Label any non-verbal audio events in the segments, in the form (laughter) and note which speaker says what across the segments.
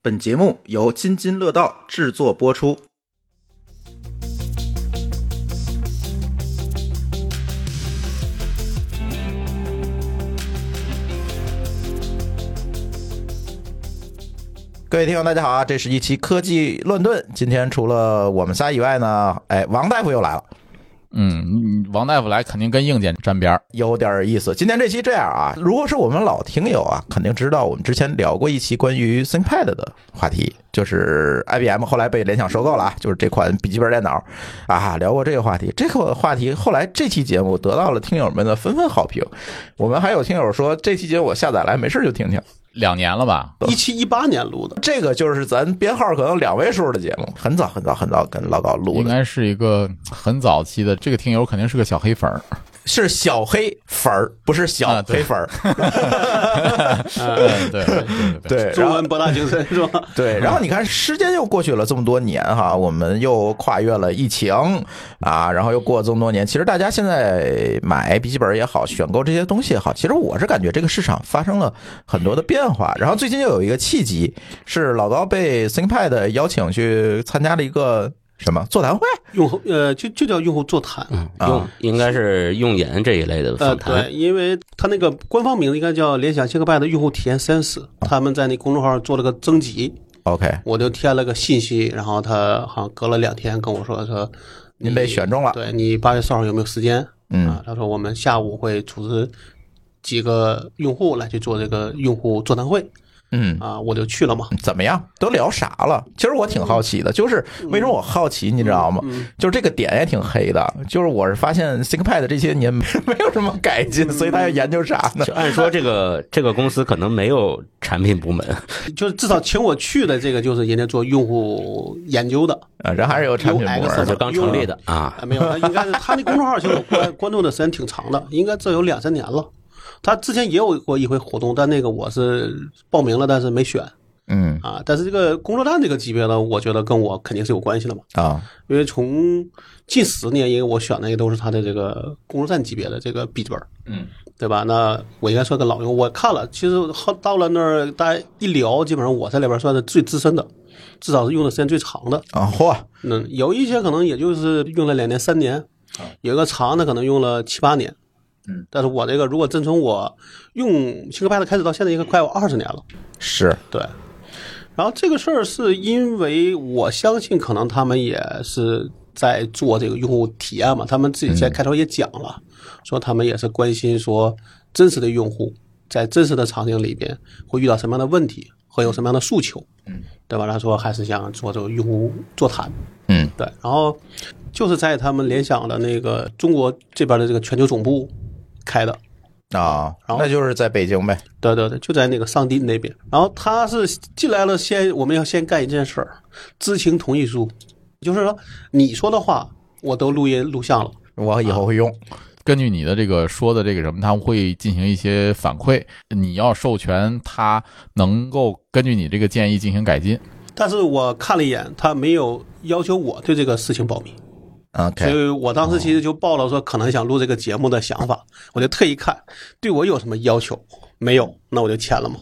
Speaker 1: 本节目由津津乐道制作播出。各位听友，大家好啊！这是一期科技乱炖。今天除了我们仨以外呢，哎，王大夫又来了，
Speaker 2: 嗯，王大夫来肯定跟硬件沾边儿。
Speaker 1: 有点意思。今天这期这样啊，如果是我们老听友啊，肯定知道我们之前聊过一期关于 ThinkPad 的话题，就是 IBM 后来被联想收购了啊，就是这款笔记本电脑啊，聊过这个话题。这个话题后来这期节目得到了听友们的纷纷好评。我们还有听友说，这期节目我下载来没事就听听。
Speaker 2: 两年了吧？
Speaker 3: 一七一八年录的，
Speaker 1: 这个就是咱编号可能两位数的节目，很早很早很早跟老高录
Speaker 2: 应
Speaker 1: 的，
Speaker 2: 该是一个很早期的。这个听友肯定是个小黑粉儿，
Speaker 1: 是小黑粉儿，不是小
Speaker 2: 啊对
Speaker 1: 黑 (laughs) 粉儿。
Speaker 2: (laughs) 对对对对。
Speaker 1: 对，然
Speaker 3: 中
Speaker 1: 后
Speaker 3: 文博大精深是吧？
Speaker 1: 对，然后你看，时间又过去了这么多年哈，我们又跨越了疫情啊，然后又过了这么多年。其实大家现在买笔记本也好，选购这些东西也好，其实我是感觉这个市场发生了很多的变化。然后最近又有一个契机，是老高被 ThinkPad 邀请去参加了一个什么座谈会，
Speaker 3: (laughs) 用户呃，就就叫用户座谈。
Speaker 1: 啊
Speaker 4: 用应该是用眼这一类的
Speaker 3: 呃，
Speaker 4: 访谈。
Speaker 3: 对，因为它那个官方名字应该叫联想 ThinkPad 的用户体验 Sense，他
Speaker 1: 嗯
Speaker 3: 们在那公众号做了个征集，
Speaker 1: OK，
Speaker 3: 我就填了个信息，然后他好像隔了两天跟我说说你
Speaker 1: 您被选中了，
Speaker 3: 对你八月四号有没有时间？
Speaker 1: 嗯
Speaker 3: 啊，他说我们下午会组织几个用户来去做这个用户座谈会
Speaker 1: 嗯。
Speaker 3: 啊，我就去了嘛。
Speaker 1: 怎么样？都聊啥了？其实我挺好奇的，就是为什么我好奇，你知道吗？就是这个点也挺黑的，就是我是发现 ThinkPad 这些年没 (laughs) 没有什么改进，所以他要研究啥呢？
Speaker 4: 就按说这个这个公司可能没有产品部门，
Speaker 3: 就是至少请我去的这个就是人家做用户研究的，
Speaker 1: 啊，人还是有产品部
Speaker 3: UX
Speaker 1: 门
Speaker 3: 的
Speaker 1: 的
Speaker 4: 就刚成立的啊。
Speaker 3: 啊，没有，他应该是他那公众号，其实我关关注的时间挺长的，应该这有两三年了。他之前也有过一回活动，但那个我是报名了，但是没选
Speaker 1: 嗯
Speaker 3: 啊。但是这个工作站这个级别呢，我觉得跟我肯定是有关系的嘛，
Speaker 1: 啊，
Speaker 3: 因为从近十年，因为我选的也都是他的这个工作站级别的这个笔记本，
Speaker 2: 嗯，
Speaker 3: 对吧？那我应该算个老用户，我看了，其实好到了那儿，大家一聊，基本上我在里边算是最资深的，至少是用的时间最长的。
Speaker 1: 啊，嚯，
Speaker 3: 嗯，有一些可能也就是用了两年、三年，有一个长的可能用了七八年。
Speaker 1: 嗯，
Speaker 3: 但是我这个如果真从我用 ThinkPad 开始到现在，应该快有二十年了。
Speaker 1: 是
Speaker 3: 对，然后这个事儿是因为我相信，可能他们也是在做这个用户体验嘛，他们自己在开头也讲了，说他们也是关心说真实的用户在真实的场景里边会遇到什么样的问题和有什么样的诉求，嗯，对吧？他说还是想做这个用户座谈，
Speaker 1: 嗯，
Speaker 3: 对，然后就是在他们联想的那个中国这边的这个全球总部开的，
Speaker 1: 啊，
Speaker 3: 然后
Speaker 1: 那就是在北京呗，
Speaker 3: 对对对，就在那个上帝那边。然后他是进来了先，我们要先干一件事儿，知情同意书，就是说你说的话我都录音录像了。
Speaker 1: 我以后会用。
Speaker 2: 根据你的这个说的这个什么，他们会进行一些反馈，你要授权他能够根据你这个建议进行改进。
Speaker 3: 但是我看了一眼，他没有要求我对这个事情保密，所
Speaker 1: OK，
Speaker 3: 以我当时其实就报了说可能想录这个节目的想法，我就特意看对我有什么要求没有，那我就签了嘛，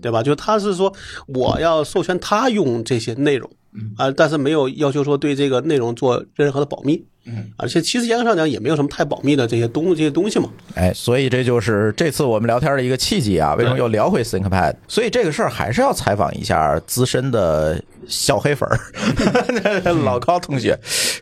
Speaker 3: 对吧？就他是说我要授权他用这些内容，啊，但是没有要求说对这个内容做任何的保密，嗯，而且其实严格上讲也没有什么太保密的这些东这些东西嘛，
Speaker 1: 哎，所以这就是这次我们聊天的一个契机啊。为什么又聊回 ThinkPad？所以这个事儿还是要采访一下资深的小黑粉
Speaker 3: (laughs)
Speaker 1: 儿老高同学。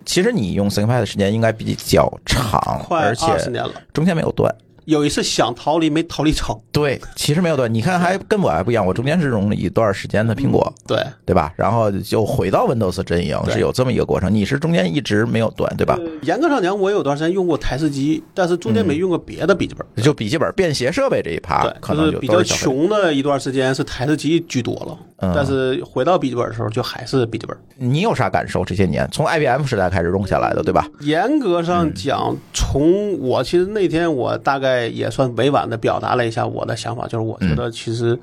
Speaker 1: 其实你用 ThinkPad 的时间应该比较长，
Speaker 3: 快
Speaker 1: 而
Speaker 3: 二十
Speaker 1: 且
Speaker 3: 年了。
Speaker 1: 中间没有断。
Speaker 3: 有一次想逃离没逃离成，
Speaker 1: 对，其实没有断。你看，还跟我还不一样，我中间是用了一段时间的苹果，
Speaker 3: 对
Speaker 1: 对吧？然后就回到 Windows 阵营，
Speaker 3: 嗯对
Speaker 1: 是有这么一个过程。你是中间一直没有断，对吧？
Speaker 3: 严格上讲我有段时间用过台式机，但是中间没用过别的笔记本。
Speaker 1: 就笔记本便携设备这一趴，啊可
Speaker 3: 对，
Speaker 1: 能
Speaker 3: 是
Speaker 1: 就
Speaker 3: 比
Speaker 1: 都
Speaker 3: 较
Speaker 1: 是小黑粉。
Speaker 3: 穷的一段时间是台式机居多了，
Speaker 1: 嗯
Speaker 3: 但是回到笔记本的时候就还是笔记本。
Speaker 1: 你有啥感受？这些年从 IBM 时代开始用下来的，对吧？
Speaker 3: 严格上
Speaker 1: 嗯
Speaker 3: 讲，从我其实那天我大概也算委婉的表达了一下我的想法，就是我
Speaker 1: 嗯
Speaker 3: 觉得其实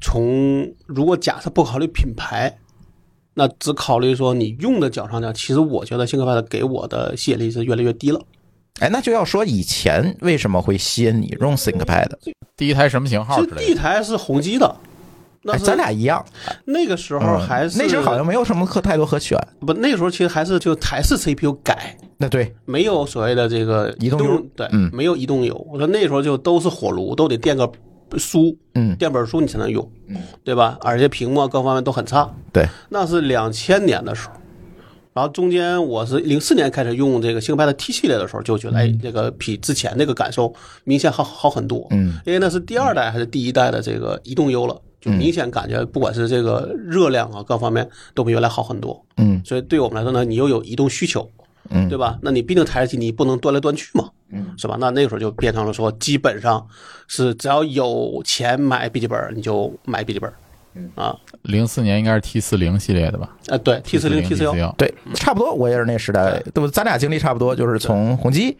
Speaker 3: 从如果假设不考虑品牌。那只考虑说你用的角上讲，其实我觉得新科派的给我的吸引力是越来越低了。
Speaker 1: 哎，那就要说以前为什么会吸引你用 ThinkPad？
Speaker 2: 第一台什么型号
Speaker 3: 其
Speaker 2: 之
Speaker 3: 实
Speaker 2: 类
Speaker 3: 第一
Speaker 2: 的？
Speaker 3: 台是宏基的，那
Speaker 1: 哎，
Speaker 3: 是
Speaker 1: 咱俩一样，
Speaker 3: 那个时候
Speaker 1: 嗯
Speaker 3: 还是
Speaker 1: 那时候好像没有什么可太多可选。
Speaker 3: 不，那时候其实还是就还是 CPU 改，
Speaker 1: 那对，
Speaker 3: 没有所谓的这个
Speaker 1: 移动油
Speaker 3: 对，
Speaker 1: 嗯
Speaker 3: 没有移动油。我说那时候就都是火炉，都得垫个书，
Speaker 1: 嗯，
Speaker 3: 垫本书你才能用，对吧？而且屏幕啊各方面都很差。
Speaker 1: 对，
Speaker 3: 那是两千年的时候，然后中间我是零四年开始用这个星派的 T 系列的时候，就
Speaker 1: 嗯
Speaker 3: 觉得哎，这个比之前那个感受明显好好很多。
Speaker 1: 嗯，
Speaker 3: 因为那是第二代还是第一代的这个移动优了，就明显感觉不管是这个热量啊各方面都比原来好很多。
Speaker 1: 嗯
Speaker 3: 所以对我们来说呢，你又有移动需求，
Speaker 1: 嗯
Speaker 3: 对吧？那你毕竟台式机你不能端来端去嘛，嗯，是吧？那那个时候就变成了说，基本上是只要有钱买笔记本儿你就买笔记本儿，啊
Speaker 2: 零四年应该是 T 四零系列的吧
Speaker 3: 啊，对，T 四零 T 四幺，
Speaker 2: 幺，
Speaker 1: 对，差不多，我也是那时代，对不？咱俩经历差不多，就是从宏基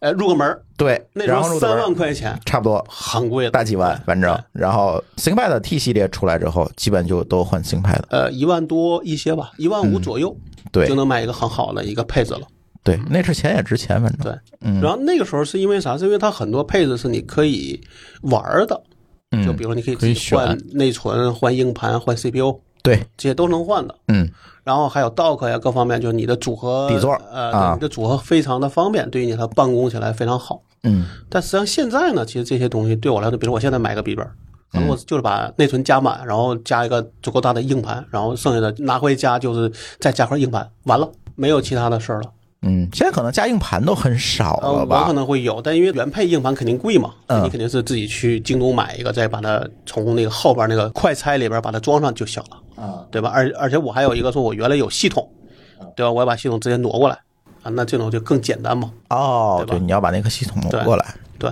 Speaker 3: 哎，入个门儿
Speaker 1: 对，
Speaker 3: 那时
Speaker 1: 然后
Speaker 3: 候
Speaker 1: 入德
Speaker 3: 三万块钱，
Speaker 1: 差不多
Speaker 3: 很贵的，
Speaker 1: 大几万，反正然后 ThinkPad T 系列出来之后，基本就都换 ThinkPad 了。
Speaker 3: 呃，一万多一些吧，一万五左右，
Speaker 1: 对
Speaker 3: 就能买一个很好的一个配置了。
Speaker 1: 对，那是钱也值钱，反正
Speaker 3: 对，然后那个时候是因为啥？是因为它很多配置是你可以玩儿的，就比如你可以
Speaker 2: 可以
Speaker 3: 自己换内存、换硬盘、换 CPU，
Speaker 1: 对，
Speaker 3: 这些都能换的。
Speaker 1: 嗯
Speaker 3: 然后还有 dock 呀，各方面，就是你的组合
Speaker 1: 底座
Speaker 3: 呃，
Speaker 1: 啊
Speaker 3: 对你的组合非常的方便，对于你的办公起来非常好。
Speaker 1: 嗯
Speaker 3: 但实际上现在呢，其实这些东西对我来说，比如我现在买个笔记本，
Speaker 1: 嗯
Speaker 3: 可能我就是把内存加满，然后加一个足够大的硬盘，然后剩下的拿回家就是再加块硬盘，完了没有其他的事儿了。
Speaker 1: 嗯，现在可能加硬盘都很少
Speaker 3: 呃，
Speaker 1: 了
Speaker 3: 我
Speaker 1: 吧
Speaker 3: 可？能会有，但因为原配硬盘肯定贵嘛，
Speaker 1: 嗯
Speaker 3: 你肯定是自己去京东买一个，再把它从那个后边那个快拆里边把它装上就行了，啊，
Speaker 1: 嗯
Speaker 3: 对吧？而而且我还有一个说，我原来有系统，对吧？我要把系统直接挪过来啊，那这种就更简单嘛，
Speaker 1: 哦，
Speaker 3: 对吧
Speaker 1: 对，你要把那个系统挪
Speaker 3: 对
Speaker 1: 过来，
Speaker 3: 对。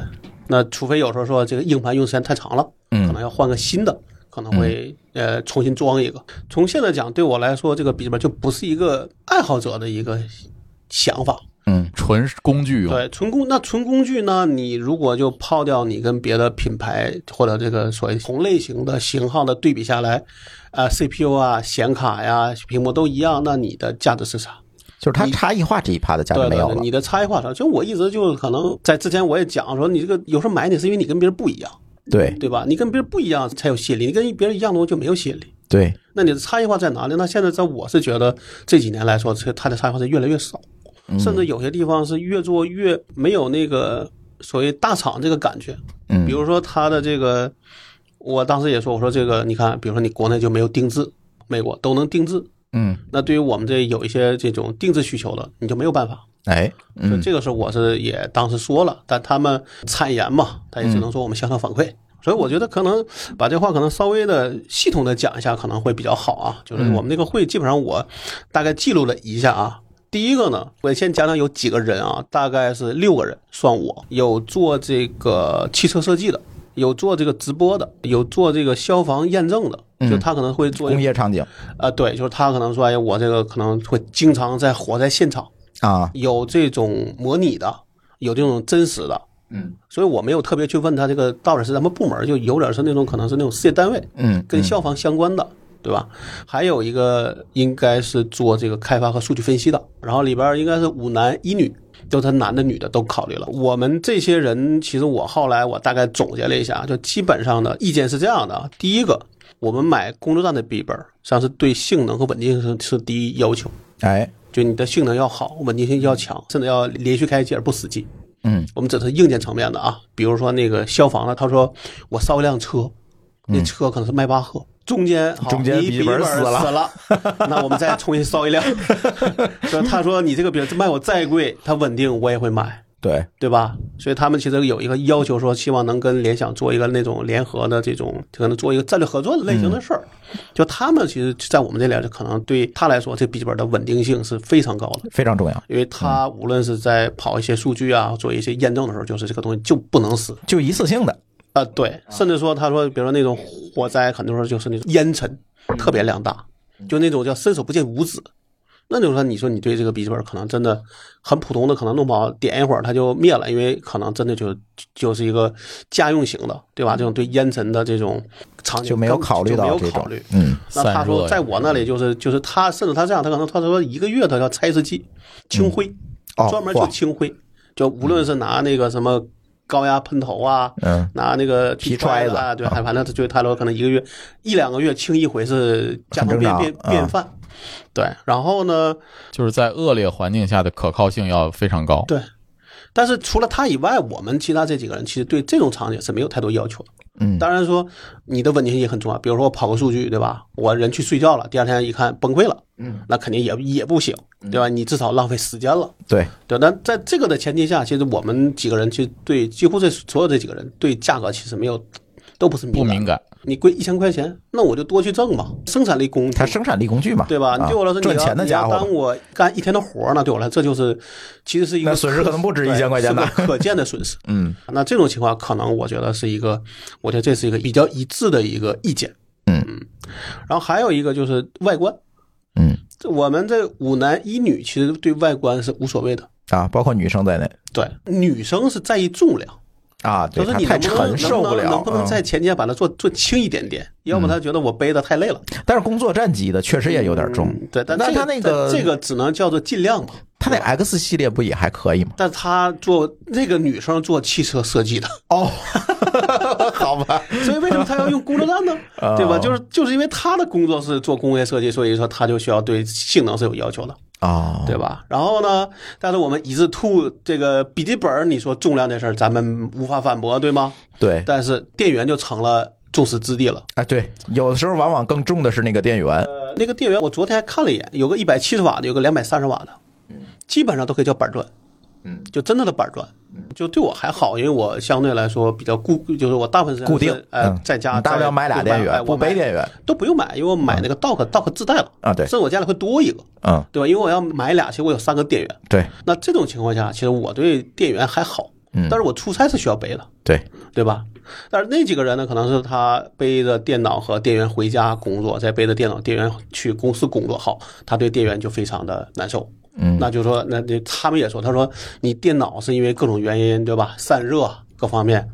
Speaker 3: 那除非有时候说这个硬盘用时间太长了，
Speaker 1: 嗯
Speaker 3: 可能要换个新的，可能会呃重新装一个。从现在讲，对我来说，这个笔记本就不是一个爱好者的一个想法，
Speaker 1: 嗯
Speaker 2: 纯工具用。
Speaker 3: 对，纯工那纯工具呢？你如果就抛掉你跟别的品牌或者这个所谓同类型的型号的对比下来，啊、c p u 啊、显卡呀、屏幕都一样，那你的价值是啥？
Speaker 1: 就是它差异化这一趴的价值
Speaker 3: 对
Speaker 1: 没
Speaker 3: 对
Speaker 1: 有
Speaker 3: 对，
Speaker 1: 了。
Speaker 3: 你的差异化上，就我一直就可能在之前我也讲说，你这个有时候买你是因为你跟别人不一样，
Speaker 1: 对
Speaker 3: 对吧？你跟别人不一样才有吸引力，你跟别人一样的东西就没有吸引力。
Speaker 1: 对，
Speaker 3: 那你的差异化在哪里？那现在在我是觉得这几年来说，这它的差异化是越来越少，
Speaker 1: 嗯
Speaker 3: 甚至有些地方是越做越没有那个所谓大厂这个感觉。
Speaker 1: 嗯
Speaker 3: 比如说它的这个，我当时也说，我说这个你看，比如说你国内就没有定制，美国都能定制。
Speaker 1: 嗯，
Speaker 3: 那对于我们这有一些这种定制需求的，你就没有办法。
Speaker 1: 哎，
Speaker 3: 所以
Speaker 1: 嗯
Speaker 3: 这个是我是也当时说了，但他们参研嘛，他也只能说我们向上反
Speaker 1: 嗯
Speaker 3: 馈。所以我觉得可能把这话可能稍微的系统的讲一下可能会比较好啊。就是
Speaker 1: 嗯
Speaker 3: 我们那个会基本上我大概记录了一下啊。第一个呢，我先讲讲有几个人啊，大概是六个人，算我有做这个汽车设计的，有做这个直播的，有做这个消防验证的，就他可能会做
Speaker 1: 嗯
Speaker 3: 一
Speaker 1: 工
Speaker 3: 个
Speaker 1: 业场景
Speaker 3: 啊、对，就是他可能说，哎，我这个可能会经常在火灾现场。
Speaker 1: 啊，
Speaker 3: 有这种模拟的，有这种真实的，
Speaker 1: 嗯，
Speaker 3: 所以我没有特别去问他这个到底是咱们部门儿，就有点是那种可能是那种事业单位
Speaker 1: 嗯，
Speaker 3: 跟消防相关的，对吧？还有一个应该是做这个开发和数据分析的，然后里边儿应该是五男一女。就他男的女的都考虑了。我们这些人，其实我后来我大概总结了一下，就基本上的意见是这样的啊。第一个，我们买工作站的笔记本儿，实际上是对性能和稳定性是第一要求。
Speaker 1: 哎，
Speaker 3: 就你的性能要好，稳定性要强，甚至要连续开机而不死机。
Speaker 1: 嗯，
Speaker 3: 我们只是硬件层面的啊，比如说那个消防的，他说我烧一辆车，那车可能是迈巴赫，中间
Speaker 1: 嗯
Speaker 3: 好
Speaker 1: 中间笔
Speaker 3: 你笔
Speaker 1: 记
Speaker 3: 记
Speaker 1: 本
Speaker 3: 本
Speaker 1: 死
Speaker 3: 死
Speaker 1: 了 (laughs)
Speaker 3: 那我们再重新烧一辆。 (laughs) 就是他说你这个笔记本卖我再贵，它稳定我也会买。
Speaker 1: 对，
Speaker 3: 对吧？所以他们其实有一个要求，说希望能跟联想做一个那种联合的这种，可能做一个战略合作的类型的事儿。就他们其实，在我们这里，就可能对他来说，这笔记本的稳定性是非常高的，
Speaker 1: 非常重要。
Speaker 3: 因为他无论是在跑一些数据啊，做一些验证的时候，就是这个东西就不能死
Speaker 1: 就一次性的，
Speaker 3: 啊、对，甚至说他说，比如说那种火灾，很多时候就是那种烟尘特别量大，就那种叫伸手不见五指。那就是说，你说你对这个笔记本可能真的很普通的，可能弄不好点一会儿它就灭了，因为可能真的就就是一个家用型的，对吧？这种对烟尘的这种场景
Speaker 1: 就没有考虑
Speaker 3: 就
Speaker 1: 到
Speaker 3: 没
Speaker 1: 这
Speaker 3: 有考
Speaker 1: 种
Speaker 3: 虑。，
Speaker 1: 嗯，
Speaker 3: 那他
Speaker 2: 散热
Speaker 3: 说，
Speaker 2: 呀
Speaker 3: 在我那里就是就是他，甚至他这样，他可能他说一个月他要拆一次机，清灰，
Speaker 1: 嗯哦
Speaker 3: 专门
Speaker 1: 哇
Speaker 3: 就清灰，就无论是拿那个什么高压喷头啊，
Speaker 1: 嗯，
Speaker 3: 拿那个
Speaker 1: 皮揣
Speaker 3: 揣
Speaker 1: 子
Speaker 3: 啊，对，
Speaker 1: 啊
Speaker 3: 还反正就他说可能一个月一两个月清一回是家常
Speaker 1: 很正
Speaker 3: 便
Speaker 1: 常
Speaker 3: 便
Speaker 1: 啊
Speaker 3: 便饭，对，然后呢，
Speaker 2: 就是在恶劣环境下的可靠性要非常高。
Speaker 3: 对，但是除了他以外，我们其他这几个人其实对这种场景是没有太多要求的。
Speaker 1: 嗯
Speaker 3: 当然说你的稳定性也很重要，比如说我跑个数据，对吧？我人去睡觉了，第二天一看崩溃了，
Speaker 1: 嗯，
Speaker 3: 那肯定也也不行，对吧？你至少浪费时间了，
Speaker 1: 对，
Speaker 3: 对吧。但在这个的前提下，其实我们几个人其实对几乎这所有这几个人对价格其实没有都不是
Speaker 2: 不
Speaker 3: 敏感
Speaker 2: 敏
Speaker 3: 的。
Speaker 2: 感，
Speaker 3: 你贵一千块钱，那我就多去挣吧，生产力工具
Speaker 1: 它生产力工具嘛，
Speaker 3: 对吧？
Speaker 1: 啊
Speaker 3: 对我来说，你
Speaker 1: 赚
Speaker 3: 要
Speaker 1: 钱的
Speaker 3: 你
Speaker 1: 家
Speaker 3: 要
Speaker 1: 伙
Speaker 3: 耽
Speaker 1: 嘛，
Speaker 3: 误我干一天的活儿呢，对我来说，这就是其实是一个
Speaker 1: 那损失可能不止
Speaker 3: 对
Speaker 1: 1000块钱呢
Speaker 3: 是个可见的损失。
Speaker 1: 嗯
Speaker 3: 那这种情况，可能我觉得是一个，我觉得这是一个比较一致的一个意见。
Speaker 1: 嗯
Speaker 3: 然后还有一个就是外观，
Speaker 1: 嗯
Speaker 3: 这我们这五男一女其实对外观是无所谓的。
Speaker 1: 啊，包括女生在内
Speaker 3: 对，女生是在意重量，
Speaker 1: 啊，
Speaker 3: 就
Speaker 1: 对，
Speaker 3: 是
Speaker 1: 它
Speaker 3: 你
Speaker 1: 太
Speaker 3: 能不能
Speaker 1: 沉受
Speaker 3: 能
Speaker 1: 不
Speaker 3: 能
Speaker 1: 了，
Speaker 3: 能不能
Speaker 1: 嗯
Speaker 3: 在前肩把它做做轻一点点，要不他觉得我背的太累了。
Speaker 1: 但是工作站级的确实也有点重，
Speaker 3: 嗯对，但
Speaker 1: 那
Speaker 3: 这
Speaker 1: 它
Speaker 3: 个
Speaker 1: 那个
Speaker 3: 这个只能叫做尽量嘛。
Speaker 1: 它那 X 系列不也还可以吗？
Speaker 3: 但他做那个女生做汽车设
Speaker 1: (laughs)
Speaker 3: 计的， (laughs)
Speaker 1: 哦，好吧，
Speaker 3: 所以为什么他要用工作
Speaker 1: (laughs)
Speaker 3: 站呢？
Speaker 1: 啊
Speaker 3: 对吧？就是就是因为他的工作是做工业设计，所以说他就需要对性能是有要求的，
Speaker 1: 哦，
Speaker 3: 对吧？然后呢，但是我们一致吐这个笔记本儿，你说重量这事儿咱们无法反驳，对吗？
Speaker 1: 对，
Speaker 3: 但是电源就成了众矢之的了。
Speaker 1: 啊对，有的时候往往更重的是那个电源，
Speaker 3: 呃，那个电源我昨天还看了一眼，有个一百七十瓦的，有个两百三十瓦的，基本上都可以叫板砖，
Speaker 1: 嗯，
Speaker 3: 就真正的板砖。就对我还好，因为我相对来说比较固，就是我大部分时间是
Speaker 1: 固定，
Speaker 3: 呃
Speaker 1: 嗯，
Speaker 3: 在家
Speaker 1: 你大不了
Speaker 3: 在
Speaker 1: 买俩
Speaker 3: 我
Speaker 1: 电
Speaker 3: 哎
Speaker 1: 源，
Speaker 3: 我
Speaker 1: 不
Speaker 3: 买
Speaker 1: 背电源，嗯
Speaker 3: 都不用买，因为我买那个 dock dock 自带了
Speaker 1: 啊对
Speaker 3: 甚至我家里会多一个，
Speaker 1: 嗯，
Speaker 3: 对吧？因为我要买俩，其实我有三个电源。
Speaker 1: 对
Speaker 3: 那这种情况下，其实我对电源还好，
Speaker 1: 嗯
Speaker 3: 但是我出差是需要背的，
Speaker 1: 对，
Speaker 3: 对吧？但是那几个人呢，可能是他背着电脑和电源回家工作，再背着电脑电源去公司工作，好，他对电源就非常的难受。
Speaker 1: 嗯
Speaker 3: 那就说，那那他们也说，他说你电脑是因为各种原因，对吧？散热各方面，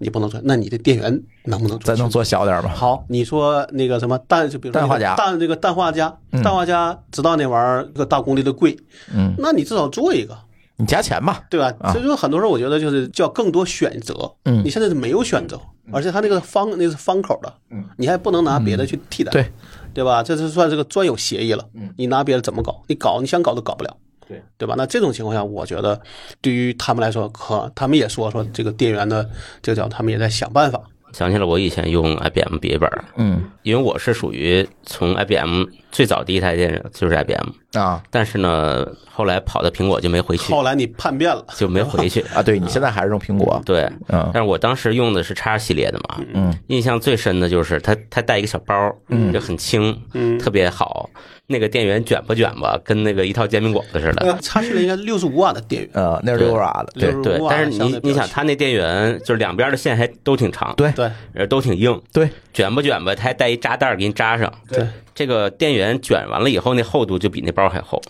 Speaker 3: 你不能做，那你的电源能不能做
Speaker 1: 咱能做小点儿吧？
Speaker 3: 好，你说那个什么氮，就比如说
Speaker 1: 氮化镓
Speaker 3: 氮这个氮化镓，氮化镓知道那玩意儿这个大功率的贵，
Speaker 1: 嗯，
Speaker 3: 那你至少做一个，
Speaker 1: 你加钱吧，
Speaker 3: 对吧
Speaker 1: 啊？
Speaker 3: 所以说很多时候我觉得就是叫更多选择，
Speaker 1: 嗯
Speaker 3: 你现在是没有选择，而且它那个方那是方口的，
Speaker 1: 嗯，
Speaker 3: 你还不能拿别的去替代，
Speaker 1: 对，
Speaker 3: 对吧？这是算这个专有协议了，
Speaker 1: 嗯，
Speaker 3: 你拿别的怎么搞？你搞你想搞都搞不了。
Speaker 1: 对
Speaker 3: 对吧？那这种情况下，我觉得对于他们来说，可他们也说说这个电源的这个叫他们也在想办法。
Speaker 4: 想起了我以前用 IBM 笔记本，
Speaker 1: 嗯
Speaker 4: 因为我是属于从 IBM 最早第一台电脑就是 IBM，
Speaker 1: 啊
Speaker 4: 但是呢，后来跑到苹果就没回去，
Speaker 3: 后来你叛变了，
Speaker 4: 就没回去。
Speaker 3: 嗯
Speaker 1: 啊，对你现在还是用苹果，
Speaker 4: 对，
Speaker 1: 嗯
Speaker 4: 但是我当时用的是叉系列的嘛，
Speaker 1: 嗯，
Speaker 4: 印象最深的就是它它带一个小包，嗯，就很轻，嗯，特别好。那个电源卷吧卷吧，跟那个一套煎饼果子似
Speaker 3: (laughs)
Speaker 4: 的。
Speaker 3: 插呃叙了应该六十五瓦的电源，
Speaker 1: 呃，那是六十瓦的，对
Speaker 3: 六十
Speaker 4: 对
Speaker 3: 五，瓦
Speaker 4: 但是
Speaker 3: 相对
Speaker 4: 你
Speaker 3: 比较
Speaker 4: 你想，
Speaker 3: 小
Speaker 4: 它那电源就是两边的线还都挺长，
Speaker 1: 对
Speaker 3: 对
Speaker 4: 呃，都挺硬，
Speaker 1: 对，
Speaker 4: 卷吧卷吧，它还带一扎带儿给你扎上。
Speaker 3: 对，
Speaker 4: 这个电源卷完了以后，那厚度就比那包还厚。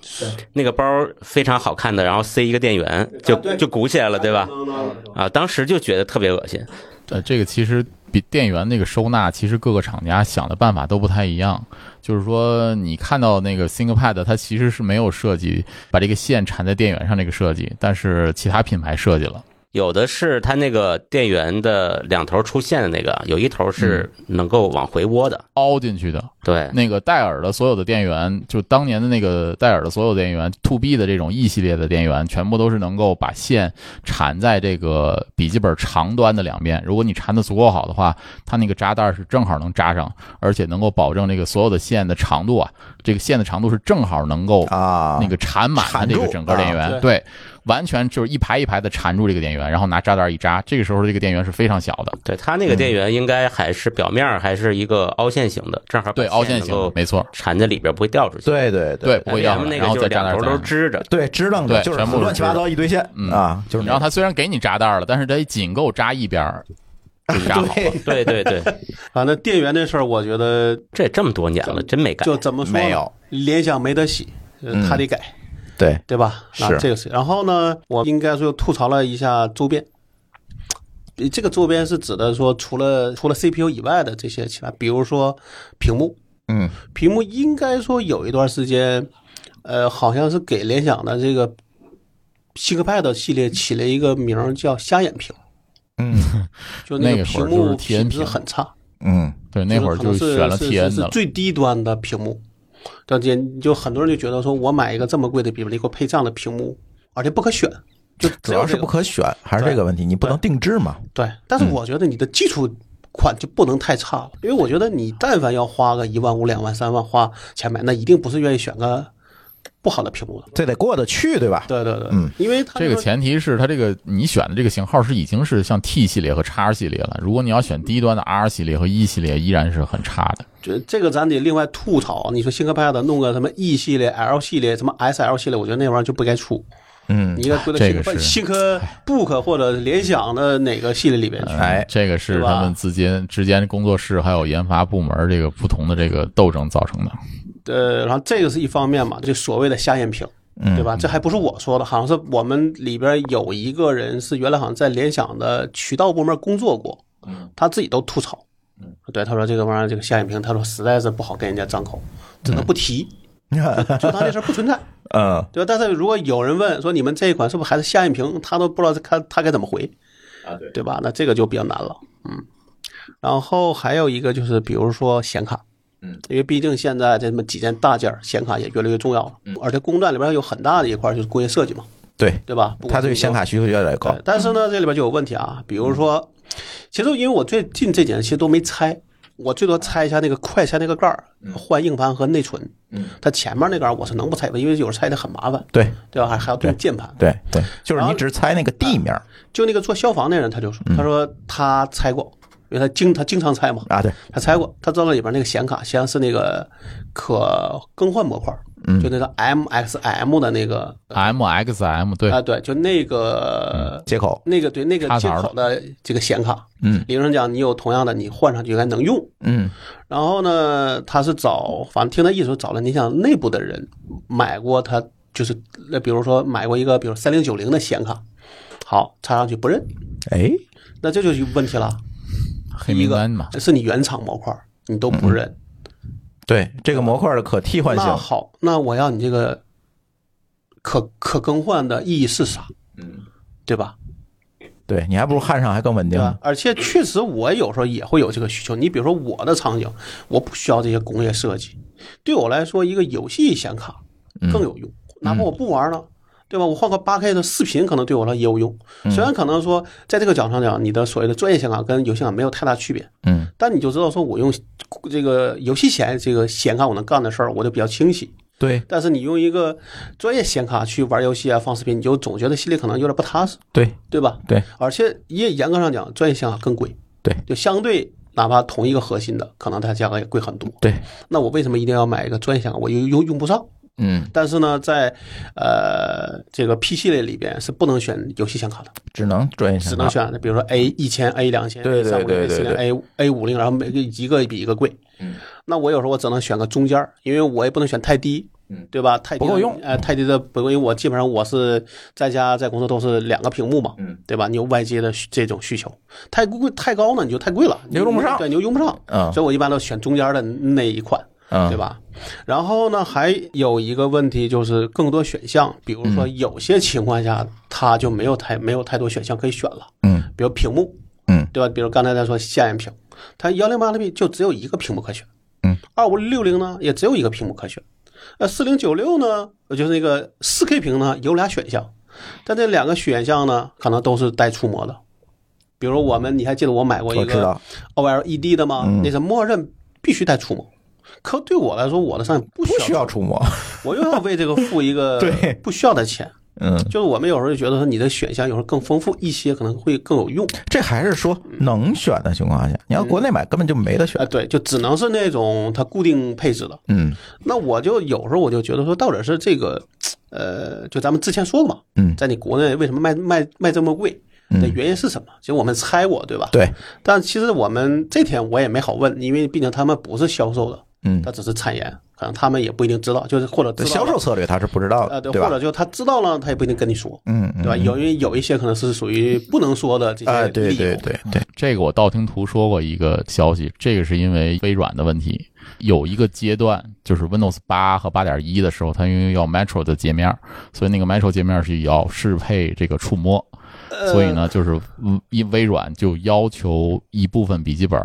Speaker 4: 那个包非常好看的，然后塞一个电源，就就鼓起来了，对吧？啊，当时就觉得特别恶心。
Speaker 2: 呃，这个其实比电源那个收纳，其实各个厂家想的办法都不太一样。就是说，你看到那个 ThinkPad，它其实是没有设计把这个线缠在电源上这个设计，但是其他品牌设计了。
Speaker 4: 有的是它那个电源的两头出线的那个，有一头是能够往回窝的。
Speaker 2: 凹进去的
Speaker 4: 对，
Speaker 2: 那个戴尔的所有的电源，就当年的那个戴尔的所有电源，to B 的这种 E 系列的电源，全部都是能够把线缠在这个笔记本长端的两边。如果你缠的足够好的话，它那个扎带儿是正好能扎上，而且能够保证这个所有的线的长度啊，这个线的长度是正好能够
Speaker 1: 啊，
Speaker 2: 那个缠满的
Speaker 1: 缠
Speaker 2: 这个
Speaker 1: 住
Speaker 2: 整个电源，
Speaker 3: 啊对
Speaker 2: 对，完全就是一排一排的缠住这个电源，然后拿扎带儿一扎，这个时候这个电源是非常小的，
Speaker 4: 对，它那个电源应该还是表面儿还是一个凹陷型的，正好把
Speaker 2: 对，凹陷
Speaker 4: 线
Speaker 2: 型
Speaker 4: 能
Speaker 2: 的
Speaker 4: 够，
Speaker 2: 没错，
Speaker 4: 缠在里边，不会掉出去。
Speaker 1: 对对
Speaker 2: 对，不会掉
Speaker 4: 咱
Speaker 2: 下
Speaker 4: 们
Speaker 2: 来，
Speaker 4: 那
Speaker 2: 然
Speaker 4: 个
Speaker 2: 后
Speaker 4: 就
Speaker 2: 再
Speaker 4: 是
Speaker 2: 扎带
Speaker 4: 两
Speaker 2: 儿
Speaker 4: 头
Speaker 2: 再
Speaker 4: 都
Speaker 2: 上
Speaker 4: 支
Speaker 1: (laughs)
Speaker 4: 着。
Speaker 1: 对，支棱着
Speaker 2: 对
Speaker 1: 就是
Speaker 2: 全部是
Speaker 1: 乱七八糟一堆线
Speaker 2: 嗯
Speaker 1: 啊，就是那
Speaker 2: 然后
Speaker 1: 样
Speaker 2: 他虽然给你扎带儿了，但是他仅够扎一边儿，就扎好了。
Speaker 1: 对
Speaker 4: 对对对，
Speaker 3: 反正电源这事儿，我觉得
Speaker 4: 这也这么多年了，真没改。
Speaker 3: 就怎么说呢，
Speaker 1: 没有
Speaker 3: 联想没得洗，呃
Speaker 1: 嗯
Speaker 3: 他得改，
Speaker 1: 对，
Speaker 3: 对吧？
Speaker 1: 是
Speaker 3: 那这个是。然后呢，我应该说又吐槽了一下周边。这个周边是指的说，除了除了 CPU 以外的这些其他，比如说屏幕，
Speaker 1: 嗯
Speaker 3: 屏幕应该说有一段时间，呃，好像是给联想的这个 ThinkPad 系列起了一个名儿叫“瞎眼屏”。
Speaker 1: 嗯
Speaker 3: 就
Speaker 2: 那
Speaker 3: 个
Speaker 2: 会儿就是
Speaker 3: 屏幕
Speaker 2: TN
Speaker 3: 品质
Speaker 2: 屏
Speaker 3: 很差，
Speaker 1: 嗯
Speaker 2: 对，那会儿就选了
Speaker 3: 是是
Speaker 2: TN
Speaker 3: 是
Speaker 2: 的了。
Speaker 3: 最低端的屏幕。张姐，你就很多人就觉得说，我买一个这么贵的笔记本，一个配这样的屏幕，而且不可选，就 (laughs)
Speaker 1: 主
Speaker 3: 只
Speaker 1: 要
Speaker 3: 有
Speaker 1: 是
Speaker 3: 这
Speaker 1: 不
Speaker 2: (laughs)
Speaker 3: 个。
Speaker 1: 可选，还是这个问题，你不能定制嘛。
Speaker 3: 对，但是
Speaker 2: 嗯
Speaker 3: 我觉得你的基础款就不能太差了，因为我觉得你但凡要花个一万五、两万、三万花钱买，那一定不是愿意选个不好的屏幕的。
Speaker 1: 这得过得去，对吧？
Speaker 3: 对对对，
Speaker 1: 嗯，
Speaker 3: 因为它
Speaker 2: 这个
Speaker 3: 说
Speaker 2: 前提是它这个你选的这个型号是已经是像 T 系列和 X 系列了。如果你要选低端的 R 系列和 E 系列，依然是很差的。
Speaker 3: 这这个咱得另外吐槽。你说新科派的弄个什么 E 系列、L 系列、什么 SL 系列，我觉得那玩意儿就不该出。
Speaker 1: 嗯
Speaker 3: 你，应该归到
Speaker 2: 啊这个
Speaker 3: 新科
Speaker 2: 是哎
Speaker 3: 新科 Book 或者联想的哪个系列里边
Speaker 2: 嗯
Speaker 3: 去。
Speaker 1: 哎
Speaker 2: 这个是
Speaker 3: 对吧
Speaker 2: 他们之间之间工作室还有研发部门这个不同的这个斗争造成的。
Speaker 3: 呃，然后这个是一方面嘛，就所谓的瞎眼屏，
Speaker 2: 嗯
Speaker 3: 对吧？这还不是我说的，好像是我们里边有一个人是原来好像在联想的渠道部门工作过，他自己都吐槽。对，他说这个玩意儿，这个瞎眼屏，他说实在是不好跟人家张口，只
Speaker 2: 嗯
Speaker 3: 能不
Speaker 2: (laughs)
Speaker 3: 提，就当这事儿不存在，
Speaker 1: 嗯，
Speaker 3: 对吧？但是如果有人问说你们这一款是不是还是瞎眼屏，他都不知道他他该怎么回，啊，对，对吧？那这个就比较难了，嗯。然后还有一个就是，比如说显卡，嗯，因为毕竟现在这么几件大件儿，显卡也越来越重要了，而且工站里边有很大的一块儿就是工业设计嘛，
Speaker 1: 对，
Speaker 3: 对吧？不管
Speaker 1: 他对
Speaker 3: 是
Speaker 1: 显卡需求越来越高
Speaker 3: 对。，但是呢，这里边就有问题啊，比如说，其实因为我最近这几年其实都没拆，我最多拆一下那个快拆那个盖儿，换硬盘和内存。嗯，它前面那盖儿我是能不拆的，因为有时候拆的很麻烦，
Speaker 1: 对
Speaker 3: 对吧？还还要对键盘。
Speaker 1: 对对，就是你只猜那个地名
Speaker 3: 就那个做消防那人，他就说，他说他拆过，因为他经他经常拆嘛，
Speaker 1: 啊，对，
Speaker 3: 他拆过，他知道里边那个显卡实际上是那个可更换模块儿，就那个 MXM 的那个
Speaker 2: MXM 对
Speaker 3: 啊，对，就那个
Speaker 1: 接口，
Speaker 3: 那个对那个
Speaker 2: 插
Speaker 3: 接
Speaker 2: 槽
Speaker 3: 口的这个显卡，
Speaker 1: 嗯，
Speaker 3: 理论上讲，你有同样的，你换上去应该能用。
Speaker 1: 嗯
Speaker 3: 然后呢，他是找，反正听他意思是找了你想内部的人买过他，就是呃比如说买过一个，比如三零九零的显卡，好插上去不认，
Speaker 1: 哎，
Speaker 3: 那这就是问题了。
Speaker 2: 黑名单嘛，
Speaker 3: 是你原厂模块儿你都不认，
Speaker 1: 对，这个模块的可替换
Speaker 3: 那
Speaker 1: 性，
Speaker 3: 好，那我要你这个可可更换的意义是啥？对吧？
Speaker 1: 对你还不如焊上还更稳定
Speaker 3: 对
Speaker 1: 呢。
Speaker 3: 吧？而且确实，我有时候也会有这个需求。你比如说我的场景，我不需要这些工业设计，对我来说，一个游戏显卡更有用。哪怕我不玩了，对吧？我换个八 K 的视频，可能对我来也有用。虽然可能说在这个角度上讲，你的所谓的专业显卡跟游戏显卡没有太大区别，
Speaker 1: 嗯，
Speaker 3: 但你就知道说我用这个游戏显这个显卡我能干的事儿，我就比较清晰。
Speaker 1: 对
Speaker 3: 但是你用一个专业显卡去玩游戏啊、放视频，你就总觉得心里可能有点不踏实，
Speaker 1: 对
Speaker 3: 对吧？
Speaker 1: 对，
Speaker 3: 而且也严格上讲，专业显卡更贵，
Speaker 1: 对
Speaker 3: 就相对哪怕同一个核心的，可能它价格也贵很多。
Speaker 1: 对，
Speaker 3: 那我为什么一定要买一个专业显卡？我又又用不上。
Speaker 1: 嗯，
Speaker 3: 但是呢，在呃这个 P 系列里边是不能选游戏显卡的，
Speaker 1: 只能专业
Speaker 3: 只
Speaker 1: 显
Speaker 3: 能
Speaker 1: 卡。
Speaker 3: 选的，比如说 A 一千、A 两千、
Speaker 1: 嗯对
Speaker 3: A
Speaker 1: 对
Speaker 3: 三五零、
Speaker 1: 对
Speaker 3: A 四
Speaker 1: 对
Speaker 3: 零、A A 五零，然后每个一个比一个贵。嗯，那我有时候我只能选个中间儿，因为我也不能选太低。嗯，对吧？太低的
Speaker 1: 不够用
Speaker 3: 呃，太低的不够用。我基本上我是在家在公司都是两个屏幕嘛，嗯，对吧？你有外接的需这种需求，太贵太高呢，你就太贵了，你
Speaker 1: 又用不上
Speaker 3: 对，你又用不上。
Speaker 1: 嗯
Speaker 3: 所以我一般都选中间的那一款。
Speaker 1: 嗯
Speaker 3: 对吧？然后呢，还有一个问题就是更多选项，比如说
Speaker 1: 嗯
Speaker 3: 有些情况下它就没有太没有太多选项可以选了，
Speaker 1: 嗯
Speaker 3: 比如屏幕，
Speaker 1: 嗯，
Speaker 3: 对吧？比如刚才咱说下眼屏，它幺零八零 P 就只有一个屏幕可选，
Speaker 1: 嗯，
Speaker 3: 二五六零呢也只有一个屏幕可选，呃，四零九六呢，呃就是那个四 K 屏呢有俩选项，但这两个选项呢可能都是带触摸的，比如我们你还记得我买过一
Speaker 1: 我知
Speaker 3: 个
Speaker 1: 道
Speaker 3: OLED E 的吗？
Speaker 1: 嗯
Speaker 3: 那是默认必须带触摸。可对我来说，我的商品不
Speaker 1: 不
Speaker 3: 需
Speaker 1: 需
Speaker 3: 要，
Speaker 1: 要触摸。
Speaker 3: (laughs) 我又要为这个付一个
Speaker 1: (laughs) 对
Speaker 3: 不需要的钱。 (laughs)
Speaker 1: 嗯，
Speaker 3: 就是我们有时候就觉得说，你的选项有时候更丰富一些，可能会更有用。
Speaker 1: 这还是说能选的情况下，你要
Speaker 3: 嗯
Speaker 1: 国内买根本就没得选
Speaker 3: 啊，。对，就只能是那种它固定配置的。
Speaker 1: 嗯
Speaker 3: 那我就有时候我就觉得说，到底是这个，呃，就咱们之前说过嘛，
Speaker 1: 嗯
Speaker 3: 在你国内为什么卖卖卖这么贵？的原因是什么？其实我们猜过，对吧？。
Speaker 1: 对，
Speaker 3: 但其实我们这天我也没好问，因为毕竟他们不是销售的，
Speaker 1: 嗯
Speaker 3: 他，只是产研，可能他们也不一定知道，就是或者知道
Speaker 1: 销售策略他是不知道
Speaker 3: 啊，
Speaker 1: 的，
Speaker 3: 对，
Speaker 1: 对
Speaker 3: 或
Speaker 1: 吧
Speaker 3: 者？就他知道了，他也不一定跟你说，
Speaker 1: 嗯
Speaker 3: 对吧？有因为有一些可能是属于不能说的这些
Speaker 1: 啊，对
Speaker 3: 理由
Speaker 1: 对对对，
Speaker 2: 这个我道听途说过一个消息，这个是因为微软的问题，有一个阶段，就是 Windows 八和八点一的时候，它因为要 Metro 的界面，所以那个 Metro 界面是要适配这个触摸，
Speaker 3: 呃
Speaker 2: 所以呢，就是嗯一微软就要求一部分笔记本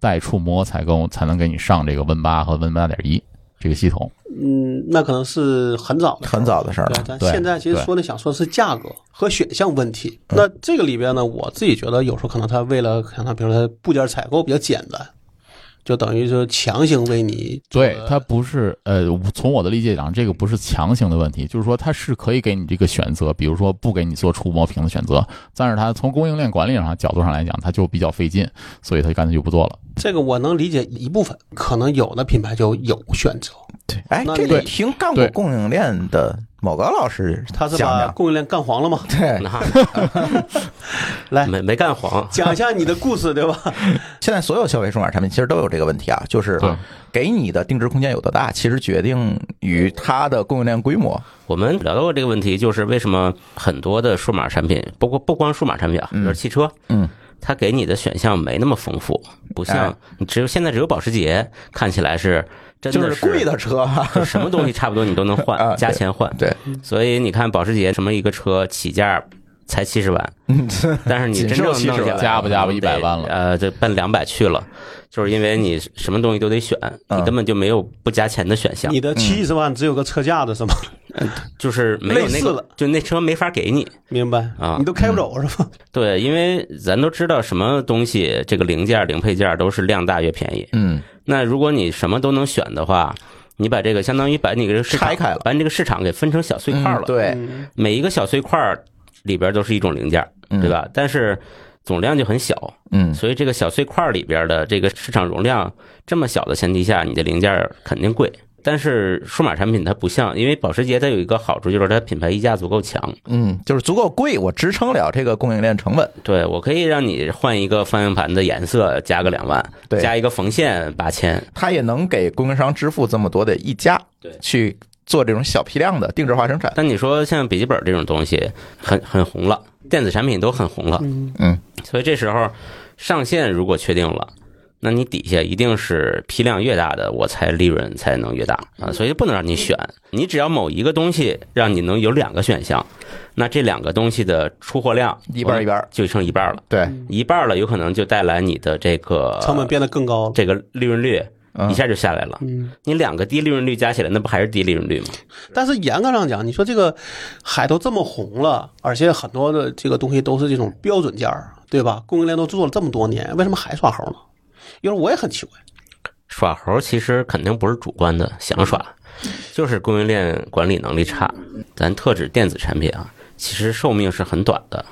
Speaker 2: 带触摸才够才能给你上这个 Win 八和 Win 八点一这个系统。
Speaker 3: 嗯，那可能是很早的事儿
Speaker 1: 很早的事儿
Speaker 3: 对
Speaker 1: 了，，
Speaker 3: 咱
Speaker 2: 对
Speaker 3: 现在其实
Speaker 2: 对
Speaker 3: 说的想说的是价格和选项问题。
Speaker 1: 嗯
Speaker 3: 那这个里边呢，我自己觉得有时候可能他为了可能比如说它部件采购比较简单，就等于说强行为你做
Speaker 2: 对，它不是呃，从我的理解讲，这个不是强行的问题，就是说它是可以给你这个选择，比如说不给你做触摸屏的选择，但是它从供应链管理上角度上来讲，它就比较费劲，所以它干脆就不做了。
Speaker 3: 这个我能理解一部分，可能有的品牌就有选择，
Speaker 1: 对，哎，
Speaker 3: 那
Speaker 1: 这
Speaker 3: 对
Speaker 1: 里听干过
Speaker 2: 对
Speaker 1: 供应链的某个老师
Speaker 3: 他
Speaker 1: 讲
Speaker 3: 是把
Speaker 1: 讲，
Speaker 3: 供应链干黄了吗？ (laughs)
Speaker 1: 对，
Speaker 4: 那
Speaker 3: 来
Speaker 4: 没没干黄，
Speaker 3: (laughs) 讲一下你的故事，对
Speaker 1: (laughs)
Speaker 3: 吧？
Speaker 1: 现在所有消费数码产品其实都有这个问题啊，就是
Speaker 2: 对
Speaker 1: 给你的定制空间有多大，其实决定于它的供应链规模。
Speaker 4: 我们聊到过这个问题，就是为什么很多的数码产品，包括不光数码产品啊，
Speaker 1: 嗯
Speaker 4: 比如说汽车，
Speaker 1: 嗯，
Speaker 4: 它给你的选项没那么丰富，不
Speaker 1: 哎
Speaker 4: 像你只有现在只有保时捷看起来是真
Speaker 1: 就
Speaker 4: 的
Speaker 1: 是贵
Speaker 4: 的，
Speaker 1: 的车啊，
Speaker 4: 就什么东西差不多你都能
Speaker 1: 啊
Speaker 4: 换，加钱换。
Speaker 1: 对，
Speaker 4: 所以你看保时捷什么一个车起价才七十万，
Speaker 1: 嗯
Speaker 2: (laughs)
Speaker 4: 但是你真正弄
Speaker 1: 仅
Speaker 4: 下
Speaker 1: 售70
Speaker 4: 来
Speaker 1: 万
Speaker 2: 加不加吧
Speaker 4: 得
Speaker 2: 100万了
Speaker 4: 呃，这奔两百去了，就是因为你什么东西都得选，
Speaker 1: 嗯
Speaker 4: 你根本就没有不加钱的选项
Speaker 3: 你，的七十万只有个车架子是吗？ (laughs)
Speaker 4: 就是没有
Speaker 3: 类
Speaker 4: 那
Speaker 3: 似了
Speaker 4: 个，就那车没法给你。
Speaker 3: 明白
Speaker 4: 啊
Speaker 3: 你都开不走是吧？
Speaker 4: 对，因为咱都知道什么东西，这个零件、零配件都是量大越便宜。
Speaker 1: 嗯，
Speaker 4: 那如果你什么都能选的话，你把这个相当于把你这个市场
Speaker 1: 拆开了
Speaker 4: 把你这个市场给分成小碎块了。
Speaker 1: 嗯，对，
Speaker 3: 嗯
Speaker 4: 每一个小碎块儿里边都是一种零件，
Speaker 1: 嗯
Speaker 4: 对？吧？但是总量就很小，
Speaker 1: 嗯，
Speaker 4: 所以这个小碎块儿里边的这个市场容量这么小的前提下，你的零件儿肯定贵。但是数码产品它不像，因为保时捷它有一个好处就是它品牌溢价足够强，
Speaker 1: 嗯，就是足够贵，我支撑了这个供应链成本。
Speaker 4: 对我可以让你换一个方向盘的颜色加个两万，
Speaker 1: 对
Speaker 4: 加一个缝线八千，
Speaker 1: 它也能给供应商支付这么多的溢价，
Speaker 4: 对
Speaker 1: 去做这种小批量的定制化生产。
Speaker 4: 但你说像笔记本这种东西很很红了，电子产品都很红了，
Speaker 3: 嗯
Speaker 1: 嗯，
Speaker 4: 所以这时候上限如果确定了，那你底下一定是批量越大的，我才利润才能越大
Speaker 1: 嗯
Speaker 4: 啊，所以不能让你选，你只要某一个东西让你能有两个选项，那这两个东西的出货量
Speaker 1: 一半儿一嗯半儿
Speaker 4: 就剩一半儿了，
Speaker 1: 对，
Speaker 4: 一半儿了有可能就带来你的这
Speaker 1: 呃
Speaker 4: 个
Speaker 3: 成本变得更高了。
Speaker 4: 这个利润率
Speaker 1: 嗯
Speaker 4: 一下就下来了。
Speaker 3: 嗯，
Speaker 4: 你两个低利润率加起来，那不还是低利润率吗？
Speaker 3: 但是严格上讲，你说这个海都这么红了，而且很多的这个东西都是这种标准件儿，对吧？供应链都做了这么多年，为什么还耍猴呢？因为我也很奇怪，
Speaker 4: 耍猴其实肯定不是主观的想耍，就是供应链管理能力差。咱特指电子产品啊，其实寿命是很短的。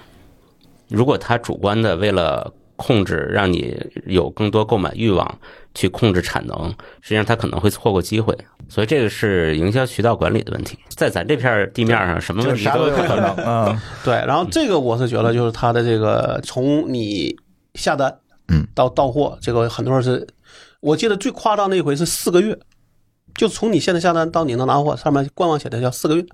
Speaker 4: 如果他主观的为了控制，让你有更多购买欲望，去控制产能，实际上他可能会错过机会。所以这个是营销渠道管理的问题，在咱这片地面上，什么
Speaker 1: 就
Speaker 4: 问
Speaker 1: 是
Speaker 4: 题
Speaker 1: 啥
Speaker 4: 都
Speaker 1: 都有可能。嗯，
Speaker 3: 对。然后这个我是觉得就是它的这个从你下单，
Speaker 1: 嗯，
Speaker 3: 到到货，这个很多人是，我记得最夸张的一回是四个月，就从你现在下单到你能拿货，上面官网写的叫四个月。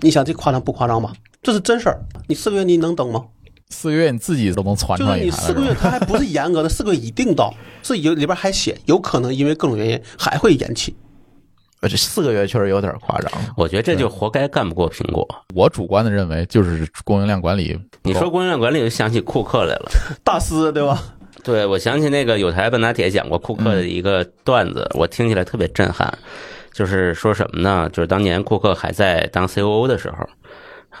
Speaker 3: 你想这夸张不夸张吧？这是真事儿，你四个月你能等吗？
Speaker 2: 四个月你自己都能
Speaker 1: 啊
Speaker 2: 攒出
Speaker 3: 就
Speaker 2: 来
Speaker 3: 是
Speaker 2: 一
Speaker 3: 你
Speaker 2: 台了
Speaker 3: 四个月，它还不是严格的，四个月一定到，是有里边还写有可能因为各种原因还会延期。
Speaker 1: 呃这四个月确实有点夸张。
Speaker 4: 我觉得这就活该干不过苹果。
Speaker 2: 我主观的认为就是供应链管理不
Speaker 4: 你
Speaker 2: 够。
Speaker 4: 说供应链管理，我就想起库克来了。
Speaker 3: 大师对吧？
Speaker 4: 对，我想起那个有台半拿铁讲过库克
Speaker 3: 嗯
Speaker 4: 的一个段子，我听起来特别震撼。就是说什么呢？就是当年库克还在当 COO 的时候，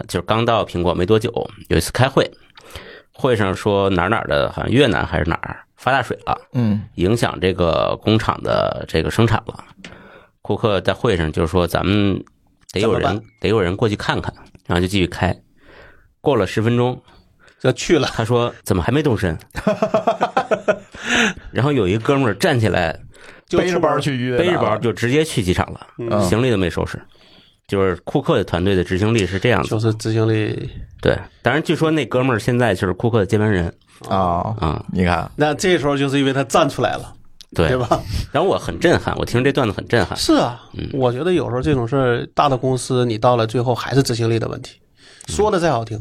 Speaker 4: 就是刚到苹果没多久，有一次开会，会上说哪儿哪儿的，好像越南还是哪儿发大水了，
Speaker 1: 嗯
Speaker 4: 影响这个工厂的这个生产了。库克在会上就说：“咱们得有
Speaker 3: 怎么
Speaker 4: 人
Speaker 3: 办，
Speaker 4: 得有人过去看看。”然后就继续开。过了十分钟，
Speaker 3: 就去了，
Speaker 4: 他说：“怎么还没
Speaker 1: (laughs)
Speaker 4: 动身？”然后有一哥们儿站起来，
Speaker 3: 就
Speaker 1: 背着
Speaker 3: 出
Speaker 1: 包
Speaker 3: 门
Speaker 1: 去约的啊，
Speaker 4: 背着包就直接去机场了，
Speaker 1: 嗯
Speaker 4: 行李都没收拾。就是库克的团队的执行力是这
Speaker 1: 嗯
Speaker 4: 样子，
Speaker 3: 就是执行力。
Speaker 4: 对。当然，据说那哥们儿现在就是库克的接班人
Speaker 1: 啊，
Speaker 4: 啊、
Speaker 1: 你看，
Speaker 3: 那这时候就是因为他站出来了，
Speaker 4: 对
Speaker 3: 对。吧？
Speaker 4: 然后我很震撼，我听这段子很震撼。嗯
Speaker 3: 是啊，我觉得有时候这种事儿，大的公司你到了最后还是执行力的问题，说的再好听，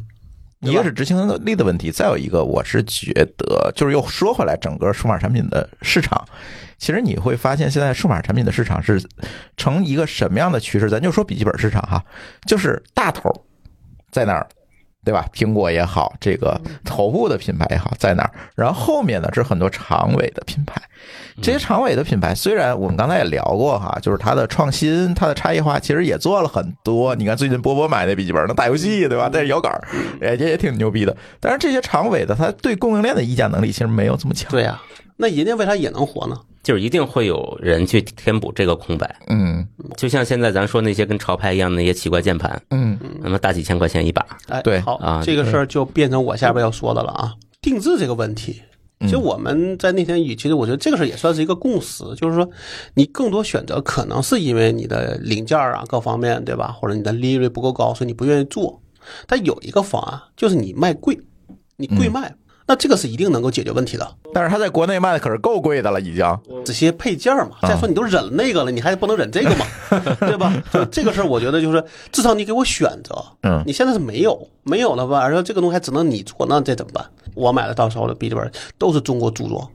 Speaker 1: 一个是执行力的问题，再有一个我是觉得，就是又说回来，整个数码产品的市场其实你会发现，现在数码产品的市场是呈一个什么样的趋势？咱就说笔记本市场哈，就是大头在那儿，对吧？苹果也好，这个头部的品牌也好，在那儿，然后后面呢是很多长尾的品牌。这些长尾的品牌，虽然我们刚才也聊过哈，就是它的创新、它的差异化，其实也做了很多。你看最近波波买那笔记本能打游戏，对吧？带着摇杆儿，也也也挺牛逼的。但是这些长尾的，它对供应链的议价能力其实没有这么强。
Speaker 3: 对呀、那人家为啥也能火呢？
Speaker 4: 就是一定会有人去填补这个空白。
Speaker 1: 嗯
Speaker 4: 就像现在咱说那些跟潮牌一样的那些奇怪键盘，
Speaker 1: 嗯
Speaker 4: 那么大几千块钱一把，
Speaker 3: 哎，
Speaker 1: 对
Speaker 3: 好，
Speaker 4: 啊
Speaker 3: 这个事儿就变成我下边要说的了啊。定制这个问题，其实我们在那天也，其实我觉得这个事儿也算是一个共识，就是说你更多选择可能是因为你的零件儿啊各方面对吧，或者你的利润不够高，所以你不愿意做。但有一个方案就是你卖贵，你贵卖，那这个是一定能够解决问题的。
Speaker 1: 但是它在国内卖的可是够贵的了，已经。
Speaker 3: 这些配件儿嘛。
Speaker 1: 啊
Speaker 3: 再说你都忍那个了，你还不能忍这个
Speaker 1: (laughs)
Speaker 3: 嘛，对吧？就这个事儿，我觉得就是至少你给我选择，
Speaker 1: 嗯
Speaker 3: 你现在是没有，没有了吧？而且这个东西还只能你做，那这怎么办？我买的到时候的笔记本都是中国组装，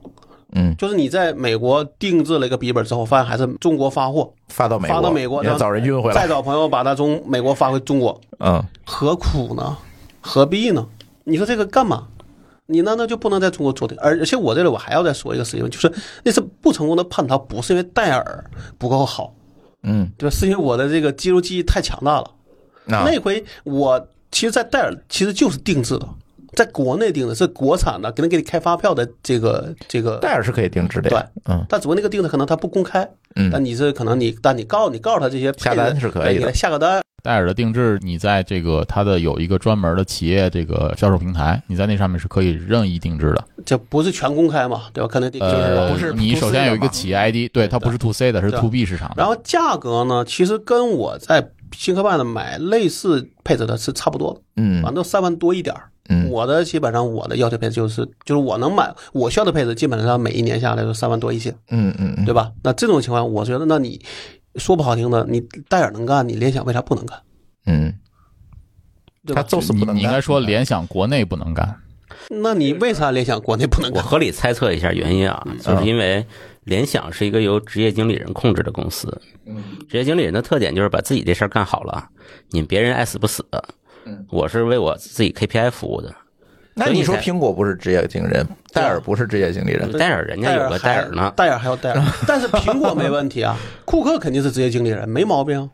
Speaker 1: 嗯，
Speaker 3: 就是你在美国定制了一个笔记本之后，发现还是中国发货，
Speaker 1: 发到美国，
Speaker 3: 发到美国
Speaker 1: 你要
Speaker 3: 然后
Speaker 1: 找人运回
Speaker 3: 再
Speaker 1: 来。
Speaker 3: 找朋友把它从美国发回中国，
Speaker 1: 嗯，
Speaker 3: 何苦呢？何必呢？你说这个干嘛？你难道就不能在中国做的？而且我这里我还要再说一个事情，就是那次不成功的叛逃，不是因为戴尔不够好，
Speaker 1: 嗯，啊
Speaker 3: 对吧？是因为我的这个肌肉记忆太强大了。
Speaker 1: 那
Speaker 3: 那回我其实，在戴尔其实就是定制的，在国内定的是国产的，可能给你开发票的这个这个
Speaker 1: 戴尔是可以定制的。
Speaker 3: 对，
Speaker 1: 嗯
Speaker 3: 但只不过那个定的可能他不公开，
Speaker 1: 嗯
Speaker 3: 但你是可能你，但你告你告诉他这些配
Speaker 1: 下
Speaker 3: 置
Speaker 1: 单是可以
Speaker 3: 对
Speaker 1: 的
Speaker 3: 你来下个单，
Speaker 2: 戴尔的定制，你在这个它的有一个专门的企业这个销售平台，你在那上面是可以任意定制的。
Speaker 3: 这不是全公开嘛，对吧？可能得就是
Speaker 2: 呃，
Speaker 1: 不是
Speaker 2: 你
Speaker 1: to C
Speaker 2: 首先有一
Speaker 1: 的
Speaker 2: 个
Speaker 1: 嘛
Speaker 2: 企业 ID，对，它不是 to C 的，是
Speaker 3: 对
Speaker 2: to B 市场的。
Speaker 3: 然后价格呢，其实跟我在新科办的买类似配置的是差不多的，
Speaker 1: 嗯
Speaker 3: 反正都三万多一点儿。
Speaker 1: 嗯
Speaker 3: 我的基本上我的要求配置就是就是我能买我需要的配置，基本上每一年下来就三万多一些，
Speaker 1: 嗯嗯嗯，
Speaker 3: 对吧？那这种情况，我觉得那你说不好听的，你戴尔能干，你联想为啥不能干？
Speaker 1: 嗯，
Speaker 3: 对
Speaker 1: 他
Speaker 3: 吧？
Speaker 1: 就是
Speaker 2: 你
Speaker 1: 不能
Speaker 2: 你应该
Speaker 1: 干
Speaker 2: 说联想国内不能干，
Speaker 3: 那你为啥联想国内不能
Speaker 4: 我
Speaker 3: 干？
Speaker 4: 合理猜测一下原因啊，
Speaker 3: 嗯
Speaker 4: 就是因为联想是一个由职业经理人控制的公司。
Speaker 3: 嗯
Speaker 4: 职业经理人的特点就是把自己这事儿干好了，你们别人爱死不死。
Speaker 3: 嗯
Speaker 4: 我是为我自己 KPI 服务的。
Speaker 1: 那
Speaker 4: 所以
Speaker 1: 你说
Speaker 4: 才
Speaker 1: 苹果不是职业经理人，戴尔不是职业经理人，
Speaker 4: 戴尔人家有个戴尔呢
Speaker 3: 还，戴尔还有戴尔，
Speaker 4: (laughs)
Speaker 3: 但是苹果没问题啊，库克肯定是职业经理人，没毛病啊。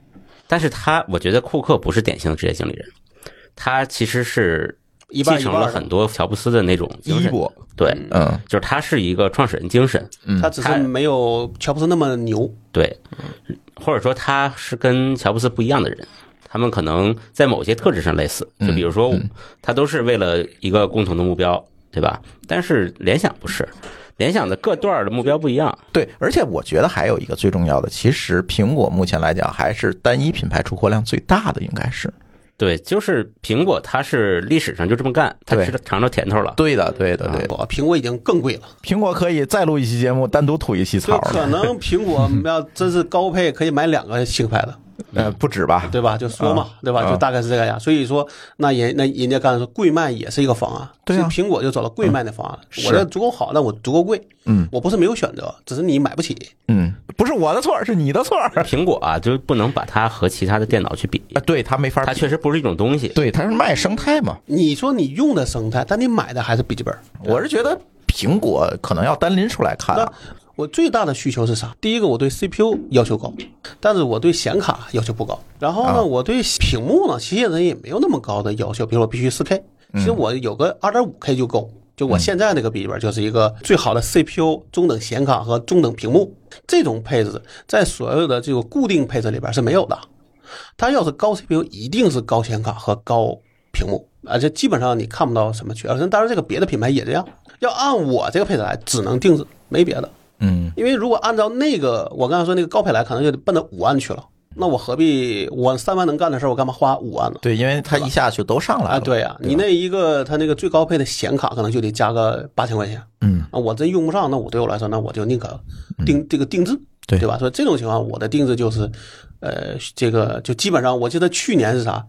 Speaker 4: 但是他我觉得库克不是典型的职业经理人，他其实是
Speaker 3: 一
Speaker 4: 继
Speaker 3: 半一半的
Speaker 4: 承了很多乔布斯的那种精
Speaker 1: 衣
Speaker 4: 神。
Speaker 1: 钵，
Speaker 4: 对，
Speaker 1: 嗯
Speaker 4: 就是他是一个创始人精神。
Speaker 3: 他只是
Speaker 4: 嗯他
Speaker 3: 没有乔布斯那么牛，
Speaker 4: 对，或者说他是跟乔布斯不一样的人，他们可能在某些特质上类似，
Speaker 1: 嗯
Speaker 4: 就比如说他都是为了一个共同的目标，对吧？但是联想不是，联想的各段儿的目标不一样，
Speaker 1: 对，而且我觉得还有一个最重要的，其实苹果目前来讲还是单一品牌出货量最大的，应该是
Speaker 4: 对，就是苹果它是历史上就这么干，它
Speaker 1: 对
Speaker 4: 吃了尝着甜头了。
Speaker 1: 对的，对的，对的。
Speaker 3: 不，苹果已经更贵了。
Speaker 1: 苹果可以再录一期节目，单独吐一期
Speaker 3: 就
Speaker 1: 槽
Speaker 3: 可
Speaker 1: 呢， (laughs)
Speaker 3: 能苹果要真是高配，可以买两个新牌子，
Speaker 1: 呃，不止吧？
Speaker 3: 对吧？就说
Speaker 1: 啊
Speaker 3: 嘛，对吧？就大概是这个样。所以说，那人那人家刚才说贵卖也是一个方案，
Speaker 1: 对啊
Speaker 3: 所以苹果就找了贵卖的方案。我这足够好，但我足够贵，
Speaker 1: 嗯，
Speaker 3: 我不是没有选择，只是你买不起。
Speaker 1: 嗯，不是我的错，是你的错。啊，
Speaker 4: 苹果啊，就不能把它和其他的电脑去比，
Speaker 1: 对，它没法
Speaker 4: 它
Speaker 1: 比，
Speaker 4: 确实不是一种东西。
Speaker 1: 对，它是卖生态嘛。
Speaker 3: 你说你用的生态，但你买的还是笔记本。
Speaker 1: 我是觉得苹果可能要单拎出来看
Speaker 3: 那
Speaker 1: 啊，
Speaker 3: 我最大的需求是啥？第一个，我对 CPU 要求高，但是我对显卡要求不高。然后呢，我对屏幕呢，其实人也没有那么高的要求，比如说我必须 4K，其实我有个 2.5K 就够。就我现在那个笔记本就是一个最好的 CPU、中等显卡和中等屏幕，这种配置在所有的这个固定配置里边是没有的。它要是高 CPU，一定是高显卡和高屏幕，而且基本上你看不到什么区别。当然，这个别的品牌也这样。要按我这个配置来，只能定制，没别的。
Speaker 1: 嗯，
Speaker 3: 因为如果按照那个我刚才说那个高配来，可能就得奔到五万去了。那我何必我三万能干的事儿，我干嘛花五万呢？
Speaker 1: 对，因为它一下去都上来
Speaker 3: 啊，
Speaker 1: 了，
Speaker 3: 对呀、你那一个它那个最高配的显卡可能就得加个八千块钱。
Speaker 1: 嗯，
Speaker 3: 啊，我真用不上，那我对我来说，那我就宁可定这个定制，
Speaker 1: 对
Speaker 3: 对吧？所以这种情况，我的定制就是，呃，这个就基本上，我记得去年是啥，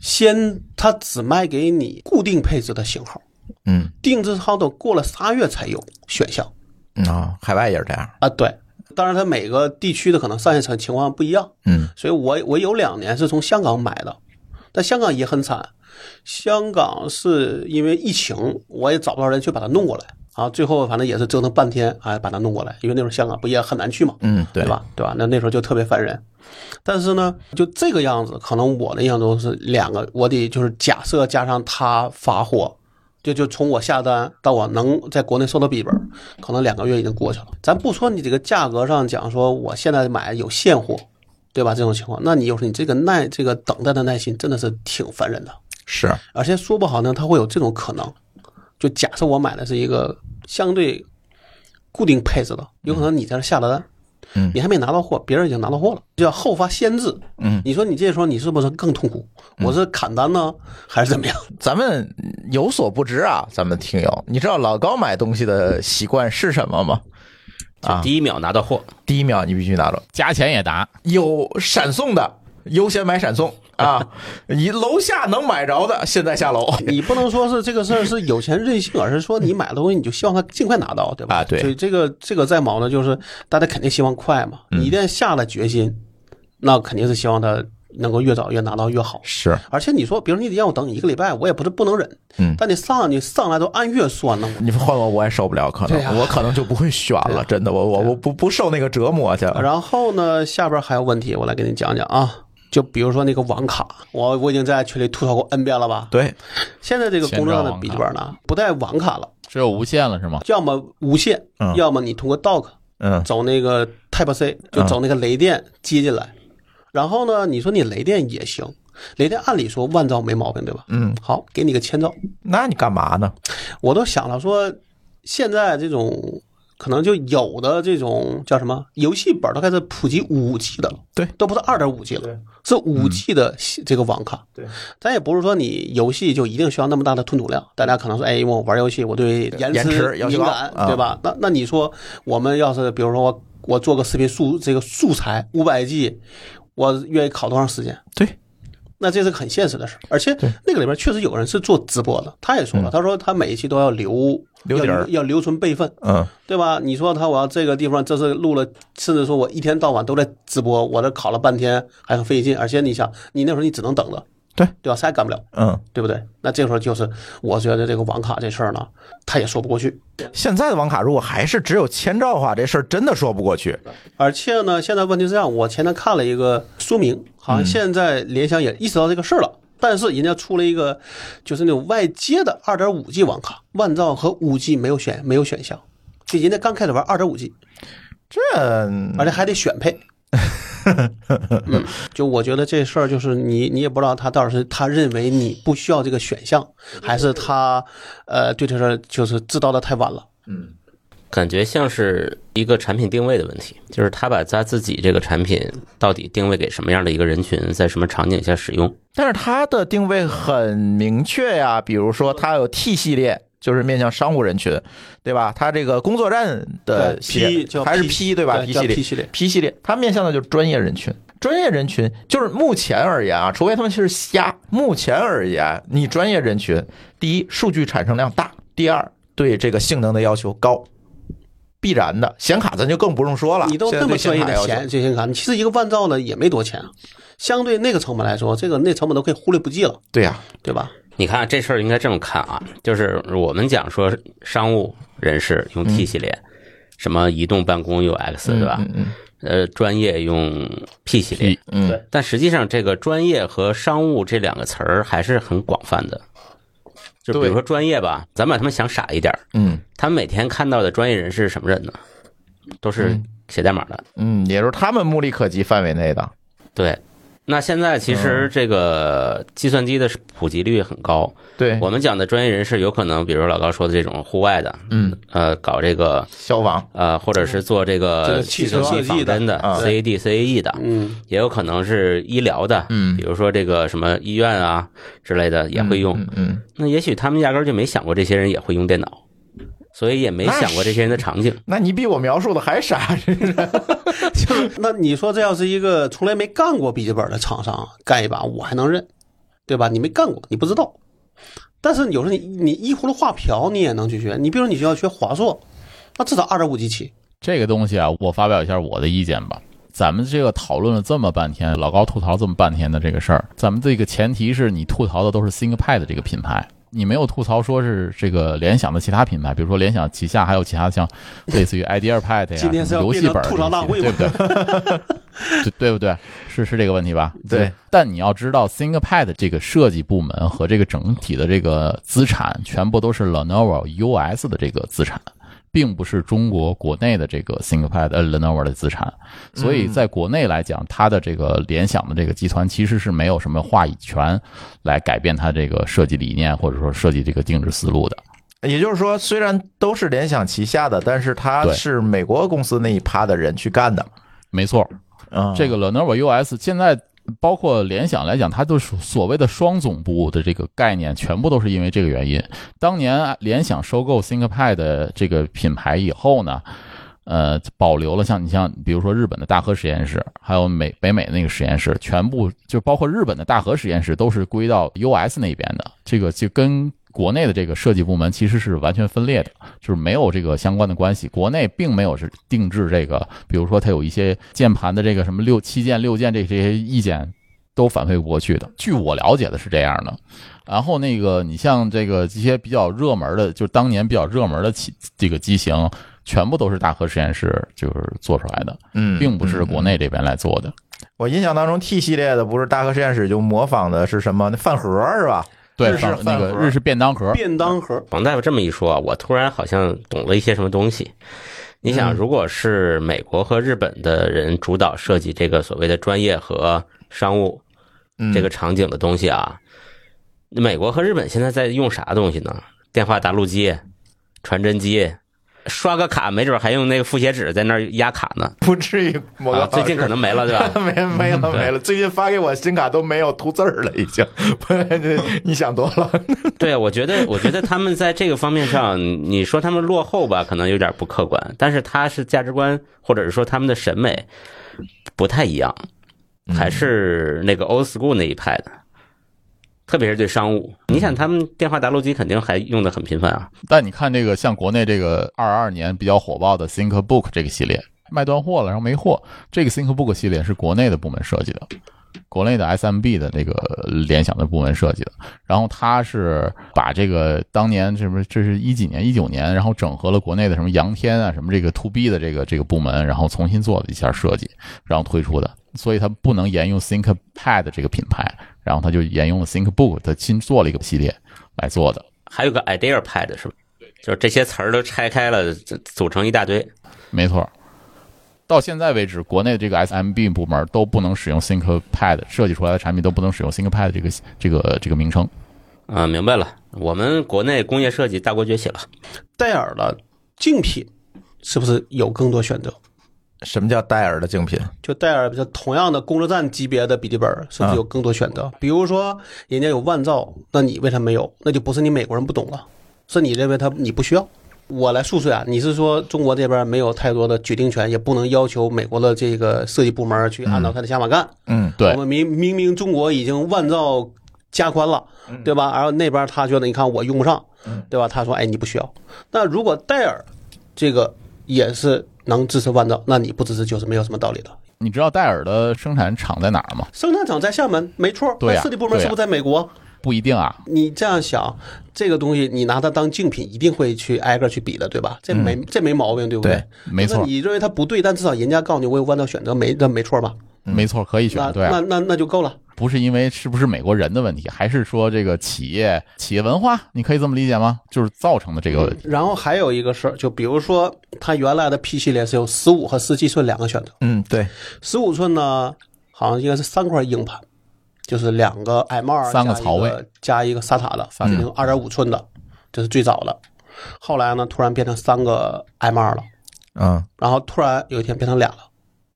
Speaker 3: 先它只卖给你固定配置的型号，
Speaker 1: 嗯
Speaker 3: 定制号都过了仨月才有选项。
Speaker 1: 嗯啊，海外也是这样，
Speaker 3: 啊，对。当然，它每个地区的可能上下层情况不一样，
Speaker 1: 嗯
Speaker 3: 所以我我有两年是从香港买的，但香港也很惨，香港是因为疫情，我也找不到人去把它弄过来啊，最后反正也是折腾半天，哎，把它弄过来，因为那时候香港不也很难去嘛，
Speaker 1: 嗯，
Speaker 3: 对
Speaker 1: 对？
Speaker 3: 吧？对吧？那那时候就特别烦人，但是呢，就这个样子，可能我的印象中是两个，我得就是假设加上他发货，就就从我下单到我能在国内收到笔记本，可能两个月已经过去了。咱不说你这个价格上讲，说我现在买有现货，对吧？这种情况，那你又是你这个耐这个等待的耐心真的是挺烦人的，
Speaker 1: 是，
Speaker 3: 而且说不好呢，它会有这种可能，就假设我买的是一个相对固定配置的，有可能你在这下了单。
Speaker 1: 嗯
Speaker 3: 你还没拿到货，别人已经拿到货了，叫后发先至。
Speaker 1: 嗯，
Speaker 3: 你说你这时候你是不是更痛苦？我是砍单呢，还是怎么
Speaker 1: (laughs)
Speaker 3: 样？
Speaker 1: 咱们有所不知啊，咱们听友，你知道老高买东西的习惯是什么吗？啊
Speaker 4: 就第一秒拿到货，
Speaker 1: 第一秒你必须拿到，
Speaker 2: 加钱也答，
Speaker 1: 有闪送的优先买闪送
Speaker 3: (laughs)
Speaker 1: 啊，你楼下能买着的现在下楼。
Speaker 3: 你不能说是这个事儿是有钱任性，而是说你买的东西你就希望它尽快拿到，对吧？
Speaker 1: 啊对
Speaker 3: 所以这个这个再忙呢，就是大家肯定希望快嘛。
Speaker 1: 嗯
Speaker 3: 你一旦下了决心，那肯定是希望它能够越早越拿到越好。
Speaker 1: 是，
Speaker 3: 而且你说，比如你得让我等一个礼拜，我也不是不能忍。
Speaker 1: 嗯
Speaker 3: 但你上你上来都按月算呢，
Speaker 1: 你换我我也受不了，可能、
Speaker 3: 对啊
Speaker 1: 我可能就不会选了，真的，我我我不不受那个折磨去了。
Speaker 3: 然后呢，下边还有问题，我来给你讲讲啊。就比如说那个网卡，我我已经在群里吐槽过 N 遍了吧？
Speaker 1: 对，
Speaker 3: 现在这个工作上的笔记本呢，不带网卡了，
Speaker 2: 只有无限了是吗？
Speaker 3: 要么无线，
Speaker 1: 嗯
Speaker 3: 要么你通过 dock
Speaker 1: 嗯
Speaker 3: 走那个 Type C，就走那个雷电接进来。然后呢，你说你雷电也行，雷电按理说万兆没毛病，对吧？
Speaker 1: 嗯，
Speaker 3: 好，给你个千兆，
Speaker 1: 那你干嘛呢？
Speaker 3: 我都想了说，现在这种可能就有的这种叫什么游戏本都开始普及五 G 的了，
Speaker 1: 对，
Speaker 3: 都不是二点五 G 了，是五 G 的这个网卡。
Speaker 1: 对，
Speaker 3: 咱也不是说你游戏就一定需要那么大的吞吐量，大家可能说，哎，因为我玩游戏我对延
Speaker 1: 延迟要求
Speaker 3: 敏
Speaker 1: 高
Speaker 3: 感，
Speaker 1: 啊
Speaker 3: 对吧？那那你说我们要是比如说我我做个视频素这个素材五百 G，我愿意考多长时间？
Speaker 1: 对，
Speaker 3: 那这是个很现实的事儿，而且那个里边确实有人是做直播的，他也说了，他说他每一期都要留
Speaker 1: 嗯留底儿
Speaker 3: 要，要留存备份，
Speaker 1: 嗯，
Speaker 3: 对吧？你说他我要这个地方这是录了，甚至说我一天到晚都在直播，我这考了半天还很费劲，而且你想，你那时候你只能等着，
Speaker 1: 对
Speaker 3: 对吧？啥也干不了，
Speaker 1: 嗯，
Speaker 3: 对不对？那这时候就是我觉得这个网卡这事儿呢，他也说不过去，
Speaker 1: 现在的网卡如果还是只有千兆的话，这事儿真的说不过去。
Speaker 3: 而且呢，现在问题是这样，我前天看了一个说明，好
Speaker 1: 嗯
Speaker 3: 像现在联想也意识到这个事儿了。但是人家出了一个，就是那种外接的二点五 G 网卡，万兆和五 G 没有选没有选项，就人家刚开始玩二点五 G，
Speaker 1: 这
Speaker 3: 而且还得
Speaker 1: (laughs)
Speaker 3: 选配。嗯，就我觉得这事儿就是你，你也不知道他到底是他认为你不需要这个选项，还是他呃对这事儿就是知道的太晚了。
Speaker 4: 感觉像是一个产品定位的问题，就是他把他自己这个产品到底定位给什么样的一个人群，在什么场景下使用。
Speaker 1: 但是它的定位很明确呀，比如
Speaker 3: 嗯
Speaker 1: 说它有 T 系列，就是面向商务人群，对吧？它这个工作站的
Speaker 3: 对
Speaker 1: 系列
Speaker 3: P 叫
Speaker 1: 还是
Speaker 3: P，
Speaker 1: P 对吧
Speaker 3: 对
Speaker 1: ？P
Speaker 3: 叫
Speaker 1: 系列
Speaker 3: P 系列
Speaker 1: ，P 系列，它面向的就是专业人群。专业人群就是目前而言啊，除非他们是瞎。目前而言，你专业人群，第一，数据产生量大；第二，对这个性能的要求高，必然的。显卡咱就更不用说了，
Speaker 3: 你都
Speaker 1: 现在
Speaker 3: 那么
Speaker 1: 对显
Speaker 3: 专业
Speaker 1: 卡
Speaker 3: 的
Speaker 1: 要求
Speaker 3: 钱，这些卡，你其实一个万兆的也没多钱啊，相对那个成本来说，这个那成本都可以忽略不计了，
Speaker 1: 对呀、
Speaker 3: 对吧？
Speaker 4: 你看啊这事儿应该这么看啊，就是我们讲说商务人士用 T 系列，什么移动办公用 X 对吧？
Speaker 1: 嗯嗯
Speaker 4: 呃，专业用 P 系列
Speaker 2: P，
Speaker 1: 嗯，
Speaker 3: 对
Speaker 4: 但实际上这个专业和商务这两个词儿还是很广泛的。就比
Speaker 1: 对
Speaker 4: 如说专业吧，咱把他们想傻一点儿，
Speaker 1: 嗯
Speaker 4: 他们每天看到的专业人士是什么人呢？都是写代码的。
Speaker 1: 嗯，也就是他们目力可及范围内的。
Speaker 4: 对，那现在其
Speaker 1: 嗯
Speaker 4: 实这个计算机的普及率很高。
Speaker 1: 对，
Speaker 4: 我们讲的专业人士，有可能比如老高说的这种户外的，
Speaker 1: 嗯，
Speaker 4: 呃，搞这个
Speaker 1: 消防，
Speaker 4: 呃，或者是做这
Speaker 3: 这
Speaker 4: 个
Speaker 3: 个汽车
Speaker 4: 技仿真的
Speaker 3: 啊
Speaker 1: 设
Speaker 4: CAD、CAE E 的，
Speaker 3: 嗯，
Speaker 4: 也有可能是医疗的，
Speaker 1: 嗯
Speaker 4: 比如说这个什么医院啊之类的也会用。
Speaker 1: 嗯嗯，
Speaker 4: 那也许他们压根儿就没想过这些人也会用电脑，所以也没想过这些人的场景。
Speaker 1: 那你比我描述的还傻，真是
Speaker 3: 那你说这要是一个从来没干过笔记本的厂商干一把，我还能认，对吧？你没干过，你不知道。但是有时候你你依葫芦画瓢，你也能去学。你比如你需要学华硕，那至少二点五 G 起。
Speaker 2: 这个东西啊，我发表一下我的意见吧。咱们这个讨论了这么半天，老高吐槽这么半天的这个事儿，咱们这个前提是你吐槽的都是 ThinkPad 这个品牌，你没有吐槽说是这个联想的其他品牌，比如说联想旗下还有其他像类似于 (laughs) IdeaPad 呀、
Speaker 3: 今天是
Speaker 2: 什
Speaker 3: 要
Speaker 2: 么游戏本儿这些，
Speaker 3: 变成吐槽大会
Speaker 2: 对
Speaker 3: 吗 (laughs)
Speaker 2: 不对？对对不对？是是这个问题吧？
Speaker 1: 对。
Speaker 2: 但你要知道，ThinkPad 这个设计部门和这个整体的这个资产，全部都是 Lenovo US 的这个资产，并不是中国国内的这个 ThinkPad 呃 Lenovo 的资产。所以在国内来讲，它的这个联想的这个集团其实是没有什么话语权来改变它这个设计理念或者说设计这个定制思路的。
Speaker 1: 也就是说，虽然都是联想旗下的，但是它
Speaker 2: 对
Speaker 1: 是美国公司那一趴的人去干的。
Speaker 2: 没错，
Speaker 1: 嗯，
Speaker 2: 这个 Lenovo US 现在包括联想来讲，它就是所谓的双总部的这个概念，全部都是因为这个原因。当年联想收购 ThinkPad 的这个品牌以后呢，呃，保留了像你像比如说日本的大和实验室，还有美北美的那个实验室，全部就包括日本的大和实验室都是归到 US 那边的，这个就跟。国内的这个设计部门其实是完全分裂的，就是没有这个相关的关系。国内并没有是定制这个，比如说它有一些键盘的这个什么六七键、六键这这些意见都反馈不过去的。据我了解的是这样的。然后那个你像这个这些比较热门的，就是当年比较热门的机这个机型，全部都是大和实验室就是做出来的，
Speaker 1: 嗯，
Speaker 2: 并不是国
Speaker 1: 嗯。
Speaker 2: 内这边来做的。
Speaker 1: 我印象当中 T 系列的不是大和实验室就模仿的是什么？那饭盒儿是吧？
Speaker 2: 对，
Speaker 1: 日式
Speaker 2: 放那
Speaker 1: 饭
Speaker 2: 个
Speaker 1: 盒
Speaker 2: 日式便当盒，
Speaker 3: 便当盒，
Speaker 4: 王大夫这么一说啊，我突然好像懂了一些什么东西。你
Speaker 1: 嗯
Speaker 4: 想，如果是美国和日本的人主导设计这个所谓的专业和商务
Speaker 1: 嗯，
Speaker 4: 这个场景的东西啊，美国和日本现在在用啥东西呢？电话答录机、传真机，刷个卡，没准还用那个复写纸在那儿压卡呢。
Speaker 1: (laughs) 不至于某个
Speaker 4: 啊，最近可能没了，对吧？
Speaker 1: (laughs) 没没了没了，最近发给我新卡都没有涂字儿了，已经。 (laughs) 你想多了。
Speaker 4: 对，啊我觉得，我觉得他们在这个方面上，你说他们落后吧，可能有点不客观，但是他是价值观，或者是说他们的审美不太一样，还是那个 old school 那一派的，特别是对商务。你想，他们电话答录机肯定还用的很频繁啊，
Speaker 2: 但你看这个，像国内这个二二年比较火爆的 ThinkBook 这个系列，卖断货了，然后没货。这个 ThinkBook 系列是国内的部门设计的，国内的 SMB 的这个联想的部门设计的。然后它是把这个当年什么，这是一几年一九年，然后整合了国内的什么杨天啊，什么这个 To B 的这个这个部门，然后重新做了一下设计，然后推出的。所以它不能沿用 ThinkPad 这个品牌，然后它就沿用了 ThinkBook，它新做了一个系列来做的。
Speaker 4: 还有个 idea 派的是吧？就是这些词儿都拆开了，组组成一大堆。
Speaker 2: 没错。到现在为止，国内这个 SMB 部门都不能使用 ThinkPad 设计出来的产品都不能使用 ThinkPad 这个这个这个名称。
Speaker 4: 啊，明白了，我们国内工业设计大国崛起了。
Speaker 3: 戴尔的竞品是不是有更多选择？
Speaker 1: 什么叫戴尔的竞品？
Speaker 3: 就戴尔这同样的工作站级别的笔记本，是不是有更多选择？比如说人家有万兆，那你为啥没有？那就不是你美国人不懂了，是你认为他你不需要。我来诉说啊，你是说中国这边没有太多的决定权，也不能要求美国的这个设计部门去按照他的想法干。
Speaker 1: 嗯，
Speaker 2: 对
Speaker 3: 我，们明明明中国已经万兆加宽了，对吧？然后那边他觉得你看我用不上，对吧？他说哎你不需要。那如果戴尔这个也是能支持万兆，那你不支持就是没有什么道理的。
Speaker 2: 你知道戴尔的生产厂在哪儿吗？
Speaker 3: 生产厂在厦门，没错。
Speaker 2: 对呀
Speaker 3: 那设计部门是不是在美国？
Speaker 2: 不一定啊，
Speaker 3: 你这样想，这个东西你拿它当竞品，一定会去挨个去比的，对吧？这没、这没毛病，对不
Speaker 1: 对
Speaker 2: 嗯没错
Speaker 3: 那你认为它不对，但至少人家告诉你我有弯道选择，没那没错吧？
Speaker 2: 没错，可以选
Speaker 3: 嗯那
Speaker 2: 对啊
Speaker 3: 那，那那就够了。
Speaker 2: 不是因为是不是美国人的问题，还是说这个企业企业文化，你可以这么理解吗？就是造成的这个问题。
Speaker 3: 然后还有一个事儿，就比如说它原来的 P 系列是有十五和十七寸两个选择，
Speaker 1: 嗯，对，
Speaker 3: 十五寸呢好像应该是三块硬盘，就是两个 M 二
Speaker 2: 三个槽位
Speaker 3: 加一个沙塔的，
Speaker 2: 三
Speaker 3: 反
Speaker 2: 个
Speaker 3: 正二点五寸的，这是最早的。后来呢，突然变成三个 M 二了。
Speaker 1: 嗯，
Speaker 3: 然后突然有一天变成俩了，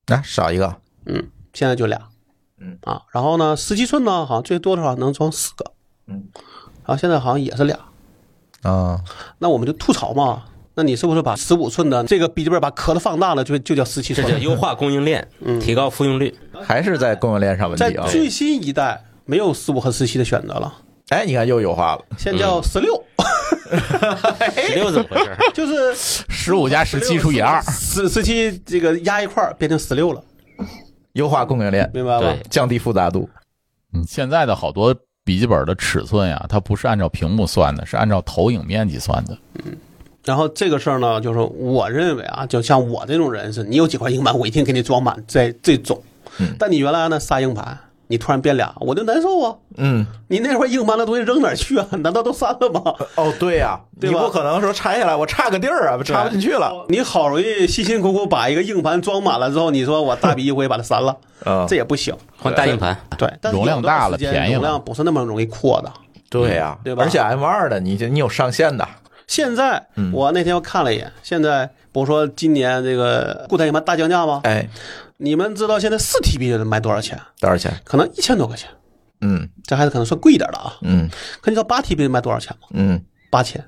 Speaker 1: 那、少一个，
Speaker 3: 嗯，现在就俩，
Speaker 1: 嗯
Speaker 3: 啊，然后呢，十七寸呢，好像最多的话能装四个，
Speaker 1: 嗯，
Speaker 3: 然后现在好像也是俩，
Speaker 1: 嗯，
Speaker 3: 那我们就吐槽嘛，那你是不是把十五寸的这个笔记本把壳子放大了，就就叫十七
Speaker 4: 这叫
Speaker 3: 寸？
Speaker 4: 优化供应链，提高复用率。
Speaker 1: 还是在供应链上问
Speaker 3: 在
Speaker 1: 题啊。
Speaker 3: 最新一代没有十五和十七的选择了，
Speaker 1: 哎，你看又有话了，
Speaker 2: 嗯哦
Speaker 3: 现在叫十六、
Speaker 4: 十六怎么回事？
Speaker 3: 就是
Speaker 2: 十五加十七除以二，
Speaker 3: 十十七这个压一块儿变成十六了，
Speaker 1: 优化供应链，
Speaker 3: 明白吧
Speaker 4: 对？
Speaker 1: 降低复杂度。
Speaker 2: 嗯，现在的好多笔记本的尺寸呀，它不是按照屏幕算的，是按照投影面积算的。
Speaker 3: 然后这个事儿呢，就是我认为啊，就像我这种人是，你有几块硬盘，我一定给你装满这这种。
Speaker 2: 嗯
Speaker 3: 但你原来呢仨硬盘，你突然变俩，我就难受啊！
Speaker 1: 嗯，
Speaker 3: 你那块硬盘的东西扔哪儿去啊？ (laughs) 难道都删了吗？
Speaker 1: 哦，对呀、
Speaker 3: 对
Speaker 1: 你
Speaker 3: 吧
Speaker 1: 不可能说拆下来，我差个地儿啊，插不进去了。
Speaker 3: 你好容易辛辛苦苦把一个硬盘装满了之后，你说我大笔一挥把它
Speaker 2: (laughs)
Speaker 3: 删了，
Speaker 1: 嗯
Speaker 3: 这也不行。
Speaker 4: 换大硬盘，
Speaker 3: 对，但是
Speaker 2: 啊容量
Speaker 3: 有段
Speaker 2: 大了
Speaker 3: 时间
Speaker 2: 便宜了
Speaker 3: 容量不是那么容易扩的。
Speaker 1: 对呀、
Speaker 3: 对吧
Speaker 1: 而且 M 二的，你就你有上限的，
Speaker 3: 现在
Speaker 1: 嗯
Speaker 3: 我那天又看了一眼，现在不是说今年这个固态硬盘大降价吗？
Speaker 1: 哎，
Speaker 3: 你们知道现在四 TB 的卖多少钱？
Speaker 1: 多少钱？
Speaker 3: 可能一千多块钱，
Speaker 1: 嗯
Speaker 3: 这还是可能算贵一点的啊。
Speaker 1: 嗯
Speaker 3: 可你知道八 TB 卖多少钱吗？
Speaker 1: 嗯
Speaker 3: 八千，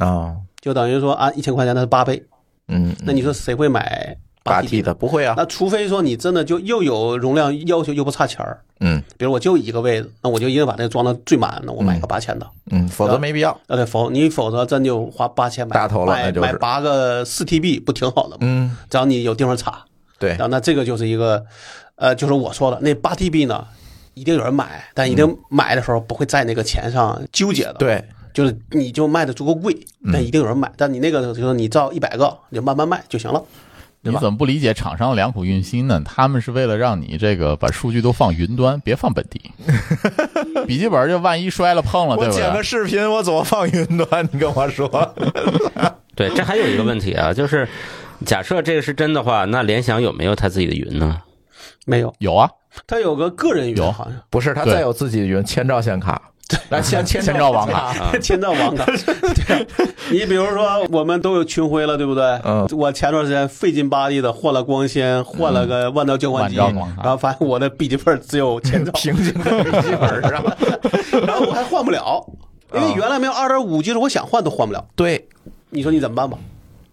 Speaker 1: 哦
Speaker 3: 就等于说按一千块钱那是八倍。
Speaker 1: 嗯，
Speaker 3: 那你说谁会买
Speaker 1: 八
Speaker 3: 八
Speaker 1: T
Speaker 3: TB 的？
Speaker 1: 的不会啊
Speaker 3: 那，除非说你真的就又有容量要求又不差钱儿，
Speaker 1: 嗯
Speaker 3: 比如我就一个位置，那我就一定把这装的最满，那我买个八千的。
Speaker 1: 嗯，否则没必要。
Speaker 3: 呃，对，否你否则真就花八千买
Speaker 1: 大头了那
Speaker 3: 买
Speaker 1: 就是
Speaker 3: 买八个四 TB 不挺好的吗？
Speaker 1: 嗯，
Speaker 3: 只要你有地方插，
Speaker 1: 对
Speaker 3: 然，后啊那这个就是一个，呃，就是我说的那八 TB 呢，一定有人买，但一定买的时候不会在那个钱上纠结的。，
Speaker 1: 对，
Speaker 3: 就是你就卖的足够贵，但一定有人买。但你那个就是你造一百个，你就慢慢卖就行了。
Speaker 2: 你怎么不理解厂商的良苦用心呢？他们是为了让你这个把数据都放云端，别放本
Speaker 3: (laughs)
Speaker 2: 地。笔记本就万一摔了碰了，对
Speaker 1: 我
Speaker 2: 不
Speaker 1: 剪个
Speaker 2: 对？
Speaker 1: 视频，我怎么放云端？你跟我说，
Speaker 4: 对，这还有一个问题啊，就是假设这个是真的话，那联想有没有他自己的云呢？
Speaker 3: 啊没有，
Speaker 2: 有啊，
Speaker 3: 它有个个人
Speaker 2: 有
Speaker 3: 云，好像
Speaker 1: (laughs) 不是，他
Speaker 2: 对
Speaker 1: 再有自己的云千兆显卡，那千千
Speaker 2: 千兆网卡，
Speaker 3: (laughs)
Speaker 4: 啊
Speaker 3: 签到网卡。对啊你比如说，我们都有群晖了，对不对？
Speaker 1: 嗯，
Speaker 3: 我前段时间费劲巴力的换了光纤，换了个万兆交换机，
Speaker 2: 万兆网卡
Speaker 3: 然后发现我的笔记本只有千兆
Speaker 1: 平行的笔记本上。
Speaker 3: 然后我还换不了，因
Speaker 1: 啊
Speaker 3: 为原来没有二点五 G 的，我想换都换不了。
Speaker 1: (laughs) 对，
Speaker 3: 你说你怎么办吧？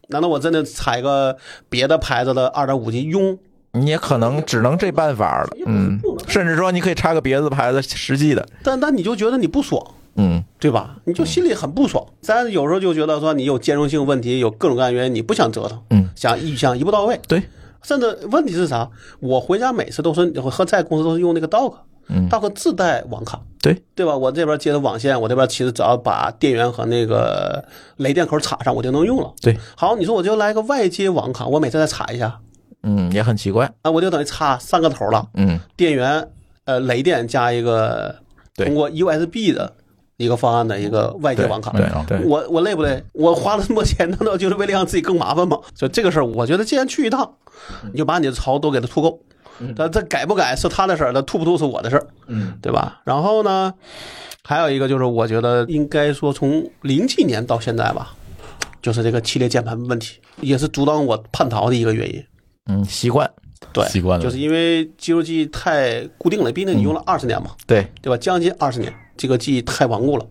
Speaker 3: 难道我真的采个别的牌子的二点五 G 用？
Speaker 1: 你也可能只能这办法了，嗯，甚至说你可以插个别的牌子实际的，
Speaker 3: 但但你就觉得你不爽，
Speaker 1: 嗯，
Speaker 3: 对吧？你就心里很不爽。咱有时候就觉得说你有兼容性问题，有各种各样的原因，你不想折腾，
Speaker 1: 嗯，
Speaker 3: 想一想一步到位。
Speaker 1: 对，
Speaker 3: 甚至问题是啥？我回家每次都是和在公司都是用那个 Dock，
Speaker 1: 嗯
Speaker 3: d o c k 自带网卡，
Speaker 1: 对，
Speaker 3: 对吧？我这边接的网线，我这边其实只要把电源和那个雷电口插上，我就能用了。
Speaker 1: 嗯对，
Speaker 3: 好，你说我就来个外接网卡，我每次再插一下，
Speaker 1: 嗯，也很奇怪，
Speaker 3: 啊，我就等于插三个头了，
Speaker 1: 嗯，
Speaker 3: 电源、呃雷电加一个
Speaker 1: 对
Speaker 3: 通过 USB 的一个方案的一个外接
Speaker 1: 对
Speaker 3: 网卡。
Speaker 1: 对对，
Speaker 3: 我我累不累？我花了这么多钱，难道就是为了让自己更麻烦吗？所以这个事儿，我觉得既然去一趟，
Speaker 1: 嗯
Speaker 3: 你就把你的槽都给它吐够。但这改不改是他的事儿，那吐不吐是我的事儿，
Speaker 1: 嗯，
Speaker 3: 对吧？然后呢，还有一个就是，我觉得应该说从零几年到现在吧，就是这个系列键盘问题，也是阻挡我叛逃的一个原因。
Speaker 1: 嗯，习惯，嗯
Speaker 3: 对，
Speaker 2: 习惯了
Speaker 3: 就是因为肌肉记忆太固定了，毕竟你用了二十年嘛，
Speaker 1: 对，
Speaker 3: 对吧？将近二十年，这个记忆太顽固了。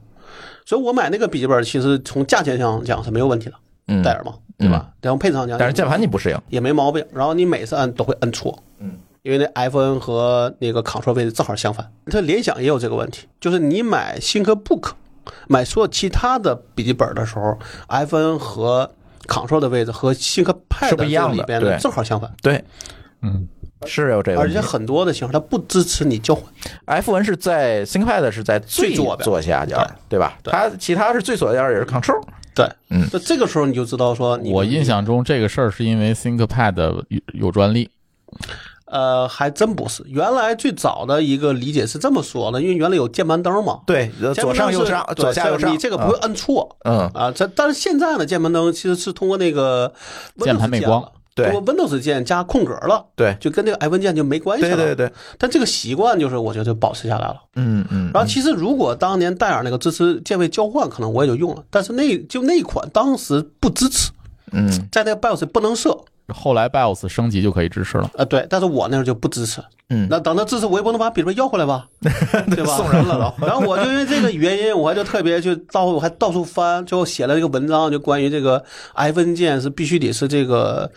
Speaker 3: 所以我买那个笔记本，其实从价钱上讲是没有问题的，
Speaker 1: 嗯，
Speaker 3: 戴尔嘛，对吧？然后配置上讲，
Speaker 1: 但是键盘你不适应，
Speaker 3: 也没毛病。然后你每次按都会按错，
Speaker 1: 嗯，
Speaker 3: 因为那 F N 和那个 Ctrl 位置正好相反。它联想也有这个问题，就是你买 ThinkBook，买所有其他的笔记本的时候，F N 和 Ctrl 的位置和 ThinkPad
Speaker 1: 是不一样的
Speaker 3: 这里边的
Speaker 1: 对
Speaker 3: 正好相反。
Speaker 1: 对，
Speaker 2: 嗯，
Speaker 1: 是有这个
Speaker 3: 而
Speaker 1: 问题
Speaker 3: 且。很多的型号它不支持你交换。
Speaker 1: F 文是在 ThinkPad 是在最
Speaker 3: 最左边
Speaker 1: 左下角，对吧？
Speaker 3: 对
Speaker 1: 它其他是最左下角也是 Control，
Speaker 3: 对，
Speaker 1: 嗯，
Speaker 3: 那这个时候你就知道说你，
Speaker 2: 我印象中这个事儿是因为 ThinkPad 有有专利，
Speaker 3: 呃还真不是，原来最早的一个理解是这么说的，因为原来有键盘灯嘛，
Speaker 1: 对，呃
Speaker 3: 键
Speaker 1: 左
Speaker 3: 盘灯
Speaker 1: 上
Speaker 3: 是
Speaker 1: 右上，
Speaker 3: 对
Speaker 1: 左下右上，
Speaker 3: 你这个不会摁错。
Speaker 1: 嗯，
Speaker 3: 啊，这但是现在呢，键盘灯其实是通过那个 Windows
Speaker 2: 键盘背
Speaker 3: 键
Speaker 2: 光
Speaker 3: 了，
Speaker 1: 对
Speaker 3: 通过 Windows 键加空格了，
Speaker 1: 对，
Speaker 3: 就跟这个 i 文键就没关系
Speaker 1: 对
Speaker 3: 了。
Speaker 1: 对对，
Speaker 3: 但这个习惯就是我觉得就保持下来了。
Speaker 1: 嗯嗯，
Speaker 3: 然后其实如果当年戴尔那个支持键位交换，可能我也就用了，但是那就那款当时不支持，
Speaker 1: 嗯
Speaker 3: 在那个 BIOS 不能设，
Speaker 2: 后来 BIOS 升级就可以支持了。
Speaker 3: 啊，对，但是我那时候就不支持。
Speaker 1: 嗯
Speaker 3: 那等他支持，我也不能把笔记本要回
Speaker 1: (laughs)
Speaker 3: 来吧，对吧？送人了 (laughs) 都。然后我就因为这个原因，我还就特别去到我还到处翻，最后写了一个文章，就关于这个 i 文件是必须得是这个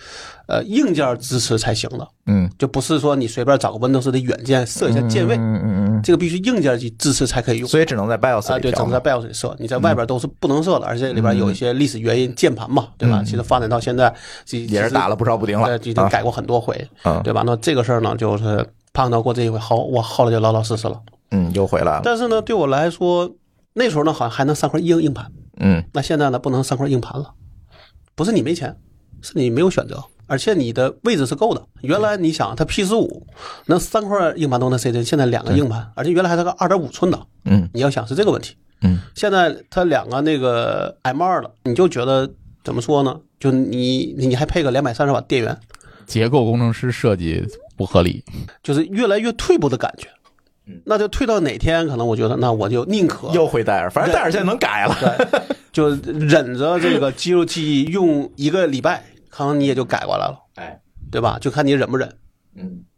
Speaker 3: 呃硬件支持才行的，
Speaker 1: 嗯
Speaker 3: 就不是说你随便找个 Windows 的软件设一下键位。
Speaker 1: 嗯嗯嗯
Speaker 3: 这个必须硬件去支持才可以用。
Speaker 1: 所以只嗯能在 BIOS
Speaker 3: 啊，
Speaker 1: 里
Speaker 3: 对，只
Speaker 1: 调
Speaker 3: 能
Speaker 1: 嘛
Speaker 3: 在 BIOS 里设，你在外边都是不能设的，而且里
Speaker 1: 嗯
Speaker 3: 边有一些历史原因，键盘嘛，对吧？其实发展到现在，其
Speaker 1: 也是打了不少补丁了啊
Speaker 3: 对，已经改过很多回，
Speaker 1: 嗯
Speaker 3: 对吧？那这个事儿呢，就是碰到过这一回，好，我后来就老老实实了。
Speaker 1: 嗯，又回来了，
Speaker 3: 但是呢，对我来说，那时候呢，好像还能上块硬硬盘，
Speaker 1: 嗯
Speaker 3: 那现在呢，不能上块硬盘了，不是你没钱，是你没有选择。而且你的位置是够的。原来你想它 P 十五，那三块硬盘都能塞进，现在两个硬盘，而且原来还是个二点五寸的。
Speaker 1: 嗯
Speaker 3: 你要想是这个问题，
Speaker 1: 嗯，
Speaker 3: 现在它两个那个 M 二了，你就觉得怎么说呢？就你你你还配个两百三十瓦电源，
Speaker 2: 结构工程师设计不合理，
Speaker 3: 就是越来越退步的感觉。
Speaker 1: 嗯
Speaker 3: 那就退到哪天，可能我觉得那我就宁可
Speaker 1: 又回戴尔，反正戴尔现在能改了，
Speaker 3: 对，就忍着这个肌肉记忆用一个礼拜，可能你也就改过来了，
Speaker 1: 哎，
Speaker 3: 对吧？就看你忍不忍。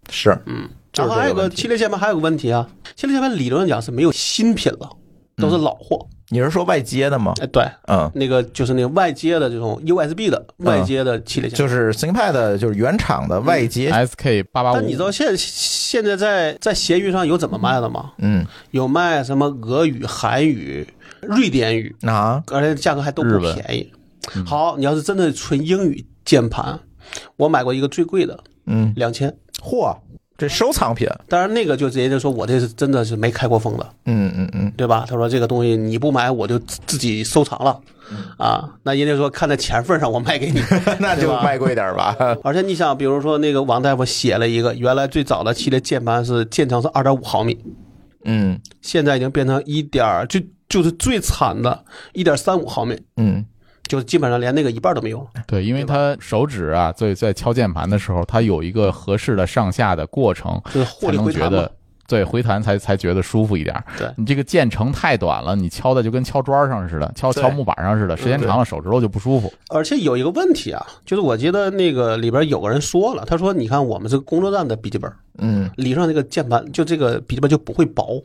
Speaker 1: 是，
Speaker 3: 嗯
Speaker 1: 就是
Speaker 3: 然后
Speaker 1: 这
Speaker 3: 还有
Speaker 1: 个问
Speaker 3: 个
Speaker 1: 题。
Speaker 3: 系列键盘，还有个问题啊，系列键盘理论上讲是没有新品了，
Speaker 1: 嗯
Speaker 3: 都是老货。
Speaker 1: 你是说外接的吗？
Speaker 3: 哎，对，
Speaker 1: 嗯，
Speaker 3: 那个就是那个外接的这种 USB 的外接的系列键盘。
Speaker 1: 就是 ThinkPad 就是原厂的外接，
Speaker 2: SK 八八五
Speaker 3: 但你知道现在现在在在闲鱼上有怎么卖的吗？
Speaker 1: 嗯，
Speaker 3: 有卖什么俄语、韩语、瑞典语，
Speaker 1: 那啊
Speaker 3: 而且价格还都不
Speaker 2: 日嗯文
Speaker 3: 便宜。好，你要是真的纯英语键盘，我买过一个最贵的，
Speaker 1: 嗯，
Speaker 3: 两千。
Speaker 1: 嚯，这收藏品，
Speaker 3: 当然，那个就直接就说我这是真的是没开过封的，
Speaker 1: 嗯嗯嗯，
Speaker 3: 对吧？他说这个东西你不买，我就自自己收藏了，
Speaker 2: 嗯
Speaker 3: 啊，那人家说看在钱份上，我卖
Speaker 2: (laughs)
Speaker 3: 给你，
Speaker 1: (laughs) 那就
Speaker 3: 对吧
Speaker 1: 卖贵点吧，
Speaker 3: 而且你想，比如说那个王大夫写了一个，原来最早的系列键盘是键长是二点五毫米，
Speaker 1: 嗯
Speaker 3: 现在已经变成一点就就是最惨的一点三五毫米，
Speaker 1: 嗯，
Speaker 3: 就是基本上连那个一半都没有了。
Speaker 2: 对，因为他手指啊，在在敲键盘的时候，他有一个合适的上下的过程，
Speaker 3: 就是获
Speaker 2: 才
Speaker 3: 利
Speaker 2: 能
Speaker 3: 回
Speaker 2: 觉
Speaker 3: 弹嘛
Speaker 2: 得。对回弹才才觉得舒服一点。
Speaker 3: 对
Speaker 2: 你这个键程太短了，你敲的就跟敲砖上似的，敲
Speaker 1: 对
Speaker 2: 敲木板上似的，时间
Speaker 1: 对
Speaker 2: 长了手指头就不舒服。
Speaker 3: 而且有一个问题啊，就是我记得那个里边有个人说了，他说：“你看我们这个工作站的笔记本，
Speaker 1: 嗯，
Speaker 3: 理论上这个键盘就这个笔记本就不会薄，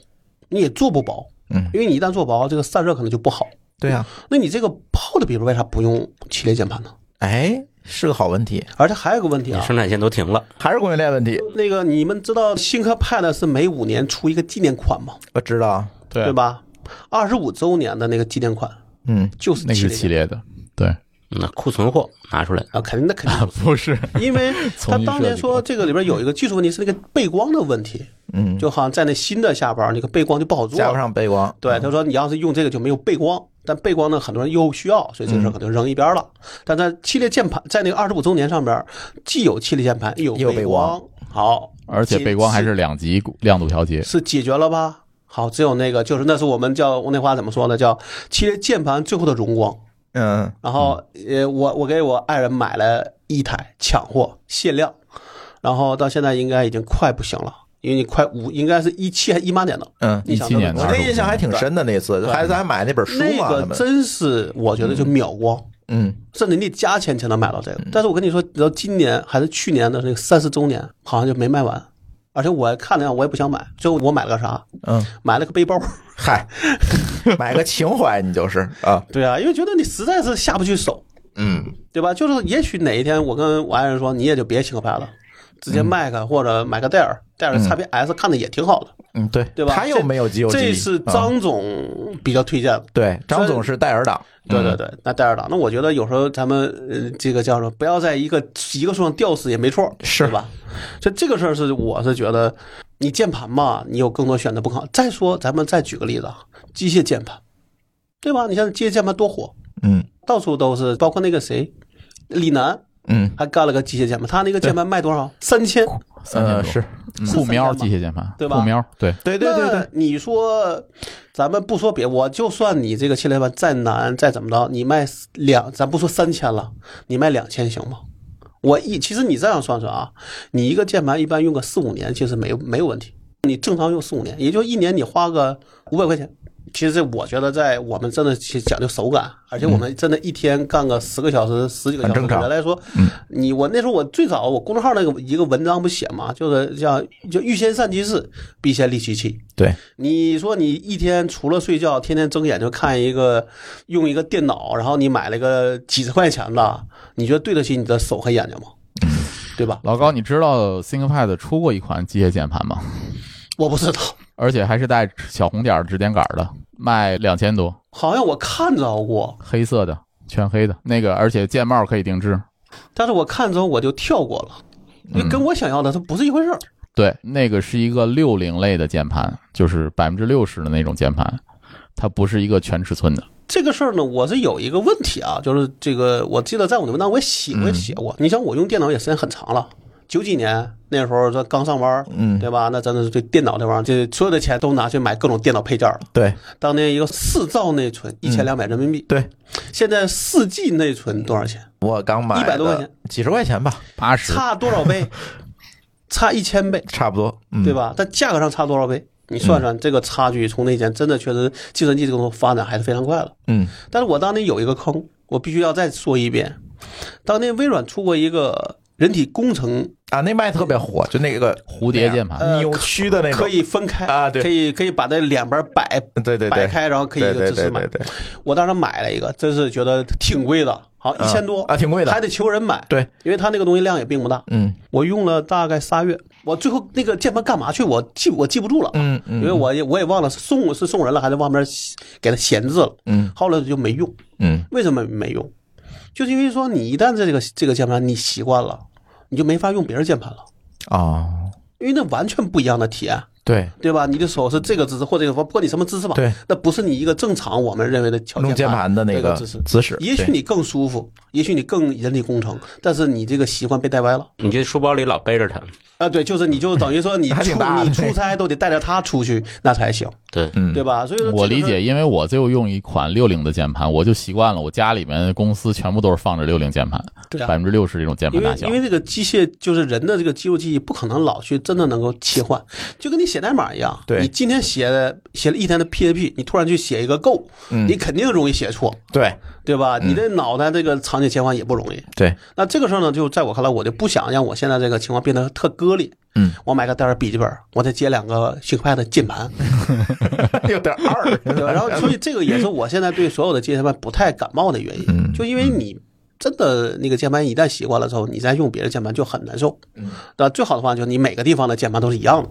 Speaker 3: 你也做不薄，
Speaker 1: 嗯，
Speaker 3: 因为你一旦做薄，这个散热可能就不好。
Speaker 1: 对啊呀、
Speaker 3: 那你这个泡的笔记本为啥不用系列键盘呢？
Speaker 1: 哎，是个好问题，
Speaker 3: 而且还有个问题
Speaker 4: 你
Speaker 3: 啊，
Speaker 4: 生产线都停了，
Speaker 1: 还是供应链问题，
Speaker 3: 那个你们知道新科 Pad 是每五年出一个纪念款吗？
Speaker 1: 我知道，
Speaker 2: 对
Speaker 3: 对？吧？二十五周年的那个纪念款
Speaker 1: 嗯，
Speaker 3: 就是
Speaker 2: 那个
Speaker 3: 系
Speaker 2: 是
Speaker 3: 列
Speaker 2: 系
Speaker 3: 键
Speaker 2: 列的，对，
Speaker 4: 那库存货拿出来，
Speaker 3: 啊，肯定那肯定
Speaker 2: 不是。
Speaker 3: 因为他
Speaker 2: 重新
Speaker 3: 当
Speaker 2: 设
Speaker 3: 年
Speaker 2: 计
Speaker 3: 说
Speaker 2: 过
Speaker 3: 这个里边有一个技术问题是那个背光的问题，
Speaker 1: 嗯，
Speaker 3: 就好像在那新的下边儿那个背光就不好做
Speaker 1: 加不嗯
Speaker 3: 了。
Speaker 1: 上背光，
Speaker 3: 对，他说你要是用这个就没有背光，但背光呢很多人又需要，所以这个事儿可能扔一边儿
Speaker 1: 嗯
Speaker 3: 了。但在系列键盘在那个二十五周年上边儿，既有系列键盘又
Speaker 1: 又有
Speaker 3: 有
Speaker 1: 背
Speaker 3: 背
Speaker 1: 光
Speaker 3: 光，好，
Speaker 2: 而且
Speaker 3: 解
Speaker 2: 背光还是两级亮度调节，
Speaker 3: 是解决了吧？好，只有那个就是那是我们叫那话怎么说呢？叫系列键盘最后的荣光。
Speaker 1: 嗯，
Speaker 3: 然后呃，我我给我爱人买了一台抢货限量，然后到现在应该已经快不行了，因为你快五应该是一七还一八年的，
Speaker 1: 嗯
Speaker 3: 你想
Speaker 2: 17年的
Speaker 1: 我
Speaker 3: 那
Speaker 1: 那印象还挺深的那次，孩子还买那本书
Speaker 3: 那
Speaker 1: 嘛，他
Speaker 3: 个
Speaker 1: 们，
Speaker 3: 真是我觉得就秒光。
Speaker 1: 嗯，
Speaker 3: 甚至你得加钱才能买到这个。但是我跟你说，直到今年还是去年的那个三十周年，好像就没卖完。而且我还看了一下，我也不想买，最后我买了个啥？
Speaker 1: 嗯，
Speaker 3: 买了
Speaker 1: (laughs)
Speaker 3: 个背包。
Speaker 1: 嗨， (laughs) 买个情怀，你就是啊，
Speaker 3: 对啊，因为觉得你实在是下不去手，
Speaker 1: 嗯，
Speaker 3: 对吧？就是也许哪一天我跟我爱人说，你也就别请个牌了，直
Speaker 1: 嗯
Speaker 3: 接卖个或者买个戴尔，戴尔 x P S 看的也挺好的。
Speaker 1: 嗯，对，
Speaker 3: 对吧
Speaker 1: 他又嗯没有肌肉记忆，
Speaker 3: 这是
Speaker 1: 啊
Speaker 3: 张总比较推荐的。
Speaker 1: 对，张总是戴尔党，
Speaker 3: 对对对，那戴尔党，那我觉得有时候咱们呃，这个叫什么，不要在一个一个树上吊死也没错，
Speaker 1: 是
Speaker 3: 对吧？这这个事儿是我是觉得，你键盘嘛，你有更多选择不可。再说，咱们再举个例子啊，机械键盘，对吧？你像机械键盘多火，
Speaker 1: 嗯
Speaker 3: 到处都是，包括那个谁，李楠
Speaker 1: 嗯，
Speaker 3: 还干了个机械键盘，他那个键盘卖多少？三千，
Speaker 2: 三千
Speaker 1: 呃，
Speaker 2: 多
Speaker 1: 是，
Speaker 2: 嗯
Speaker 3: 是
Speaker 2: 酷喵
Speaker 3: 三千吧
Speaker 2: 机械键盘，
Speaker 3: 对吧
Speaker 2: 酷喵对，
Speaker 1: 对对对对，
Speaker 3: 那你说，咱们不说别，我就算你这个系列版再难再怎么着，你卖两，咱不说三千了，你卖两千行吗？我一其实你这样算算啊，你一个键盘一般用个四五年，其实没有没有问题。你正常用四五年，也就一年你花个五百块钱。其实我觉得在我们真的去讲究手感，而且我们真的一天干个十个小时、十几个小时，
Speaker 1: 嗯很正常嗯
Speaker 3: 原来说，你我那时候我最早我公众号那个一个文章不写嘛，就是叫就欲先善其事，必先利其器。
Speaker 1: 对，
Speaker 3: 你说你一天除了睡觉，天天睁眼就看一个用一个电脑，然后你买了个几十块钱的，你觉得对得起你的手和眼睛吗？
Speaker 1: 嗯
Speaker 3: 对吧？
Speaker 2: 老高，你知道 ThinkPad 出过一款机械键盘吗？
Speaker 3: 我不知道，
Speaker 2: 而且还是带小红点儿指点杆儿的，卖两千多，
Speaker 3: 好像我看着过，
Speaker 2: 黑色的，全黑的那个，而且键帽可以定制。
Speaker 3: 但是我看着我就跳过了，因为跟我想要的它不是一回事儿。
Speaker 1: 嗯
Speaker 2: 对，那个是一个六零类的键盘，就是百分之六十的那种键盘，它不是一个全尺寸的。
Speaker 3: 这个事儿呢，我是有一个问题啊，就是这个，我记得在我的文章我
Speaker 1: 嗯
Speaker 3: 也写过，也写过。你像我用电脑也时间很长了，九几年那时候这刚上班，
Speaker 1: 嗯
Speaker 3: 对吧？那真的是对电脑这玩意儿，这所有的钱都拿去买各种电脑配件了。
Speaker 1: 对
Speaker 3: 当年一个四兆内存一千两百人民币，
Speaker 1: 嗯对，
Speaker 3: 现在四 G 内存多少钱？
Speaker 1: 我刚买
Speaker 3: 100多块
Speaker 1: 的
Speaker 3: 钱，
Speaker 1: 几十块钱吧，
Speaker 2: 八十，
Speaker 3: 差多少
Speaker 1: (laughs)
Speaker 3: 倍？差一千倍，
Speaker 1: 差不多，嗯
Speaker 3: 对？吧？但价格上差多少倍？你算算这个差距，从那以前真的确实计算机这个东西发展还是非常快的。
Speaker 1: 嗯
Speaker 3: 但是我当年有一个坑，我必须要再说一遍。当年微软出过一个人体工程，
Speaker 1: 啊，那卖特别火，就那个
Speaker 2: 蝴蝶键盘
Speaker 1: 扭曲的那个，
Speaker 3: 呃可以分开
Speaker 1: 啊对
Speaker 3: 可以可以把这两边摆
Speaker 1: 对对对，
Speaker 3: 摆开，然后可以
Speaker 1: 对对
Speaker 3: 支
Speaker 1: 对对
Speaker 3: 持买。
Speaker 1: 对，
Speaker 3: 我当时买了一个，真是觉得挺贵的，好像一千多
Speaker 1: 啊，挺贵
Speaker 3: 还
Speaker 1: 的，
Speaker 3: 得求人买。
Speaker 1: 对，
Speaker 3: 因为它那个东西量也并不大。
Speaker 1: 嗯
Speaker 3: 我用了大概仨月，我最后那个键盘干嘛去？我记我记不住了，
Speaker 1: 嗯嗯，
Speaker 3: 因为我也我也忘了是送是送人了还是外面给它闲置了。
Speaker 1: 嗯
Speaker 3: 后来就没用。
Speaker 1: 嗯
Speaker 3: 为什么没用？就是因为说你一旦在这个这个键盘你习惯了，你就没法用别人键盘了，
Speaker 1: 哦，
Speaker 3: 因为那完全不一样的体验，
Speaker 1: 对，
Speaker 3: 对吧？你的手是这个姿势或者不管你什么姿势吧，
Speaker 1: 对，
Speaker 3: 那不是你一个正常我们认为的敲
Speaker 1: 弄键
Speaker 3: 盘
Speaker 1: 盘的
Speaker 3: 那
Speaker 1: 那个
Speaker 3: 姿势。
Speaker 1: 姿势，
Speaker 3: 也许
Speaker 1: 对
Speaker 3: 你更舒服，也许你更人体工程，但是你这个习惯被带歪了
Speaker 4: 你这书包里老背着它，
Speaker 3: 啊！对，就是你就等于说你
Speaker 1: (laughs) 还
Speaker 3: 出
Speaker 1: 挺大的
Speaker 3: 你出差都得带着它出去，那才行，
Speaker 4: 对，
Speaker 1: 嗯
Speaker 3: 对吧？所以说
Speaker 2: 我
Speaker 3: 这
Speaker 2: 理
Speaker 3: 个是
Speaker 2: 解，因为我就用一款六零的键盘，我就习惯了。我家里面公司全部都是放着六零键盘，
Speaker 3: 对
Speaker 2: 百
Speaker 3: 啊，
Speaker 2: 分之六十这种键
Speaker 3: 因
Speaker 2: 盘大
Speaker 3: 为
Speaker 2: 小
Speaker 3: 因。为这个机械就是人的这个肌肉记忆不可能老去真的能够切换，就跟你写代码一样，
Speaker 1: 对
Speaker 3: 你今天写的写了一天的 PHP，你突然去写一个 Go，、
Speaker 1: 嗯
Speaker 3: 你肯定容易写错，
Speaker 1: 对
Speaker 3: 对吧？你的脑袋这个场景切换也不容易。
Speaker 1: 对，
Speaker 3: 那这个时候呢，就在我看来，我就不想让我现在这个情况变得特割裂。
Speaker 1: 嗯，
Speaker 3: 我买个戴尔笔记本，我再接两个 ThinkPad 的键盘，
Speaker 1: (laughs) 有点二，
Speaker 3: 对吧？然
Speaker 1: (laughs)
Speaker 3: 后，所以这个也是我现在对所有的键盘不太感冒的原因，
Speaker 1: 嗯
Speaker 3: 就因为你真的那个键盘一旦习惯了之后，你再用别的键盘就很难受。
Speaker 1: 嗯
Speaker 3: 那最好的话就是你每个地方的键盘都是一样的，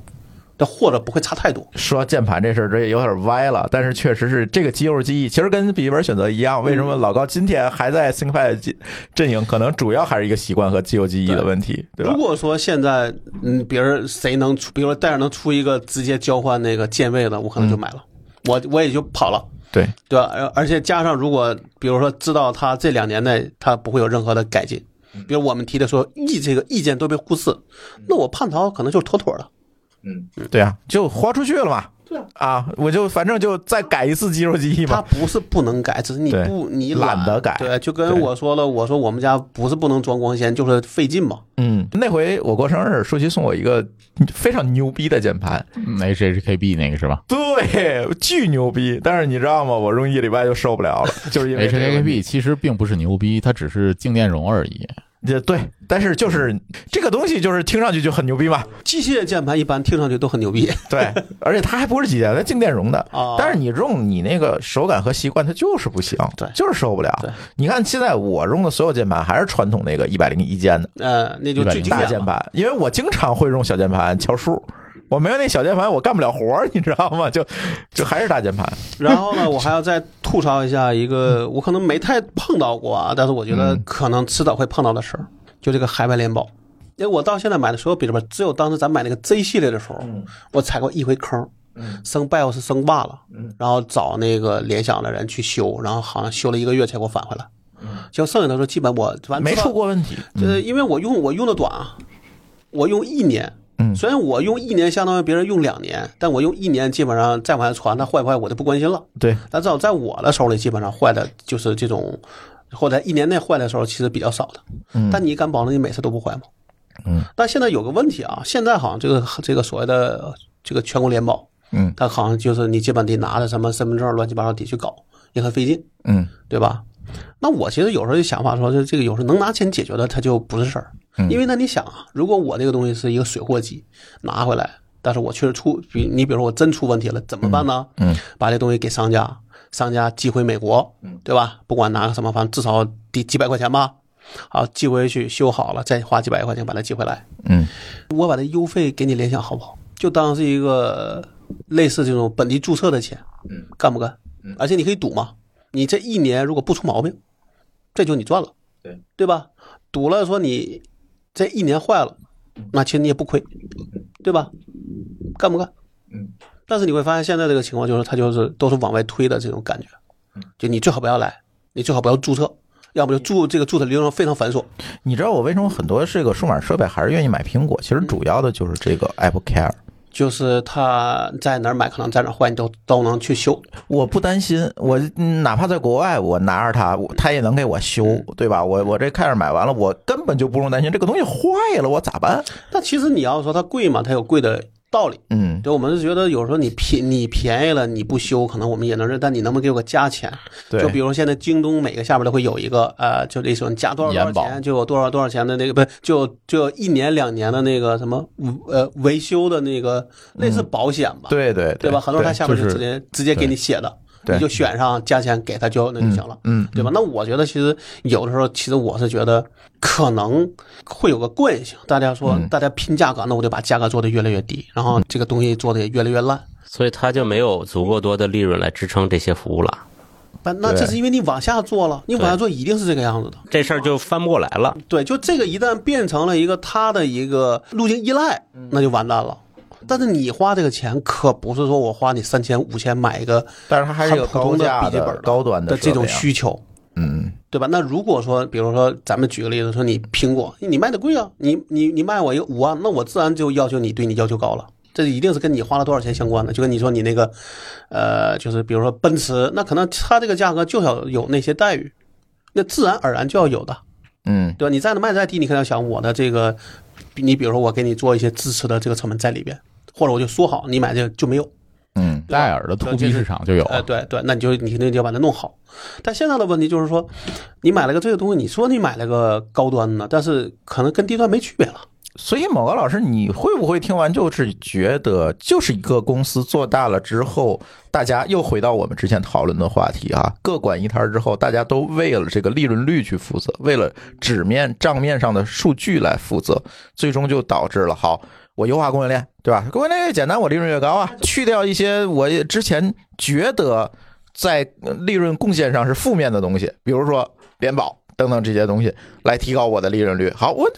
Speaker 3: 但或者不会差太多。
Speaker 1: 说键盘这事儿，这有点歪了，但是确实是这个肌肉记忆，其实跟笔记本选择一样。为什么老高今天还在 ThinkPad 阵阵营？可能主要还是一个习惯和肌肉记忆的问题，对吧
Speaker 3: 如？果说现在嗯，别人谁能出，比如说戴尔能出一个直接交换那个键位的，我可能
Speaker 1: 嗯
Speaker 3: 就买了，我我也就跑了。
Speaker 1: 对，
Speaker 3: 对吧？而而且加上，如果比如说知道它这两年内它不会有任何的改进，
Speaker 1: 嗯
Speaker 3: 比如我们提的说意这个意见都被忽视，那我叛逃可能就是妥妥的。
Speaker 1: 对啊，就豁出去了嘛。对啊，我就反正就再改一次肌肉记忆
Speaker 3: 它
Speaker 1: 嘛。
Speaker 3: 不是不能改，只是你
Speaker 1: 对
Speaker 3: 不你
Speaker 1: 懒得改
Speaker 3: 对，就
Speaker 1: 对
Speaker 3: 跟我说了，我说我们家不是不能装光纤，就是费劲嘛。
Speaker 1: 嗯，那回我过生日，舒淇送我一个非常牛逼的键盘，
Speaker 2: 嗯 HHKB 那个是吧
Speaker 1: 对， (laughs) 巨牛逼。但是你知道吗？我用一礼拜就受不了了，就是
Speaker 2: 哎
Speaker 1: 因为这个问题
Speaker 2: ？HHKB 其实并不是牛逼，它只是静电容而已。
Speaker 1: 也呃对，但是就是这个东西，就是听上去就很牛逼嘛。
Speaker 3: 机械键盘一般听上去都很牛逼，
Speaker 1: 对，
Speaker 3: (laughs)
Speaker 1: 而且它还不是几键，它静电容的。
Speaker 3: 啊
Speaker 1: (laughs) 但是你用你那个手感和习惯，它就是不行，
Speaker 3: 对
Speaker 1: 就是受不了
Speaker 3: 对。
Speaker 1: 你看现在我用的所有键盘还是传统那个一百零一键的
Speaker 3: 呃，那就最经
Speaker 1: 大
Speaker 3: 典
Speaker 1: 键
Speaker 3: 了。
Speaker 1: 盘，因为我经常会用小键盘敲数。我没有那小键盘，我干不了活儿，你知道吗？就就还是大键盘。 (laughs)
Speaker 3: 然后呢，我还要再吐槽一下一个我可能没太碰到过啊，但是我觉得
Speaker 1: 嗯
Speaker 3: 可能迟早会碰到的事儿，就这个海外联保。因为我到现在买的所有笔记本，只有当时咱买那个 Z 系列的时候，
Speaker 1: 嗯
Speaker 3: 我踩过一回坑，升 BIOS 升罢了，
Speaker 1: 嗯
Speaker 3: 然后找那个联想的人去修，然后好像修了一个月才给我返回来。就剩下的时候，基本我反
Speaker 1: 嗯
Speaker 3: 正
Speaker 1: 没
Speaker 3: 知道
Speaker 1: 出过问题。
Speaker 3: 呃，因为我用我用的短啊，我用一年。
Speaker 1: 嗯
Speaker 3: 虽然我用一年相当于别人用两年，但我用一年基本上再往下传，它坏不坏我就不关心了。
Speaker 1: 对，
Speaker 3: 但至少在我的手里，基本上坏的就是这种，或者一年内坏的时候其实比较少的。
Speaker 1: 嗯
Speaker 3: 但你敢保证你每次都不坏吗？
Speaker 1: 嗯。
Speaker 3: 但现在有个问题啊，现在好像这个这个所谓的这个全国联保，
Speaker 1: 嗯
Speaker 3: 它好像就是你基本得拿着什么身份证乱七八糟得去搞，也很费劲。
Speaker 1: 嗯
Speaker 3: 对吧？那我其实有时候就想法说，这这个有时候能拿钱解决的，它就不是事儿。
Speaker 1: 嗯
Speaker 3: 因为那你想啊，如果我这个东西是一个水货机，拿回来，但是我确实出，比你比如说我真出问题了，怎么办呢？
Speaker 1: 嗯，
Speaker 3: 把这东西给商家，商家寄回美国，对吧？不管拿个什么，反正至少得几百块钱吧。好，寄回去修好了，再花几百块钱把它寄回来。
Speaker 1: 嗯
Speaker 3: 我把这邮费给你联想好不好？就当是一个类似这种本地注册的钱，嗯，干不干？而且你可以赌嘛，你这一年如果不出毛病，这就你赚了，
Speaker 1: 对
Speaker 3: 对吧？赌了说你这一年坏了，
Speaker 1: 嗯
Speaker 3: 那其实你也不亏，对吧？干不干？
Speaker 1: 嗯。
Speaker 3: 但是你会发现现在这个情况就是，它就是都是往外推的这种感觉，
Speaker 1: 嗯
Speaker 3: 就你最好不要来，你最好不要注册，要么就注这个注册流程非常繁琐。
Speaker 1: 你知道我为什么很多这个数码设备还是愿意买苹果？其实主要的就是这个 Apple Care。
Speaker 3: 就是他在哪儿买，可能在哪儿坏，你都都能去修。
Speaker 1: 我不担心，我嗯哪怕在国外，我拿着它，我它也能给我修，
Speaker 3: 嗯
Speaker 1: 对吧？我我这 Care 买完了，我根本就不用担心这个东西坏了，我咋办？
Speaker 3: 但其实你要说它贵嘛，它有贵的道理。
Speaker 1: 嗯，
Speaker 3: 对，我们是觉得有时候你便你便宜了，你不修，可能我们也能认，但你能不能给我个价钱？
Speaker 1: 对，
Speaker 3: 就比如现在京东每个下边都会有一个呃，就类似于你加多少多少
Speaker 2: 延保
Speaker 3: 钱，就有多少多少钱的那个，不是就就一年两年的那个什么呃维修的那个类似保险吧，
Speaker 1: 嗯对对
Speaker 3: 对吧？很多人他下边
Speaker 2: 就是
Speaker 3: 直接直接给你写的，
Speaker 1: 对
Speaker 3: 你就选上加钱给他就那就行了。
Speaker 1: 嗯，
Speaker 3: 对吧？那我觉得其实有的时候，其实我是觉得可能会有个惯性，大家
Speaker 1: 嗯
Speaker 3: 说大家拼价格，那我就把价格做得越来越低，然后这个东西做得也越来越烂。
Speaker 4: 所以它就没有足够多的利润来支撑这些服务了。
Speaker 3: 但那
Speaker 1: 对
Speaker 3: 这是因为你往下做了，你往下做一定是这个样子的。
Speaker 4: 这事儿就翻不过来了。
Speaker 3: 对，就这个一旦变成了一个它的一个路径依赖，
Speaker 1: 嗯
Speaker 3: 那就完蛋了。但是你花这个钱可不是说我花你三千五千买一个
Speaker 1: 但是它还是有
Speaker 3: 很普
Speaker 1: 高
Speaker 3: 通的
Speaker 1: 价
Speaker 3: 笔记本的
Speaker 1: 高端设
Speaker 3: 的
Speaker 1: 备
Speaker 3: 这
Speaker 1: 啊
Speaker 3: 种需求，
Speaker 1: 嗯，
Speaker 3: 对吧？那如果说，比如说，咱们举个例子，说你苹果，你卖的贵啊，你你你卖我一个五万，那我自然就要求你对你要求高了。这一定是跟你花了多少钱相关的，就跟你说你那个，呃，就是比如说奔驰，那可能它这个价格就要有那些待遇，那自然而然就要有的，
Speaker 1: 嗯，
Speaker 3: 对吧？你在那卖得再低，你可能要想我的这个，你比如说我给你做一些支持的这个成本在里边，或者我就说好你买这个就没有，
Speaker 1: 嗯，
Speaker 2: 戴尔的 to B 市场就有
Speaker 4: 啊
Speaker 3: 呃，对对，那你就你肯定就要把它弄好。但现在的问题就是说，你买了个这个东西，你说你买了个高端的，但是可能跟低端没区别了。
Speaker 1: 所以某个老师，你会不会听完就是觉得，就是一个公司做大了之后，大家又回到我们之前讨论的话题啊，各管一摊儿之后，大家都为了这个利润率去负责，为了纸面账面上的数据来负责，最终就导致了好。我优化供应链，对吧？供应链越简单，我利润越高啊。去掉一些我之前觉得在利润贡献上是负面的东西，比如说联保等等这些东西，来提高我的利润率。好，我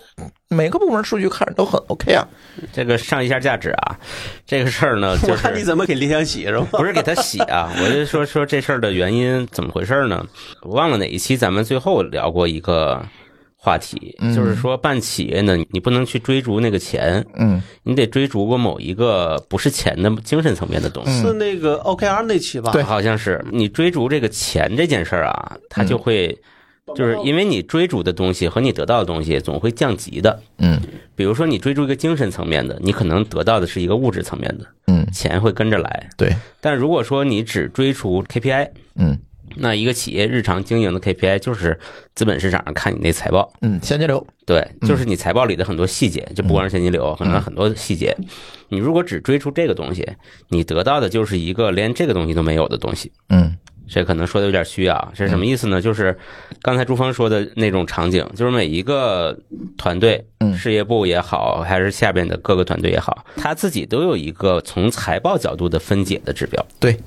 Speaker 1: 每个部门数据看着都很 OK 啊。
Speaker 4: 这个上一下价值啊，这个事儿呢， (laughs) 就
Speaker 3: 我看你
Speaker 4: 是
Speaker 3: 怎么给理想洗是吧？
Speaker 4: 不是给他洗啊？我就说说这事儿的原因怎么回事呢？我忘了哪一期咱们最后聊过一个话题，
Speaker 1: 嗯
Speaker 4: 就是说办企业呢，你不能去追逐那个钱，
Speaker 1: 嗯
Speaker 4: 你得追逐过某一个不是钱的精神层面的东西。
Speaker 3: 是那个 OKR 那期吧？
Speaker 1: 对
Speaker 4: 好像是你追逐这个钱这件事儿啊，它就会，就是因为你追逐的东西和你得到的东西总会降级的。
Speaker 1: 嗯
Speaker 4: 比如说你追逐一个精神层面的，你可能得到的是一个物质层面的，
Speaker 1: 嗯，
Speaker 4: 钱会跟着来。
Speaker 1: 对，
Speaker 4: 但如果说你只追逐 KPI，
Speaker 1: 嗯
Speaker 4: 那一个企业日常经营的 KPI 就是资本市场上看你那财报，
Speaker 1: 嗯，现金流，
Speaker 4: 对，就是你财报里的很多细节，就不光是现金流，可能很多细节。你如果只追逐这个东西，你得到的就是一个连这个东西都没有的东西。
Speaker 1: 嗯
Speaker 4: 这可能说的有点虚啊，这是什么意思呢？就是刚才朱峰说的那种场景，就是每一个团队
Speaker 1: 嗯，
Speaker 4: 事业部也好，还是下边的各个团队也好，他自己都有一个从财报角度的分解的指标。
Speaker 1: 对